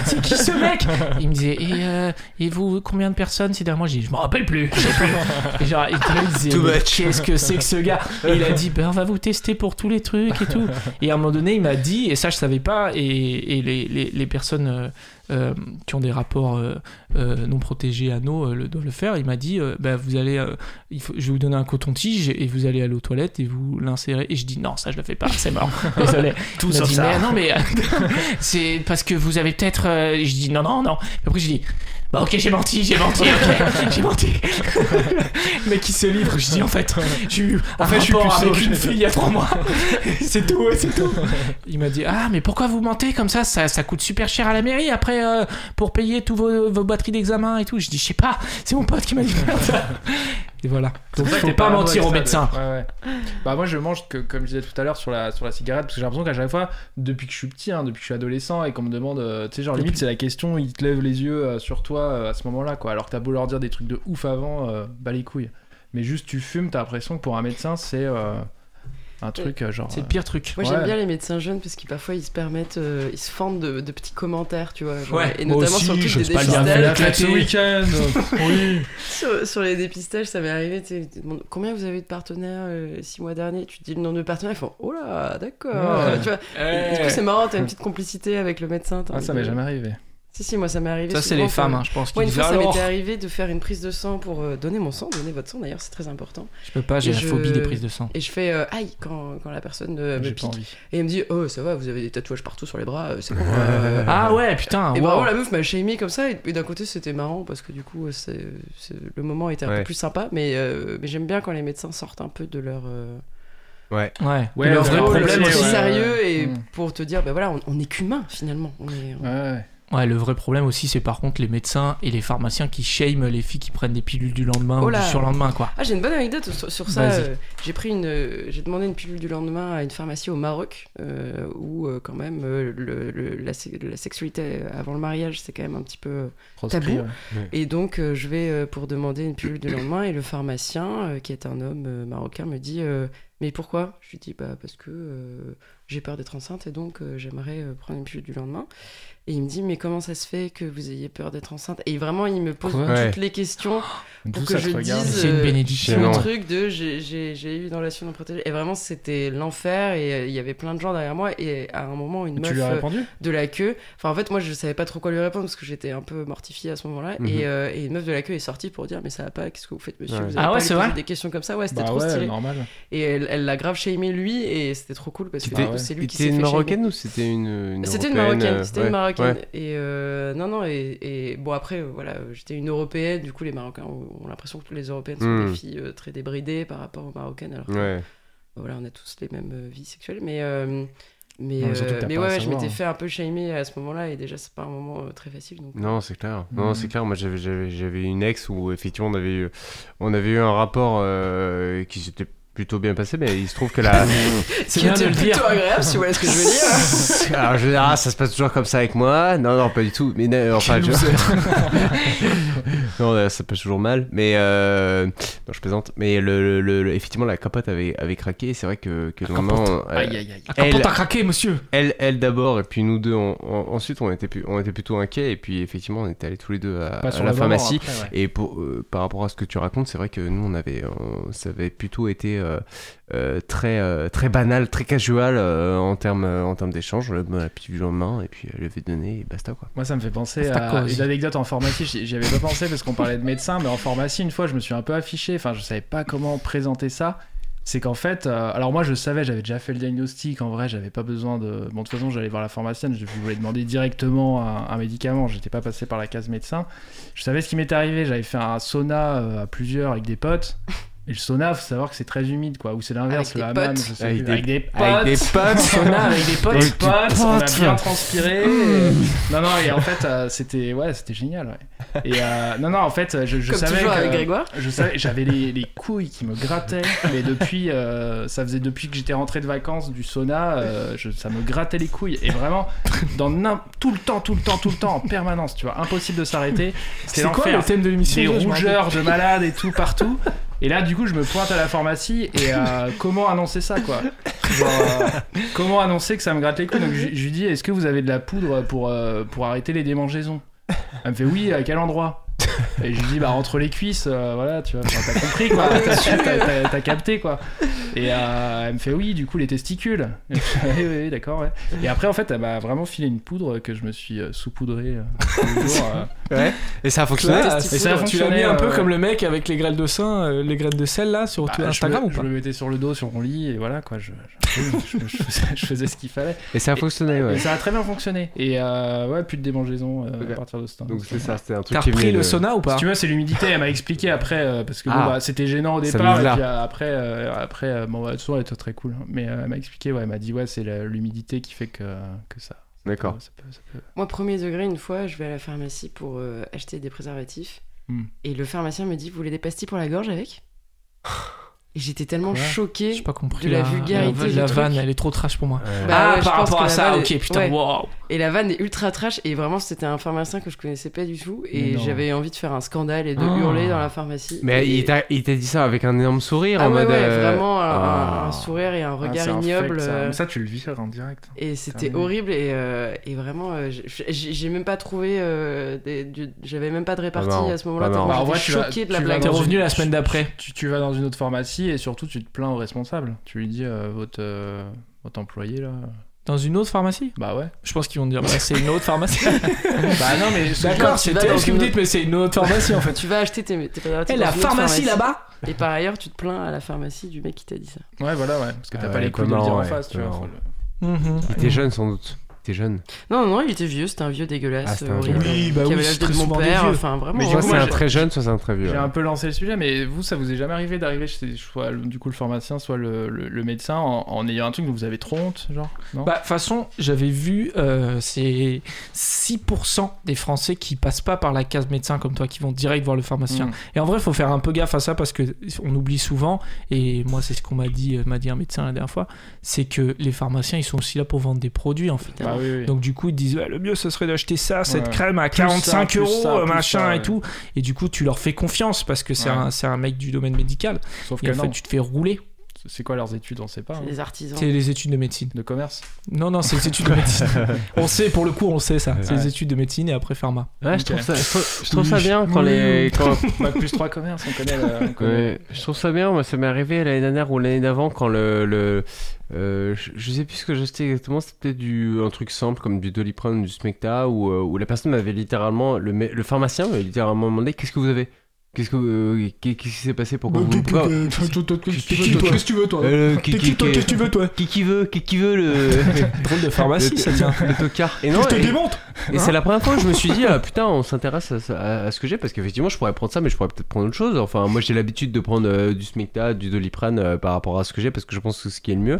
Speaker 1: c'est qui ce mec Il me disait Et, euh, et vous, combien de personnes ces derniers mois Je dis Je m'en rappelle plus. je sais plus. Et genre, il me disait
Speaker 4: Too
Speaker 1: Mais
Speaker 4: much.
Speaker 1: Qu'est-ce que c'est que ce gars Et il a dit Ben, on va vous tester pour tous les trucs et tout. Et à un moment donné, il m'a dit Et ça, je savais pas. Et, et les, les- les personnes. euh, euh, qui ont des rapports euh, euh, non protégés anneaux euh, le, doivent le faire. Il m'a dit euh, Ben, vous allez euh, il faut- je vais vous donner un coton-tige et vous allez aller aux toilettes et vous l'insérez. Et je dis non, ça je le fais pas, c'est mort. Désolé. Tout
Speaker 3: sauf ça.
Speaker 1: non, mais euh, c'est parce que vous avez peut-être. euh, Je dis non, non, non. Et après je dis bah ok, j'ai menti, j'ai menti, ok, j'ai menti. le mec il se livre, je dis en fait, j'ai eu un
Speaker 3: fait, je suis
Speaker 1: rapport
Speaker 3: plus
Speaker 1: avec
Speaker 3: sage.
Speaker 1: une fille il y a trois mois. c'est tout, ouais, c'est tout. Il m'a dit ah mais pourquoi vous mentez comme ça, ça Ça coûte super cher à la mairie après euh, pour payer tous vos, vos batteries d'examen et tout. Je dis je sais pas, c'est mon pote qui m'a dit de faire ça. Et voilà. Donc
Speaker 3: Ça,
Speaker 1: faut
Speaker 3: t'es
Speaker 1: pas
Speaker 3: parano
Speaker 1: mentir
Speaker 3: avec
Speaker 1: aux
Speaker 3: ça,
Speaker 1: médecins.
Speaker 3: de- ouais, ouais. Bah moi je mange que comme je disais tout à l'heure sur la sur la cigarette parce que j'ai l'impression qu'à chaque fois depuis que je suis petit, hein, depuis que je suis adolescent et qu'on me demande, euh, tu sais genre limite c'est la question, ils te lèvent les yeux euh, sur toi euh, à ce moment-là quoi. Alors que t'as beau leur dire des trucs de ouf avant, euh, bah les couilles. Mais juste tu fumes, t'as l'impression que pour un médecin c'est euh, un truc euh, genre.
Speaker 1: C'est le
Speaker 3: euh,
Speaker 1: pire truc.
Speaker 2: Moi
Speaker 3: Ouais.
Speaker 2: j'aime bien les médecins jeunes parce qu'ils parfois ils se permettent, euh, ils se fendent de, de petits commentaires, tu vois. genre,
Speaker 1: Ouais,
Speaker 2: et
Speaker 1: moi
Speaker 2: notamment
Speaker 1: aussi,
Speaker 2: sur le truc
Speaker 1: je
Speaker 2: des
Speaker 1: sais pas le dire,
Speaker 3: Ah,
Speaker 1: mais
Speaker 3: mais
Speaker 1: là,
Speaker 2: dépistages.
Speaker 3: la fête ce
Speaker 1: éclaté.
Speaker 3: week-end. oui.
Speaker 2: Sur, sur les dépistages, ça m'est arrivé. tu sais, ils te demandent, Combien vous avez eu de partenaires euh, six mois derniers Tu te dis le nombre de partenaires, ils font Oh là, d'accord.
Speaker 3: Ouais.
Speaker 2: Tu vois,
Speaker 3: Euh,
Speaker 2: et Du coup, c'est marrant, t'as une petite complicité avec le médecin. t'as
Speaker 3: Ah
Speaker 2: envie
Speaker 3: ça m'est
Speaker 2: de-
Speaker 3: jamais arrivé.
Speaker 2: Si, si, moi ça m'est arrivé.
Speaker 1: Ça, c'est
Speaker 2: souvent,
Speaker 1: les femmes,
Speaker 2: quand-
Speaker 1: hein, je pense.
Speaker 2: Moi,
Speaker 1: qui
Speaker 2: une
Speaker 1: disent,
Speaker 2: fois, ça
Speaker 1: alors,
Speaker 2: m'était arrivé de faire une prise de sang pour euh, donner mon sang, donner votre sang d'ailleurs, c'est très important.
Speaker 1: Je peux pas, j'ai
Speaker 2: Et
Speaker 1: la
Speaker 2: je-
Speaker 1: phobie des prises de sang.
Speaker 2: Et je fais euh, aïe quand, quand la personne euh, me
Speaker 3: J'ai pas
Speaker 2: pique.
Speaker 3: envie.
Speaker 2: Et elle me dit Oh, ça va, vous avez des tatouages partout sur les bras, euh, c'est bon. euh,
Speaker 1: Ah ouais, putain.
Speaker 2: Et
Speaker 1: wow.
Speaker 2: vraiment, la meuf m'a shamé comme ça, et, et d'un côté c'était marrant parce que du coup, euh, c'est- c'est- le moment était un
Speaker 4: Ouais.
Speaker 2: peu plus sympa, mais, euh, mais j'aime bien quand les médecins sortent un peu de leur. euh,
Speaker 1: Ouais.
Speaker 3: Ouais,
Speaker 1: le
Speaker 3: le
Speaker 1: vrai
Speaker 2: rôle
Speaker 1: problème
Speaker 2: aussi
Speaker 3: ouais, ouais.
Speaker 2: sérieux et
Speaker 3: Mm.
Speaker 2: pour te dire, ben voilà, on- on n'est qu'humain finalement. On est- on-
Speaker 3: Ouais, ouais.
Speaker 1: Ouais, le vrai problème aussi, c'est par contre les médecins et les pharmaciens qui shame les filles qui prennent des pilules du lendemain
Speaker 2: Oh
Speaker 1: ou
Speaker 2: là.
Speaker 1: du surlendemain, quoi.
Speaker 2: Ah, j'ai une bonne anecdote sur, sur ça.
Speaker 1: Vas-y.
Speaker 2: euh, j'ai pris une, euh, j'ai demandé une pilule du lendemain à une pharmacie au Maroc, euh, où euh, quand même euh, le- le- la, sé- la sexualité avant le mariage, c'est quand même un petit peu. euh,
Speaker 3: Proscrit, ouais.
Speaker 2: Et donc, euh, je vais euh, pour demander une pilule de lendemain, et le pharmacien, euh, qui est un homme euh, marocain, me dit euh, Mais pourquoi Je lui dis Bah, parce que euh, j'ai peur d'être enceinte, et donc euh, j'aimerais euh, prendre une pilule du lendemain. Et il me dit Mais comment ça se fait que vous ayez peur d'être enceinte Et vraiment, il me pose
Speaker 1: Quoi
Speaker 2: toutes
Speaker 4: Ouais.
Speaker 2: les questions
Speaker 3: D'où
Speaker 2: pour que
Speaker 3: ça
Speaker 2: je
Speaker 3: se regarde.
Speaker 1: Mais
Speaker 2: dise
Speaker 1: c'est une
Speaker 2: euh,
Speaker 1: bénédiction.
Speaker 2: le
Speaker 4: Non.
Speaker 2: truc de j'ai- j'ai j'ai eu une relation non protégée et vraiment c'était l'enfer et euh, il y avait plein de gens derrière moi et à un moment une
Speaker 3: Tu
Speaker 2: meuf
Speaker 3: lui as
Speaker 2: euh,
Speaker 3: répondu
Speaker 2: de la queue enfin en fait moi je savais pas trop quoi lui répondre parce que j'étais un peu mortifiée à ce moment-là
Speaker 4: Mhm.
Speaker 2: et, euh, et une meuf de la queue est sortie pour dire mais ça va pas qu'est-ce que vous faites monsieur
Speaker 4: Ouais.
Speaker 2: vous avez
Speaker 1: Ah
Speaker 2: pas
Speaker 1: ouais,
Speaker 2: lui
Speaker 1: c'est
Speaker 2: poser
Speaker 1: vrai
Speaker 2: des questions comme ça ouais c'était
Speaker 3: Bah
Speaker 2: trop
Speaker 3: ouais,
Speaker 2: stylé
Speaker 3: normal.
Speaker 2: et elle, elle l'a grave shamé lui et c'était trop cool parce que
Speaker 4: C'était-
Speaker 2: du coup, c'est lui qui s'est
Speaker 4: C'était
Speaker 2: fait
Speaker 4: une
Speaker 2: shamer.
Speaker 4: marocaine ou c'était une, une
Speaker 2: C'était une
Speaker 4: Européenne,
Speaker 2: marocaine,
Speaker 4: euh,
Speaker 2: c'était
Speaker 4: ouais,
Speaker 2: une marocaine.
Speaker 4: ouais.
Speaker 2: Et euh, non, non, et, et bon, après, euh, voilà, euh, j'étais une européenne, du coup, les Marocains ont, ont l'impression que toutes les européennes sont
Speaker 4: Hmm.
Speaker 2: des filles euh, très débridées par rapport aux Marocaines, alors que,
Speaker 4: Ouais.
Speaker 2: voilà, on a tous les mêmes euh, vies sexuelles, mais. euh, mais,
Speaker 3: Non, mais surtout
Speaker 2: euh,
Speaker 3: que t'as
Speaker 2: mais
Speaker 3: pas à
Speaker 2: ouais, ouais, je
Speaker 3: savoir,
Speaker 2: m'étais
Speaker 3: hein.
Speaker 2: fait un peu shamer à ce moment-là, et déjà, c'est pas un moment euh, très facile. Donc,
Speaker 4: Non, c'est clair.
Speaker 3: Mm.
Speaker 4: Non, c'est clair. Moi, j'avais, j'avais, j'avais une ex où effectivement on avait eu, on avait eu un rapport euh, qui s'était plutôt bien passé, mais il se trouve que la.
Speaker 1: C'est
Speaker 2: Qui
Speaker 1: bien
Speaker 2: était
Speaker 1: de le
Speaker 2: plutôt euh,
Speaker 1: dire.
Speaker 2: agréable, si vous voyez ce que je veux dire.
Speaker 4: Alors, je veux dire, ah, ça se passe toujours comme ça avec moi. Non, non, pas du tout. Mais euh, enfin,
Speaker 1: Quel
Speaker 4: je-
Speaker 1: loser.
Speaker 4: non, euh, ça passe toujours mal. Mais euh, non, je plaisante. Mais le, le- le- effectivement, la capote avait, avait craqué. et C'est vrai que, que le moment, euh,
Speaker 3: Aïe, aïe, aïe.
Speaker 1: Ah, quand
Speaker 4: Elle-
Speaker 1: t'as craqué, monsieur
Speaker 4: elle, elle d'abord, et puis nous deux. on- on- ensuite, on était, pu- on était plutôt inquiets. Et puis effectivement, on était allés tous les deux à,
Speaker 3: Pas
Speaker 4: à
Speaker 3: sur hein,
Speaker 4: la
Speaker 3: le moment,
Speaker 4: pharmacie.
Speaker 3: après, ouais.
Speaker 4: Et pour, euh, par rapport à ce que tu racontes, c'est vrai que nous, on avait, on- ça avait plutôt été euh, euh, très, euh, très banal, très casual euh, en termes, euh, en termes d'échange. Le- bah, la petite du lendemain, et puis euh, lever de nez, et basta quoi.
Speaker 3: Moi, ça me fait penser
Speaker 1: Basta
Speaker 3: à
Speaker 1: cause.
Speaker 3: une anecdote en pharmacie. J'y j'y avais pas pensé parce qu'on parlait de médecin, mais en pharmacie, une fois, je me suis un peu affiché. Enfin, je savais pas comment présenter ça. C'est qu'en fait, euh, alors moi, je savais, j'avais déjà fait le diagnostic. En vrai, j'avais pas besoin de. Bon, de toute façon, j'allais voir la pharmacienne. Je voulais demander directement un, un médicament. J'étais pas passé par la case médecin. Je savais ce qui m'était arrivé. J'avais fait un sauna euh, à plusieurs avec des potes. Et le sauna, faut savoir que c'est très humide, quoi. Ou c'est
Speaker 2: Avec
Speaker 3: l'inverse, le
Speaker 2: des
Speaker 3: hammam,
Speaker 2: potes.
Speaker 3: je sais
Speaker 4: Avec
Speaker 3: plus.
Speaker 4: des-
Speaker 3: avec des
Speaker 4: Avec des potes
Speaker 3: sauna avec des potes,
Speaker 4: Avec des
Speaker 3: potes, on a
Speaker 4: potes.
Speaker 3: bien transpiré. et- Non, non, et en fait, euh, c'était ouais, c'était génial. ouais. Et euh, non, non, en fait, je, je
Speaker 2: Comme
Speaker 3: savais
Speaker 2: toujours
Speaker 3: que-
Speaker 2: avec Grégoire.
Speaker 3: je savais, j'avais les, les couilles qui me grattaient, mais depuis, euh, ça faisait depuis que j'étais rentré de vacances du sauna, euh, je- ça me grattait les couilles. Et vraiment, dans n'im- tout le temps, tout le temps, tout le temps, en permanence, tu vois, impossible de s'arrêter.
Speaker 1: C'est
Speaker 3: C'était
Speaker 1: quoi
Speaker 3: l'enfer.
Speaker 1: le thème de l'émission
Speaker 3: Des
Speaker 1: déjà, je me rappelle
Speaker 3: rougeurs de malade et tout partout. Et là, du coup, je me pointe à la pharmacie et euh, comment annoncer ça, quoi Genre, euh, Comment annoncer que ça me gratte les couilles Donc, je, je lui dis Est-ce que vous avez de la poudre pour, euh, pour arrêter les démangeaisons Elle me fait Oui, à quel endroit Et je lui dis Bah, entre les cuisses, euh, voilà, tu vois, enfin, t'as compris, quoi, Ah, t'as su, t'as- t'as- t'as capté, quoi. Et euh, elle me fait Oui, du coup, les testicules. Et je fais, Oui, oui, oui, d'accord, ouais. Et après, en fait, elle m'a vraiment filé une poudre que je me suis euh, saupoudrée euh, tous les jours, euh,
Speaker 4: Et ça a fonctionné
Speaker 1: Là,
Speaker 3: Et ça a
Speaker 1: tu l'as
Speaker 3: fonctionné,
Speaker 1: mis Bah, un peu
Speaker 3: euh,
Speaker 1: comme le mec avec les graines de sein, euh, les graines de sel là sur
Speaker 3: Bah,
Speaker 1: tout Instagram
Speaker 3: je
Speaker 1: ou
Speaker 3: me,
Speaker 1: pas
Speaker 3: je me mettais sur le dos, sur mon lit, et voilà quoi. Je, je- je- je- je faisais, je faisais ce qu'il fallait.
Speaker 4: Et ça a fonctionné,
Speaker 3: Et
Speaker 4: ouais.
Speaker 3: ça a très bien fonctionné. Et euh, ouais, plus de démangeaisons euh,
Speaker 4: Ok.
Speaker 3: à partir de ce temps.
Speaker 4: Donc c'est ça, c'était un truc
Speaker 1: T'as
Speaker 4: qui
Speaker 1: repris
Speaker 4: venait
Speaker 1: le
Speaker 4: de-
Speaker 1: sauna ou
Speaker 3: Si
Speaker 1: pas
Speaker 3: tu veux, c'est l'humidité. Elle m'a expliqué après, euh, parce que bon,
Speaker 4: Ah.
Speaker 3: bah, c'était gênant au
Speaker 4: Ça
Speaker 3: départ.
Speaker 4: vient de
Speaker 3: Et
Speaker 4: là.
Speaker 3: puis euh, après, euh, après euh, bon, bah, le soir, elle était très cool. hein. Mais euh, elle m'a expliqué, ouais, elle m'a dit, ouais, c'est la- l'humidité qui fait que, que ça.
Speaker 4: D'accord.
Speaker 3: Ça peut- ça peut-
Speaker 2: Moi, premier degré, une fois, je vais à la pharmacie pour euh, acheter des préservatifs.
Speaker 3: Hmm.
Speaker 2: Et le pharmacien me dit Vous voulez des pastilles pour la gorge avec Et j'étais tellement
Speaker 3: Quoi
Speaker 1: J'ai
Speaker 2: choquée.
Speaker 1: pas compris.
Speaker 2: de
Speaker 1: la-
Speaker 2: la vulgarité
Speaker 1: la-
Speaker 2: du
Speaker 1: La
Speaker 2: truc.
Speaker 1: vanne, elle est trop trash pour moi.
Speaker 2: Bah, ouais,
Speaker 1: ah,
Speaker 2: je
Speaker 1: par
Speaker 2: pense
Speaker 1: rapport
Speaker 2: que
Speaker 1: à
Speaker 2: la
Speaker 1: ça,
Speaker 2: vanne
Speaker 1: ok,
Speaker 2: est-
Speaker 1: putain,
Speaker 2: ouais.
Speaker 1: wow.
Speaker 2: Et la vanne est ultra trash. Et vraiment, c'était un pharmacien que je connaissais pas du tout.
Speaker 3: Mais
Speaker 2: Et
Speaker 3: non.
Speaker 2: j'avais envie de faire un scandale et de
Speaker 1: Ah.
Speaker 2: hurler dans la pharmacie.
Speaker 4: Mais
Speaker 2: Et-
Speaker 4: il t'a, il t'a dit ça avec un énorme sourire
Speaker 2: Ah
Speaker 4: en
Speaker 2: ouais,
Speaker 4: mode.
Speaker 2: ouais,
Speaker 4: euh,
Speaker 2: vraiment un,
Speaker 4: ah.
Speaker 2: un sourire et un
Speaker 3: Ah,
Speaker 2: regard
Speaker 3: c'est un
Speaker 2: ignoble.
Speaker 3: fake, ça.
Speaker 2: euh,
Speaker 3: Mais ça, tu le vis en direct.
Speaker 2: Et c'était
Speaker 3: Terminé.
Speaker 2: horrible et, euh, et vraiment, euh, j'ai- j'ai j'ai même pas trouvé, euh, des- du- j'avais même pas de répartie
Speaker 4: marrant,
Speaker 2: à ce moment-là.
Speaker 4: pas
Speaker 2: tellement
Speaker 3: marrant. Bah, en
Speaker 2: j'étais
Speaker 3: vrai, tu vas-
Speaker 2: choquée de la
Speaker 3: tu vas
Speaker 2: blague.
Speaker 1: T'es
Speaker 3: dans
Speaker 1: revenu
Speaker 3: une-
Speaker 1: la semaine d'après.
Speaker 3: tu, tu vas dans une autre pharmacie et surtout tu te plains au responsable. Tu lui dis euh, votre, euh, votre employé là.
Speaker 1: Dans une autre pharmacie
Speaker 3: Bah ouais.
Speaker 1: Je pense qu'ils vont te dire, bah, c'est une autre pharmacie.
Speaker 3: bah non mais
Speaker 1: D'accord,
Speaker 2: tu
Speaker 1: c'est
Speaker 2: vas dans
Speaker 1: ce que vous
Speaker 2: une
Speaker 1: dites, mais c'est une autre pharmacie en fait.
Speaker 2: Tu vas acheter tes, tes préservatifs
Speaker 1: Eh,
Speaker 2: dans
Speaker 1: la
Speaker 2: une autre
Speaker 1: pharmacie là-bas
Speaker 2: Et par ailleurs, tu te plains à la pharmacie du mec qui t'a dit ça.
Speaker 3: Ouais voilà ouais. Parce que t'as
Speaker 4: Ah
Speaker 3: pas
Speaker 4: ouais,
Speaker 3: les couilles de le dire en
Speaker 4: comment,
Speaker 3: face, tu
Speaker 4: ouais,
Speaker 3: vois.
Speaker 4: comment.
Speaker 3: Faut
Speaker 1: Mhm.
Speaker 4: Il était jeune sans doute. Il était jeune.
Speaker 2: Non, non, il était vieux, c'était un vieux dégueulasse, euh,
Speaker 4: Ah, c'était un
Speaker 2: horrible,
Speaker 1: vieux. Oui, bah
Speaker 2: qui
Speaker 1: oui,
Speaker 2: avait
Speaker 1: c'est
Speaker 2: l'âge de
Speaker 1: très
Speaker 2: mon
Speaker 1: souvent des
Speaker 2: père.
Speaker 1: vieux.
Speaker 2: Enfin, vraiment. euh,
Speaker 3: Mais du
Speaker 4: soit
Speaker 3: coup,
Speaker 4: c'est
Speaker 3: moi,
Speaker 4: un
Speaker 3: j'ai-
Speaker 4: très jeune, soit c'est un très vieux.
Speaker 3: J'ai un
Speaker 4: ouais.
Speaker 3: peu lancé le sujet, mais vous, ça vous est jamais arrivé d'arriver chez soit le- du coup le pharmacien, soit le, le- le médecin en, en ayant un truc dont vous avez trop honte, genre non
Speaker 1: Bah, de toute façon, j'avais vu, euh, c'est 6% des Français qui passent pas par la case médecin comme toi, qui vont direct voir le pharmacien.
Speaker 3: Mm.
Speaker 1: Et en vrai, il faut faire un peu gaffe à ça parce que on oublie souvent, et moi, c'est ce qu'on m'a dit, euh, m'a dit un médecin la dernière fois, c'est que les pharmaciens, ils sont aussi là pour vendre des produits en fait.
Speaker 3: Bah oui, oui.
Speaker 1: Donc du coup ils disent Ah, le mieux ce serait d'acheter ça, cette
Speaker 3: Ouais.
Speaker 1: crème à
Speaker 3: Plus ça,
Speaker 1: 45
Speaker 3: plus
Speaker 1: euros,
Speaker 3: ça,
Speaker 1: euh,
Speaker 3: plus
Speaker 1: machin
Speaker 3: ça, ouais.
Speaker 1: et tout. Et du coup tu leur fais confiance parce que c'est
Speaker 3: Ouais.
Speaker 1: un, c'est un mec du domaine médical.
Speaker 3: Sauf
Speaker 1: Et
Speaker 3: que
Speaker 1: en fait
Speaker 3: non,
Speaker 1: tu te fais rouler.
Speaker 3: c'est quoi leurs études, on sait pas. hein.
Speaker 2: C'est des artisans.
Speaker 1: C'est les études de médecine.
Speaker 3: De commerce
Speaker 1: Non, non, c'est les études de médecine. on sait, pour le coup on sait ça. C'est
Speaker 3: Ouais.
Speaker 1: les études de médecine et après pharma.
Speaker 4: Ouais,
Speaker 3: Ok.
Speaker 4: je trouve ça, je trouve, je trouve ça
Speaker 1: Oui.
Speaker 4: bien quand
Speaker 1: Oui.
Speaker 4: les. Quand...
Speaker 3: Bac plus 3 commerce, on connaît. le- on connaît.
Speaker 4: Ouais, je trouve ça bien, moi ça m'est arrivé l'année dernière ou l'année d'avant quand le. le euh, je, je sais plus ce que j'achetais exactement, c'était peut-être du, un truc simple comme du Doliprane ou du Smecta où, euh, où la personne m'avait littéralement. Le, mé- le pharmacien m'avait littéralement demandé qu'est-ce que vous avez Qu'est-ce que euh, qu'est- qu'est-ce qui s'est passé Pourquoi
Speaker 1: Bah,
Speaker 4: vous- pourquoi-
Speaker 1: Qu'est-ce que tu veux, toi
Speaker 4: Euh, qui-
Speaker 1: T'es
Speaker 4: qui-
Speaker 1: qui, toi
Speaker 4: qui-
Speaker 1: Qu'est-ce que tu veux, toi
Speaker 4: Qui qui veut Qui qui veut le
Speaker 1: Drôle de pharmacie, ça tient.
Speaker 4: le tocard Et non,
Speaker 1: Je te
Speaker 4: et-
Speaker 1: démonte
Speaker 4: Et c'est la première fois que je me suis dit, ah, putain, on s'intéresse à, ça- à- à ce que j'ai, parce qu'effectivement, je pourrais prendre ça, mais je pourrais peut-être prendre autre chose. Enfin, moi, j'ai l'habitude de prendre euh, du Smecta, du Doliprane euh, par rapport à ce que j'ai, parce que je pense que c'est ce qui est le mieux.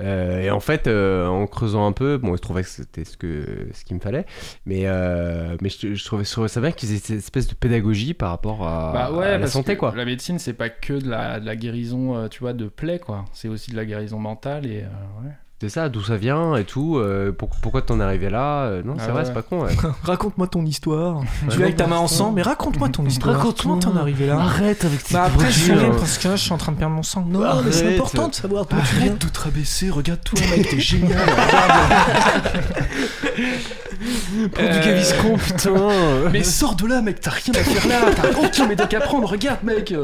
Speaker 4: Euh, et en fait, euh, en creusant un peu, bon, je trouvais que c'était ce, que, ce qu'il me fallait, mais, euh, mais je, je trouvais, je trouvais ça bien qu'ils aient cette espèce de pédagogie par rapport à,
Speaker 3: Bah ouais,
Speaker 4: à la
Speaker 3: parce
Speaker 4: santé,
Speaker 3: que
Speaker 4: quoi.
Speaker 3: La médecine, c'est pas que de la, de la guérison, euh, tu vois, de plaies, quoi. C'est aussi de la guérison mentale et. euh, ouais.
Speaker 4: C'est ça, d'où ça vient et tout, euh, pour- pourquoi t'en es arrivé là, euh, non,
Speaker 3: Ah
Speaker 4: c'est
Speaker 3: ouais,
Speaker 4: vrai,
Speaker 3: ouais.
Speaker 4: c'est pas con. ouais.
Speaker 1: Raconte-moi ton histoire. Tu
Speaker 4: non,
Speaker 1: es avec ta main en
Speaker 4: pour
Speaker 1: sang, mais raconte-moi ton histoire.
Speaker 4: Raconte-moi.
Speaker 1: Comment t'en es arrivé là
Speaker 4: Arrête avec tes
Speaker 1: Bah après, je suis
Speaker 4: produits,
Speaker 1: là
Speaker 4: hein.
Speaker 1: parce que là, je suis en train de perdre mon sang. Non, mais c'est
Speaker 4: Arrête.
Speaker 1: important de savoir d'où tu viens.
Speaker 7: Arrête de te rabaisser, regarde-toi, mec, t'es génial.
Speaker 4: Prends du
Speaker 7: Euh,
Speaker 4: Gaviscon, putain
Speaker 7: Mais Euh, sors de là, mec, t'as rien à faire là, t'as aucun médoc à prendre, regarde, mec.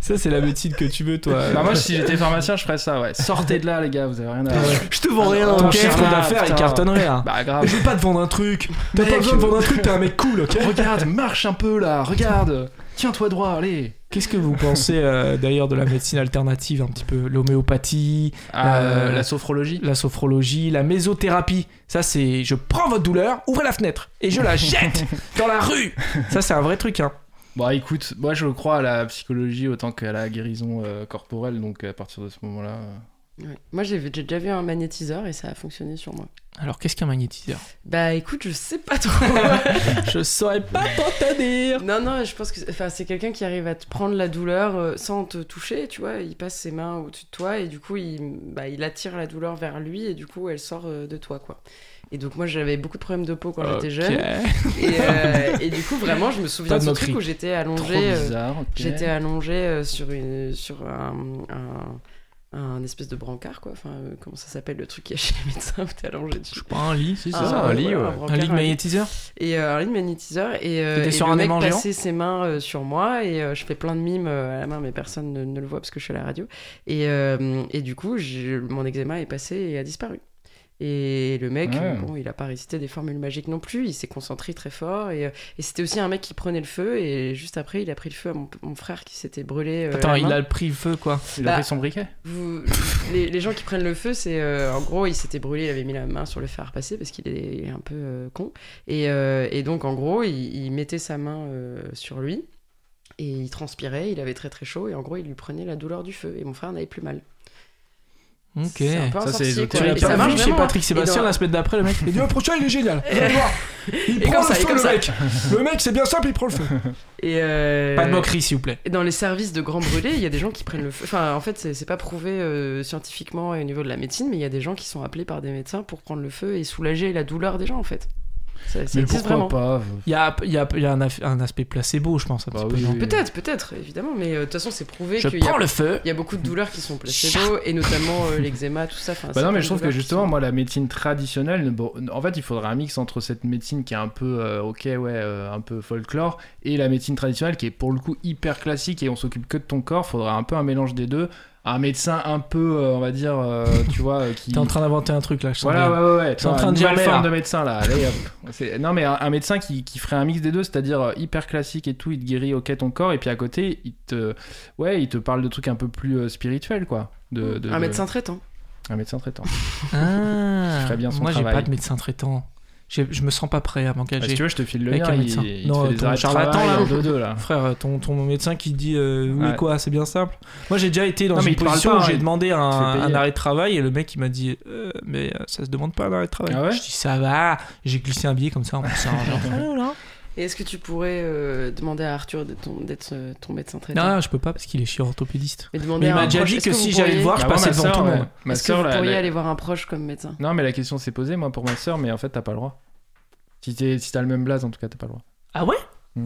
Speaker 1: Ça, c'est la médecine que tu veux, toi. euh,
Speaker 3: Bah, moi, si j'étais pharmacien, je ferais ça, ouais. Sortez de là, les gars, vous avez rien à.
Speaker 7: Je te vends rien,
Speaker 1: Ton
Speaker 7: ok
Speaker 1: chiffre
Speaker 3: putain.
Speaker 1: d'affaires, il cartonnerait, là.
Speaker 3: Bah grave.
Speaker 1: Ah, Je veux pas te vendre un truc. T'as
Speaker 7: Mec,
Speaker 1: pas besoin de
Speaker 7: euh,
Speaker 1: vendre un truc, t'es un mec cool, ok
Speaker 7: Regarde, marche un peu là, regarde. Tiens-toi droit, allez.
Speaker 1: Qu'est-ce que vous pensez euh, d'ailleurs de la médecine alternative un petit peu L'homéopathie,
Speaker 3: Ah, euh,
Speaker 1: Euh,
Speaker 3: la sophrologie.
Speaker 1: la sophrologie, la mésothérapie. Ça, c'est je prends votre douleur, ouvrez la fenêtre et je la jette dans la rue. Ça, c'est un vrai truc, hein.
Speaker 3: Bah écoute, moi je crois à la psychologie autant qu'à la guérison euh, corporelle, donc à partir de ce moment-là. euh,
Speaker 2: Ouais. Moi, j'ai vu- j'ai déjà vu un magnétiseur et ça a fonctionné sur moi.
Speaker 1: Alors, qu'est-ce qu'un magnétiseur
Speaker 2: Bah écoute, je sais pas trop.
Speaker 1: Je saurais pas tant te dire.
Speaker 2: non, non, je pense que c'est- enfin, c'est quelqu'un qui arrive à te prendre la douleur euh, sans te toucher, tu vois. Il passe ses mains au-dessus de toi et du coup, il, bah, il attire la douleur vers lui et du coup, elle sort euh, de toi, quoi. Et donc, moi, j'avais beaucoup de problèmes de peau quand j'étais jeune. Et, euh, et du coup, vraiment, je me souviens
Speaker 1: Pas de
Speaker 2: de ce
Speaker 1: moquerie.
Speaker 2: truc où j'étais
Speaker 3: Trop
Speaker 2: allongée. euh,
Speaker 3: bizarre. ok.
Speaker 2: J'étais allongée euh, sur, une, sur un, un- un espèce de brancard, quoi. Enfin, euh, comment ça s'appelle le truc qui est chez le médecin où t'es allongée dessus
Speaker 1: un lit,
Speaker 4: ça, un lit, Ah, ouais.
Speaker 2: brancard,
Speaker 1: un lit de
Speaker 2: un lit.
Speaker 1: magnétiseur.
Speaker 2: Et euh, un lit de magnétiseur. Et, euh,
Speaker 1: T'étais
Speaker 2: et
Speaker 1: sur
Speaker 2: le
Speaker 1: un
Speaker 2: mec
Speaker 1: aimant géant
Speaker 2: passait ses mains euh, sur moi et euh, je fais plein de mimes euh, à la main, mais personne ne, ne le voit parce que je suis à la radio. Et, euh, et du coup, j'ai- mon eczéma est passé et a disparu. Et le mec,
Speaker 3: Ouais.
Speaker 2: euh, bon, il a pas récité des formules magiques non plus, il s'est concentré très fort. Et, euh, et c'était aussi un mec qui prenait le feu, et juste après, il a pris le feu à mon, mon frère qui s'était brûlé. euh, la
Speaker 1: Attends, il
Speaker 2: main.
Speaker 1: a pris le feu, quoi.
Speaker 3: Il a
Speaker 2: Bah,
Speaker 3: pris son briquet
Speaker 2: Vous- les, les gens qui prennent le feu, c'est euh, en gros, il s'était brûlé, il avait mis la main sur le fer à repasser parce qu'il est, il est un peu euh, con. Et, euh, et donc, en gros, il, il mettait sa main euh, sur lui et il transpirait, il avait très très chaud et en gros, il lui prenait la douleur du feu. Et mon frère n'avait plus mal.
Speaker 1: Ok.
Speaker 2: C'est un peu un
Speaker 3: Ça, c'est
Speaker 2: sorcier,
Speaker 3: ésotérique.
Speaker 2: quoi.
Speaker 1: Tu
Speaker 3: Ouais,
Speaker 1: l'as
Speaker 2: Et ça
Speaker 1: pas
Speaker 2: marche
Speaker 1: vu chez
Speaker 2: vraiment, hein.
Speaker 1: Patrick Sébastien
Speaker 2: Et dans-
Speaker 1: la semaine d'après, le mec. Il dit le prochain, il est génial. Vous allez voir. Il
Speaker 2: Et
Speaker 1: prend
Speaker 2: comme
Speaker 1: le
Speaker 2: ça, et
Speaker 1: feu,
Speaker 2: comme
Speaker 1: le
Speaker 2: ça.
Speaker 1: mec. Le mec, c'est bien simple, il prend le feu.
Speaker 2: Et, euh,
Speaker 1: Pas de moquerie, s'il vous plaît.
Speaker 2: Et Dans les services de grands brûlés, il y a des gens qui prennent le feu. Enfin, en fait, c'est c'est pas prouvé euh, scientifiquement et au niveau de la médecine, mais il y a des gens qui sont appelés par des médecins pour prendre le feu et soulager la douleur des gens, en fait. Ça, ça
Speaker 3: Mais
Speaker 2: existe
Speaker 3: pourquoi
Speaker 2: vraiment.
Speaker 3: pas v-
Speaker 1: Il y a, il y a- il y a un, aff- un aspect placebo, je pense, un
Speaker 3: Bah
Speaker 1: petit
Speaker 3: oui,
Speaker 1: peu. non
Speaker 3: oui.
Speaker 2: Peut-être, peut-être, évidemment, mais euh, de toute façon, c'est prouvé
Speaker 1: Je
Speaker 2: qu'il y,
Speaker 1: prends
Speaker 2: a-
Speaker 1: le feu.
Speaker 2: il y a beaucoup de douleurs qui sont placebo, et notamment euh, l'eczéma, tout ça. Enfin,
Speaker 3: Bah non,
Speaker 2: certaines
Speaker 3: mais je trouve que
Speaker 2: douleurs qui
Speaker 3: justement,
Speaker 2: sont-
Speaker 3: moi, la médecine traditionnelle, ne- bon, en fait, il faudrait un mix entre cette médecine qui est un peu, euh, ok, ouais, euh, un peu folklore, et la médecine traditionnelle qui est pour le coup hyper classique et on s'occupe que de ton corps. Faudrait un peu un mélange des deux. Un médecin un peu, euh, on va dire, euh, tu vois, euh, qui.
Speaker 1: T'es en train d'inventer un truc là, je sens
Speaker 3: Voilà,
Speaker 1: bien.
Speaker 3: ouais, ouais, ouais.
Speaker 1: T'es en
Speaker 3: Tu vois,
Speaker 1: train de
Speaker 3: une nouvelle
Speaker 1: germer, là.
Speaker 3: forme de médecin là. Allez, hop. C'est- Non, mais un, un médecin qui, qui ferait un mix des deux, c'est-à-dire euh, hyper classique et tout, il te guérit ok ton corps, et puis à côté, il te, ouais, il te parle de trucs un peu plus euh, spirituels quoi.
Speaker 1: Mm.
Speaker 3: De, de-
Speaker 2: Un
Speaker 3: de-
Speaker 2: médecin traitant.
Speaker 3: un médecin traitant.
Speaker 1: Ah.
Speaker 3: Qui ferait bien son
Speaker 1: Moi, j'ai
Speaker 3: travail.
Speaker 1: pas de médecin traitant. J'ai- Je me sens pas prêt à
Speaker 3: Bah, si
Speaker 1: m'engager.
Speaker 3: tu veux, je te file le
Speaker 1: Avec
Speaker 3: lien.
Speaker 1: un
Speaker 3: Il,
Speaker 1: médecin.
Speaker 3: il
Speaker 1: Non,
Speaker 3: te fait
Speaker 1: ton
Speaker 3: des arrêts de
Speaker 1: charlatan,
Speaker 3: travail
Speaker 1: là.
Speaker 3: en deux-deux, là.
Speaker 1: Frère, ton, ton médecin qui dit euh, oui,
Speaker 3: Ouais.
Speaker 1: quoi, c'est bien simple. Moi, j'ai déjà été dans
Speaker 3: Non, mais
Speaker 1: une
Speaker 3: il te parle
Speaker 1: position
Speaker 3: pas,
Speaker 1: où
Speaker 3: hein,
Speaker 1: j'ai
Speaker 3: il-
Speaker 1: demandé un,
Speaker 3: il te fait payer.
Speaker 1: un arrêt de travail et le mec il m'a dit Euh, mais euh, ça se demande pas un arrêt de travail.
Speaker 3: Ah ouais
Speaker 1: je dis ça va. J'ai glissé un billet comme ça en pensant genre, allô, là
Speaker 2: Et est-ce que tu pourrais euh, demander à Arthur d'être ton, d'être, euh, ton médecin traitant
Speaker 1: Non, je peux pas parce qu'il est chirurgopédiste.
Speaker 2: Mais demander
Speaker 1: Mais il
Speaker 2: à un
Speaker 1: m'a déjà
Speaker 2: proche,
Speaker 1: dit
Speaker 2: est-ce
Speaker 1: que
Speaker 2: vous
Speaker 1: si j'allais le
Speaker 2: pourriez-
Speaker 1: voir, je
Speaker 3: Bah, moi,
Speaker 1: passais
Speaker 3: ma
Speaker 1: devant
Speaker 3: sœur,
Speaker 1: tout le
Speaker 3: ouais.
Speaker 1: monde.
Speaker 3: Ma
Speaker 2: Est-ce que
Speaker 3: sœur,
Speaker 2: vous
Speaker 3: là,
Speaker 2: pourriez
Speaker 3: elle-
Speaker 2: aller voir un proche comme médecin
Speaker 3: Non, mais la question s'est posée, moi, pour ma sœur, mais en fait, t'as pas le droit. Si t'es- si t'as le même blaze, en tout cas, t'as pas le droit.
Speaker 1: Ah ouais
Speaker 3: Bah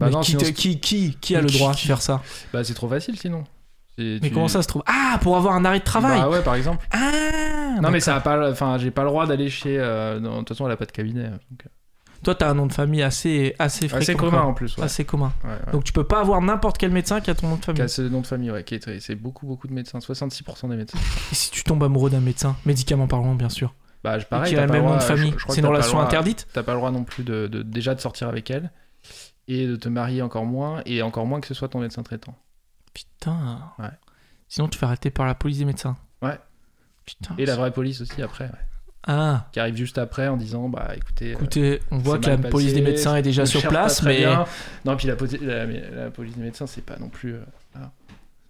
Speaker 1: Mais
Speaker 3: non,
Speaker 1: qui,
Speaker 3: sinon,
Speaker 1: te-
Speaker 3: c'est-
Speaker 1: qui, qui, qui a le droit de faire ça
Speaker 3: bah, c'est trop facile sinon. Si
Speaker 1: Mais
Speaker 3: tu-
Speaker 1: comment ça se trouve Ah, pour avoir un arrêt de travail
Speaker 3: Bah ouais, par exemple.
Speaker 1: Ah
Speaker 3: Non mais ça a pas, enfin j'ai pas le droit d'aller chez. euh, non, de toute façon elle a pas de cabinet. Donc, euh,
Speaker 1: Toi, t'as un nom de famille assez, assez fréquent.
Speaker 3: assez commun en plus.
Speaker 1: quoi.
Speaker 3: Ouais.
Speaker 1: Assez commun.
Speaker 3: Ouais, ouais.
Speaker 1: Ah, Donc tu peux pas avoir n'importe quel médecin qui a ton nom de famille.
Speaker 3: Qu'à ce nom de famille, ouais, qui est très- c'est beaucoup beaucoup de médecins, 66% des médecins.
Speaker 1: Et si tu tombes amoureux d'un médecin, médicaments parlant bien sûr,
Speaker 3: Bah je
Speaker 1: et
Speaker 3: pareil.
Speaker 1: qui a
Speaker 3: t'as
Speaker 1: le euh,
Speaker 3: pas
Speaker 1: même
Speaker 3: le
Speaker 1: nom de
Speaker 3: droit- je-
Speaker 1: famille,
Speaker 3: je crois
Speaker 1: c'est
Speaker 3: que
Speaker 1: une
Speaker 3: t'as pas le
Speaker 1: relation
Speaker 3: droit-
Speaker 1: interdite
Speaker 3: T'as pas le droit non plus de, de- déjà de sortir avec elle. et de te marier encore moins, et encore moins que ce soit ton médecin traitant.
Speaker 1: Putain.
Speaker 3: Ouais.
Speaker 1: Sinon, tu fais arrêter par la police des médecins.
Speaker 3: Ouais.
Speaker 1: Putain.
Speaker 3: Et la vraie police aussi après, ouais.
Speaker 1: Ah.
Speaker 3: qui arrive juste après en disant bah écoutez, euh,
Speaker 1: Écoutez, on voit
Speaker 3: c'est
Speaker 1: que la
Speaker 3: mal passé,
Speaker 1: police des médecins est
Speaker 3: on
Speaker 1: déjà
Speaker 3: le
Speaker 1: sur
Speaker 3: cherche pas
Speaker 1: place,
Speaker 3: très
Speaker 1: mais
Speaker 3: bien. non et puis la, posi- la- mais la police des médecins c'est pas non plus, euh, voilà.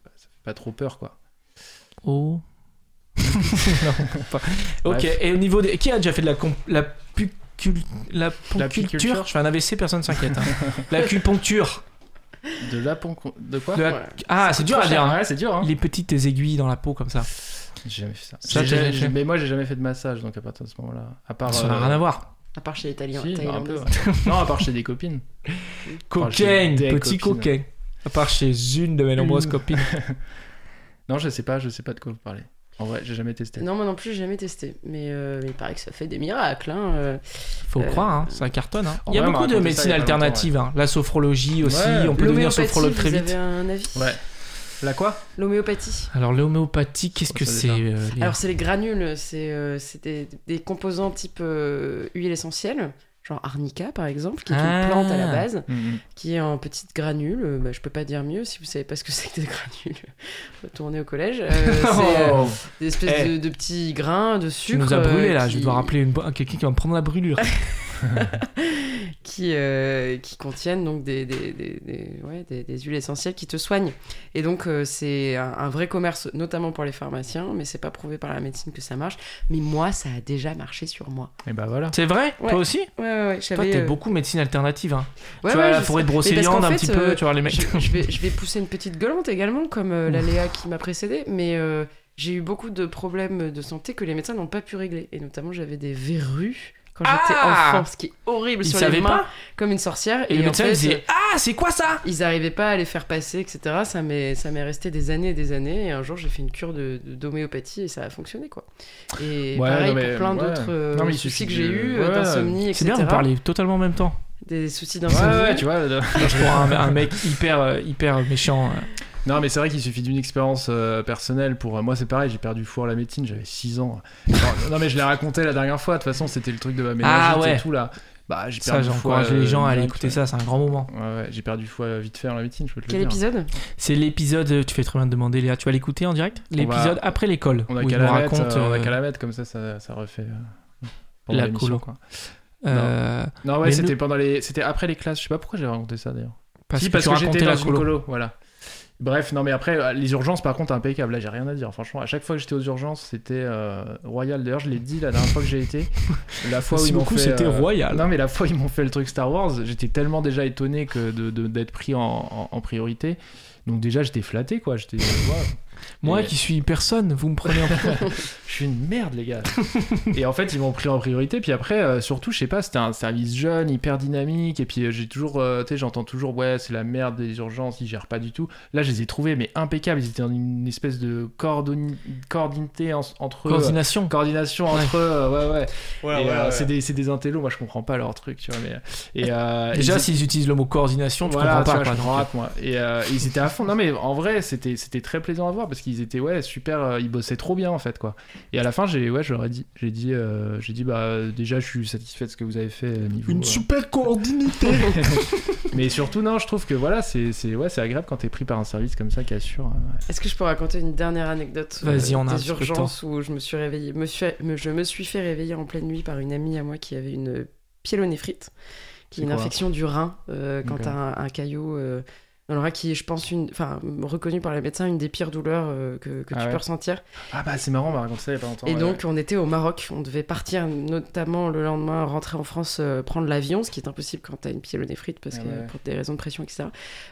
Speaker 3: Bah, ça fait pas trop peur quoi.
Speaker 1: oh. Non, pas. Ok.
Speaker 3: Bref.
Speaker 1: Et au niveau des, qui a déjà fait de la com- la pucul- la
Speaker 3: puculture.
Speaker 1: puncture Je fais un AVC, personne s'inquiète. hein. L'acupuncture.
Speaker 3: De la pon- de quoi
Speaker 1: De la- Ah, c'est dur à dire. hein.
Speaker 3: Ouais, c'est dur. Hein.
Speaker 1: Les petites aiguilles dans la peau comme ça.
Speaker 3: J'ai jamais fait ça.
Speaker 1: Ça,
Speaker 3: J'ai
Speaker 1: t'as
Speaker 3: jamais-
Speaker 1: déjà fait
Speaker 3: Mais moi j'ai jamais fait de massage donc à partir de ce moment-là, à part.
Speaker 1: Ça n'a
Speaker 3: euh,
Speaker 1: rien à voir.
Speaker 2: À part chez les Italiens.
Speaker 3: si, bah, un peu,
Speaker 2: Thaïlandais.
Speaker 3: ouais. non, à part chez des copines.
Speaker 1: Cocaine,
Speaker 3: Enfin, chez des
Speaker 1: petit
Speaker 3: copines.
Speaker 1: coquin. À part chez une de mes nombreuses copines.
Speaker 3: Non, je sais pas, je sais pas de quoi vous parlez. En vrai, j'ai jamais testé.
Speaker 2: Non, moi non plus, j'ai jamais testé. Mais, euh, mais il paraît que ça fait des miracles. Hein. euh.
Speaker 1: Faut
Speaker 2: Euh,
Speaker 1: croire, hein, ça cartonne. hein.
Speaker 3: en
Speaker 1: Il y a
Speaker 3: vrai, on m'a
Speaker 1: beaucoup de
Speaker 3: raconté ça il
Speaker 1: médecines
Speaker 3: y a pas longtemps,
Speaker 1: alternatives. hein. La sophrologie aussi,
Speaker 3: Ouais.
Speaker 1: on peut devenir
Speaker 2: L'homéopathie,
Speaker 1: sophrologue très
Speaker 2: vous
Speaker 1: vite.
Speaker 2: avez un avis
Speaker 3: Ouais. La quoi
Speaker 2: L'homéopathie.
Speaker 1: Alors l'homéopathie, qu'est-ce que
Speaker 3: Ça
Speaker 1: c'est
Speaker 3: dépend.
Speaker 1: euh, Léa
Speaker 2: Alors, c'est les granules, c'est euh, c'est des, des composants type euh, huile essentielle, genre arnica par exemple, qui est
Speaker 1: Ah.
Speaker 2: une plante à la base,
Speaker 1: Mm,
Speaker 2: qui est en petites granules. euh, bah, je peux pas dire mieux si vous savez pas ce que c'est que des granules. Retournez au collège. Euh, c'est euh,
Speaker 1: Oh,
Speaker 2: des espèces
Speaker 1: Eh.
Speaker 2: de, de petits grains de sucre.
Speaker 1: tu nous as brûlé
Speaker 2: euh,
Speaker 1: là, je
Speaker 2: qui-
Speaker 1: dois rappeler une... quelqu'un qui va me prendre la brûlure.
Speaker 2: qui, euh, qui contiennent donc des, des, des- des- ouais, des- des huiles essentielles qui te soignent. Et donc, euh, c'est un, un vrai commerce, notamment pour les pharmaciens, mais c'est pas prouvé par la médecine que ça marche. Mais moi, ça a déjà marché sur moi.
Speaker 3: Et bah voilà.
Speaker 1: c'est vrai
Speaker 2: Ouais.
Speaker 1: Toi aussi
Speaker 2: Ouais, ouais, ouais.
Speaker 1: Toi,
Speaker 2: J'avais,
Speaker 1: t'es
Speaker 2: euh,
Speaker 1: beaucoup médecine alternative. hein.
Speaker 2: ouais,
Speaker 1: tu vois,
Speaker 2: ouais,
Speaker 1: la
Speaker 2: je
Speaker 1: forêt de
Speaker 2: sais. Mais parce qu'en
Speaker 1: Brocéliande, un
Speaker 2: fait,
Speaker 1: petit
Speaker 2: euh,
Speaker 1: peu, tu vois les mecs.
Speaker 2: je, je vais, je vais pousser une petite gueulante également, comme euh, la Léa qui m'a précédée, mais euh, j'ai eu beaucoup de problèmes de santé que les médecins n'ont pas pu régler. Et notamment, j'avais des verrues quand j'étais
Speaker 1: Ah
Speaker 2: enfant, ce qui est horrible
Speaker 1: Ils
Speaker 2: sur
Speaker 1: savaient
Speaker 2: les mains,
Speaker 1: pas
Speaker 2: comme une sorcière.
Speaker 1: Et, le
Speaker 2: en
Speaker 1: médecin
Speaker 2: fait, euh,
Speaker 1: il disait Ah, c'est quoi ça
Speaker 2: ils arrivaient pas à les faire passer, etc. Ça m'est, ça m'est resté des années et des années. Et un jour, j'ai fait une cure de, de- d'homéopathie et ça a fonctionné, quoi. Et
Speaker 3: Ouais,
Speaker 2: pareil
Speaker 3: non, mais,
Speaker 2: pour plein
Speaker 3: ouais.
Speaker 2: d'autres euh,
Speaker 3: Non, mais il suffit
Speaker 2: soucis que
Speaker 3: de-
Speaker 2: j'ai eu,
Speaker 3: ouais.
Speaker 2: d'insomnie, etc.
Speaker 1: C'est bien, vous parlez totalement en même temps.
Speaker 2: Des soucis
Speaker 3: Ouais,
Speaker 2: d'insomnie.
Speaker 3: ouais, tu vois. de-
Speaker 1: Pour un, un mec hyper, euh, hyper méchant. euh,
Speaker 3: Non, mais c'est vrai qu'il suffit d'une expérience euh, personnelle pour. euh, moi, c'est pareil, j'ai perdu four à la médecine, j'avais 6 ans. Non, non, mais je l'ai raconté la dernière fois, de toute façon, c'était le truc de ma ménagite
Speaker 1: Ah, ouais.
Speaker 3: et tout, là. Bah, j'ai
Speaker 1: Ça,
Speaker 3: perdu foi.
Speaker 1: j'encourage les gens à aller
Speaker 3: direct,
Speaker 1: écouter
Speaker 3: euh,
Speaker 1: ça,
Speaker 3: ouais.
Speaker 1: c'est un grand moment.
Speaker 3: Ouais, ouais, j'ai perdu foi euh, vite fait en la médecine, je peux te
Speaker 2: Quel
Speaker 3: le dire.
Speaker 2: épisode
Speaker 1: C'est l'épisode, euh, tu fais très bien de demander Léa, tu vas l'écouter en direct L'épisode après l'école,
Speaker 3: On a
Speaker 1: où il
Speaker 3: qu'à
Speaker 1: nous
Speaker 3: la mettre,
Speaker 1: raconte
Speaker 3: euh, on a
Speaker 1: euh,
Speaker 3: qu'à la mettre, comme ça, ça, ça refait. euh, pendant
Speaker 1: La
Speaker 3: l'émission,
Speaker 1: colo.
Speaker 3: quoi.
Speaker 1: euh,
Speaker 3: Non,
Speaker 1: Mais
Speaker 3: ouais, c'était
Speaker 1: nous-
Speaker 3: pendant les. C'était après les classes, je sais pas pourquoi j'ai raconté ça d'ailleurs.
Speaker 1: parce
Speaker 3: si,
Speaker 1: que,
Speaker 3: parce
Speaker 1: tu
Speaker 3: que
Speaker 1: racontais
Speaker 3: j'étais dans
Speaker 1: la
Speaker 3: une
Speaker 1: colo.
Speaker 3: colo, voilà. Bref, non mais après, euh, les urgences par contre, impeccable. Là, j'ai rien à dire. Franchement, à chaque fois que j'étais aux urgences, c'était euh, royal. D'ailleurs, je l'ai dit la dernière fois que j'ai été. La fois où
Speaker 1: Merci
Speaker 3: ils m'ont
Speaker 1: beaucoup,
Speaker 3: fait, euh,
Speaker 1: c'était royal.
Speaker 3: Non mais la fois où ils m'ont fait le truc Star Wars, j'étais tellement déjà étonné que de, de- d'être pris en, en- en priorité. Donc déjà, j'étais flatté quoi. J'étais, euh, waouh,
Speaker 1: Moi
Speaker 3: Et-
Speaker 1: qui suis personne, vous me prenez en
Speaker 3: je suis une merde les gars. et en fait, ils m'ont pris en priorité. Puis après, euh, surtout, je sais pas, c'était un service jeune, hyper dynamique. Et puis euh, j'ai toujours, euh, tu sais, j'entends toujours, ouais, c'est la merde des urgences, ils gèrent pas du tout. Là, je les ai trouvés, mais impeccables. Ils étaient dans une espèce de coordonni- coordinité en- entre eux.
Speaker 1: coordination.
Speaker 3: Coordination entre eux, euh, ouais, ouais. Et,
Speaker 4: ouais,
Speaker 3: euh,
Speaker 4: ouais.
Speaker 3: C'est des, c'est des intellos, moi je comprends pas leur truc, tu vois. Mais, et, euh,
Speaker 1: Déjà,
Speaker 3: ils-
Speaker 1: s'ils utilisent le mot coordination, tu
Speaker 3: voilà,
Speaker 1: comprends
Speaker 3: tu
Speaker 1: pas.
Speaker 3: vois, je
Speaker 1: quoi,
Speaker 3: comprends
Speaker 1: donc,
Speaker 3: rap, moi. Et euh, ils étaient à fond. Non, mais en vrai, c'était c'était très plaisant à voir parce qu'ils étaient ouais super. euh, ils bossaient trop bien en fait quoi. Et à la fin, j'ai ouais, je leur ai dit, j'ai dit, euh, j'ai dit bah euh, déjà, je suis satisfait de ce que vous avez fait euh, niveau. euh,
Speaker 1: super coordinité
Speaker 3: mais surtout non, je trouve que voilà, c'est c'est ouais, c'est agréable quand t'es pris par un service comme ça qui assure. euh, ouais.
Speaker 2: Est-ce que je peux raconter une dernière anecdote euh,
Speaker 1: Vas-y, on a un
Speaker 2: des
Speaker 1: petit peu de
Speaker 2: urgences où je me suis réveillée, me suis- me- je me suis fait réveiller en pleine nuit par une amie à moi qui avait une pyélonéphrite, qui
Speaker 3: C'est
Speaker 2: est une
Speaker 3: quoi
Speaker 2: infection du rein euh, quand
Speaker 3: Ok.
Speaker 2: t'as un, un caillot euh, dans le rein qui est, je pense, une, enfin, reconnue par les médecins, une des pires douleurs euh, que, que
Speaker 3: Ah
Speaker 2: tu
Speaker 3: ouais.
Speaker 2: peux ressentir.
Speaker 3: Ah bah c'est marrant, on m'a raconté ça il y a pas longtemps.
Speaker 2: Et
Speaker 3: ouais.
Speaker 2: donc, on était au Maroc. On devait partir, notamment le lendemain, rentrer en France, euh, prendre l'avion, ce qui est impossible quand t'as une pyélonéphrite, parce
Speaker 3: Ah
Speaker 2: que
Speaker 3: ouais.
Speaker 2: pour des raisons de pression, etc.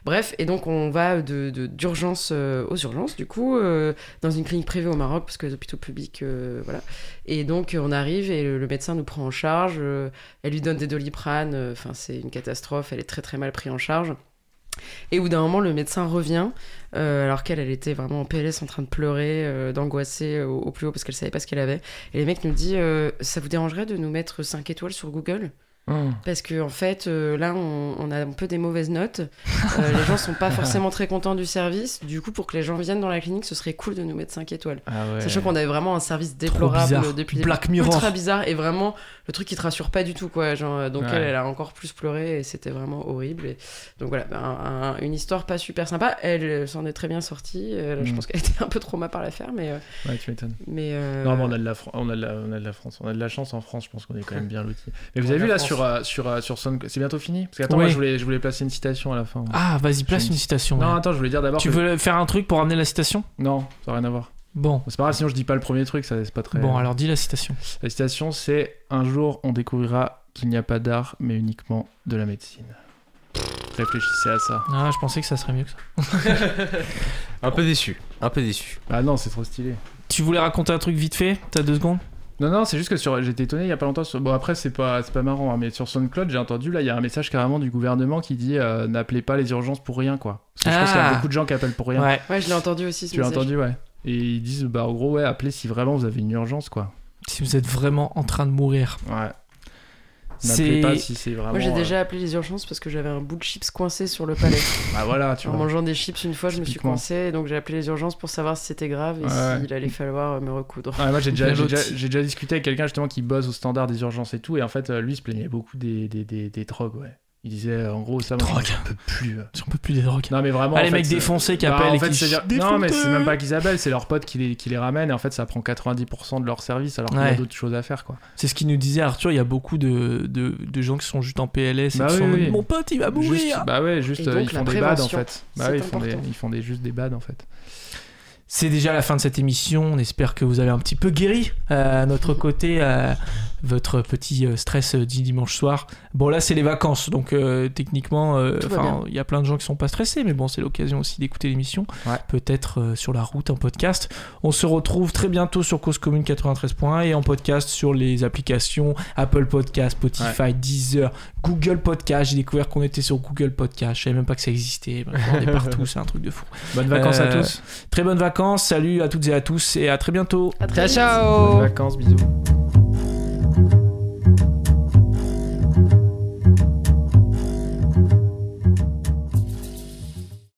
Speaker 2: Bref, et donc, on va de, de- d'urgence euh, aux urgences, du coup, euh, dans une clinique privée au Maroc, parce que les hôpitaux publics, euh, voilà. Et donc, euh, on arrive et le, le médecin nous prend en charge. euh, elle lui donne des doliprane. euh, Enfin, c'est une catastrophe. Elle est très, très mal prise en charge. Et au bout d'un moment, le médecin revient, euh, alors qu'elle, elle était vraiment en PLS, en train de pleurer, euh, d'angoisser au, au plus haut parce qu'elle savait pas ce qu'elle avait. Et les mecs nous dit euh, Ça vous dérangerait de nous mettre 5 étoiles sur Google
Speaker 3: Hum.
Speaker 2: Parce que en fait, euh, là, on, on a un peu des mauvaises notes. Euh, les gens sont pas forcément très contents du service. Du coup, pour que les gens viennent dans la clinique, ce serait cool de nous mettre 5 étoiles.
Speaker 3: Ah ouais.
Speaker 2: Sachant qu'on avait vraiment un service
Speaker 1: Trop
Speaker 2: déplorable
Speaker 1: bizarre.
Speaker 2: depuis le début.
Speaker 1: Black Mirror.
Speaker 2: ultra bizarre et vraiment le truc qui te rassure pas du tout quoi genre euh, donc
Speaker 3: Ouais.
Speaker 2: elle elle a encore plus pleuré et c'était vraiment horrible et donc voilà ben, un- un- une histoire pas super sympa elle euh, s'en est très bien sortie Euh, je
Speaker 3: Mm.
Speaker 2: pense qu'elle était un peu trauma par l'affaire mais euh,
Speaker 3: Ouais, tu m'étonnes.
Speaker 2: mais euh,
Speaker 3: Non, mais on a, de la Fran- on, a de la, on a de la France, on a de la chance en France, je pense qu'on est quand même bien lotis. Mais vous
Speaker 2: On a
Speaker 3: avez vu
Speaker 2: de la
Speaker 3: là sur, euh, sur, euh, sur Sound- C'est bientôt fini Parce que attends,
Speaker 1: Oui.
Speaker 3: moi, je, voulais, je voulais placer une citation à la fin.
Speaker 1: Ah, vas-y, place
Speaker 3: J'ai
Speaker 1: une
Speaker 3: une-
Speaker 1: citation.
Speaker 3: Non,
Speaker 1: ouais.
Speaker 3: attends, je voulais dire d'abord.
Speaker 1: tu
Speaker 3: que-
Speaker 1: veux faire un truc pour ramener la citation
Speaker 3: Non, ça n'a rien à voir.
Speaker 1: Bon.
Speaker 3: C'est pas grave, sinon je dis pas le premier truc, ça c'est pas très.
Speaker 1: Bon, alors dis la citation.
Speaker 3: La citation c'est Un jour on découvrira qu'il n'y a pas d'art mais uniquement de la médecine. Réfléchissez à ça.
Speaker 1: Ah, je pensais que ça serait mieux que ça.
Speaker 4: Un peu déçu. Un peu déçu.
Speaker 3: Ah non, c'est trop stylé.
Speaker 1: Tu voulais raconter un truc vite fait T'as deux secondes
Speaker 3: Non, non, c'est juste que sur... j'étais étonné il y a pas longtemps. Sur... Bon, après, c'est pas, c'est pas marrant, hein, mais sur SoundCloud, j'ai entendu là, il y a un message carrément du gouvernement qui dit euh, N'appelez pas les urgences pour rien, quoi. Parce que je pense qu'il y
Speaker 1: Ah.
Speaker 3: a beaucoup de gens qui appellent pour rien.
Speaker 1: Ouais.
Speaker 2: ouais je l'ai entendu aussi ce
Speaker 3: Tu l'as
Speaker 2: message.
Speaker 3: entendu, ouais. Et ils disent Bah, en gros, ouais, appelez si vraiment vous avez une urgence, quoi.
Speaker 1: Si vous êtes vraiment en train de mourir.
Speaker 3: Ouais.
Speaker 1: C'est-
Speaker 3: N'appelez pas si c'est vraiment.
Speaker 2: moi j'ai
Speaker 3: euh,
Speaker 2: déjà appelé les urgences parce que j'avais un bout de chips coincé sur le palais
Speaker 3: Bah, voilà, tu
Speaker 2: en
Speaker 3: vois.
Speaker 2: mangeant des chips une fois je me suis
Speaker 3: Typiquement.
Speaker 2: coincé donc j'ai appelé les urgences pour savoir si c'était grave et
Speaker 3: Ouais, ouais.
Speaker 2: s'il allait falloir euh, me recoudre
Speaker 3: Ah, moi j'ai déjà,
Speaker 1: La
Speaker 3: j'ai
Speaker 1: lotte.
Speaker 3: déjà, j'ai déjà discuté avec quelqu'un justement qui bosse au standard des urgences et tout, et en fait euh, lui il se plaignait beaucoup des, des, des, des drogues, ouais. Il disait euh, en gros ça, moi,
Speaker 1: Drogue.
Speaker 3: j'en peux plus. euh.
Speaker 1: J'en peux plus des drogues.
Speaker 3: Non mais vraiment.
Speaker 1: ah,
Speaker 3: en
Speaker 1: les
Speaker 3: fait,
Speaker 1: mecs
Speaker 3: c'est-
Speaker 1: défoncés qui
Speaker 3: Bah,
Speaker 1: appellent
Speaker 3: en
Speaker 1: et
Speaker 3: fait,
Speaker 1: qui
Speaker 3: c'est-à-dire- Non mais c'est même pas qu'ils appellent, c'est leur pote qui les, qui les ramène, et en fait ça prend 90% de leur service alors qu'il y a
Speaker 1: Ouais.
Speaker 3: d'autres choses à faire quoi.
Speaker 1: C'est ce qu'il nous disait Arthur, il y a beaucoup de, de, de gens qui sont juste en PLS et
Speaker 3: Bah
Speaker 1: qui sont en
Speaker 3: oui,
Speaker 1: mode,
Speaker 3: oui.
Speaker 1: Mon pote, il va mourir
Speaker 3: Juste, bah ouais, juste
Speaker 2: Et donc,
Speaker 3: euh, ils
Speaker 2: la
Speaker 3: font des bads en
Speaker 2: prévention,
Speaker 3: fait. Bah
Speaker 2: c'est
Speaker 3: ouais, ils font, des,
Speaker 2: important.
Speaker 3: ils font des, juste des bads en fait.
Speaker 1: C'est déjà la fin de cette émission. On espère que vous avez un petit peu guéri euh, à notre côté euh, votre petit euh, stress euh, du dimanche soir. Bon, là, c'est les vacances, donc euh, techniquement, euh,
Speaker 2: Tout va
Speaker 1: enfin, il y a plein de gens qui sont pas stressés, mais bon, c'est l'occasion aussi d'écouter l'émission.
Speaker 3: Ouais.
Speaker 1: Peut-être euh, sur la route en podcast. On se retrouve très bientôt sur Cause Commune 93.1 et en podcast sur les applications Apple Podcast, Spotify, Deezer, Google Podcast. J'ai découvert qu'on était sur Google Podcast. Je savais même pas que ça existait. Maintenant, on est partout, c'est un truc de fou.
Speaker 3: Bonnes vacances à
Speaker 1: Euh,
Speaker 3: tous.
Speaker 1: Très bonnes vacances, salut à toutes et à tous et à très bientôt.
Speaker 2: à très vite.
Speaker 1: oh.
Speaker 3: Bonnes vacances, bisous.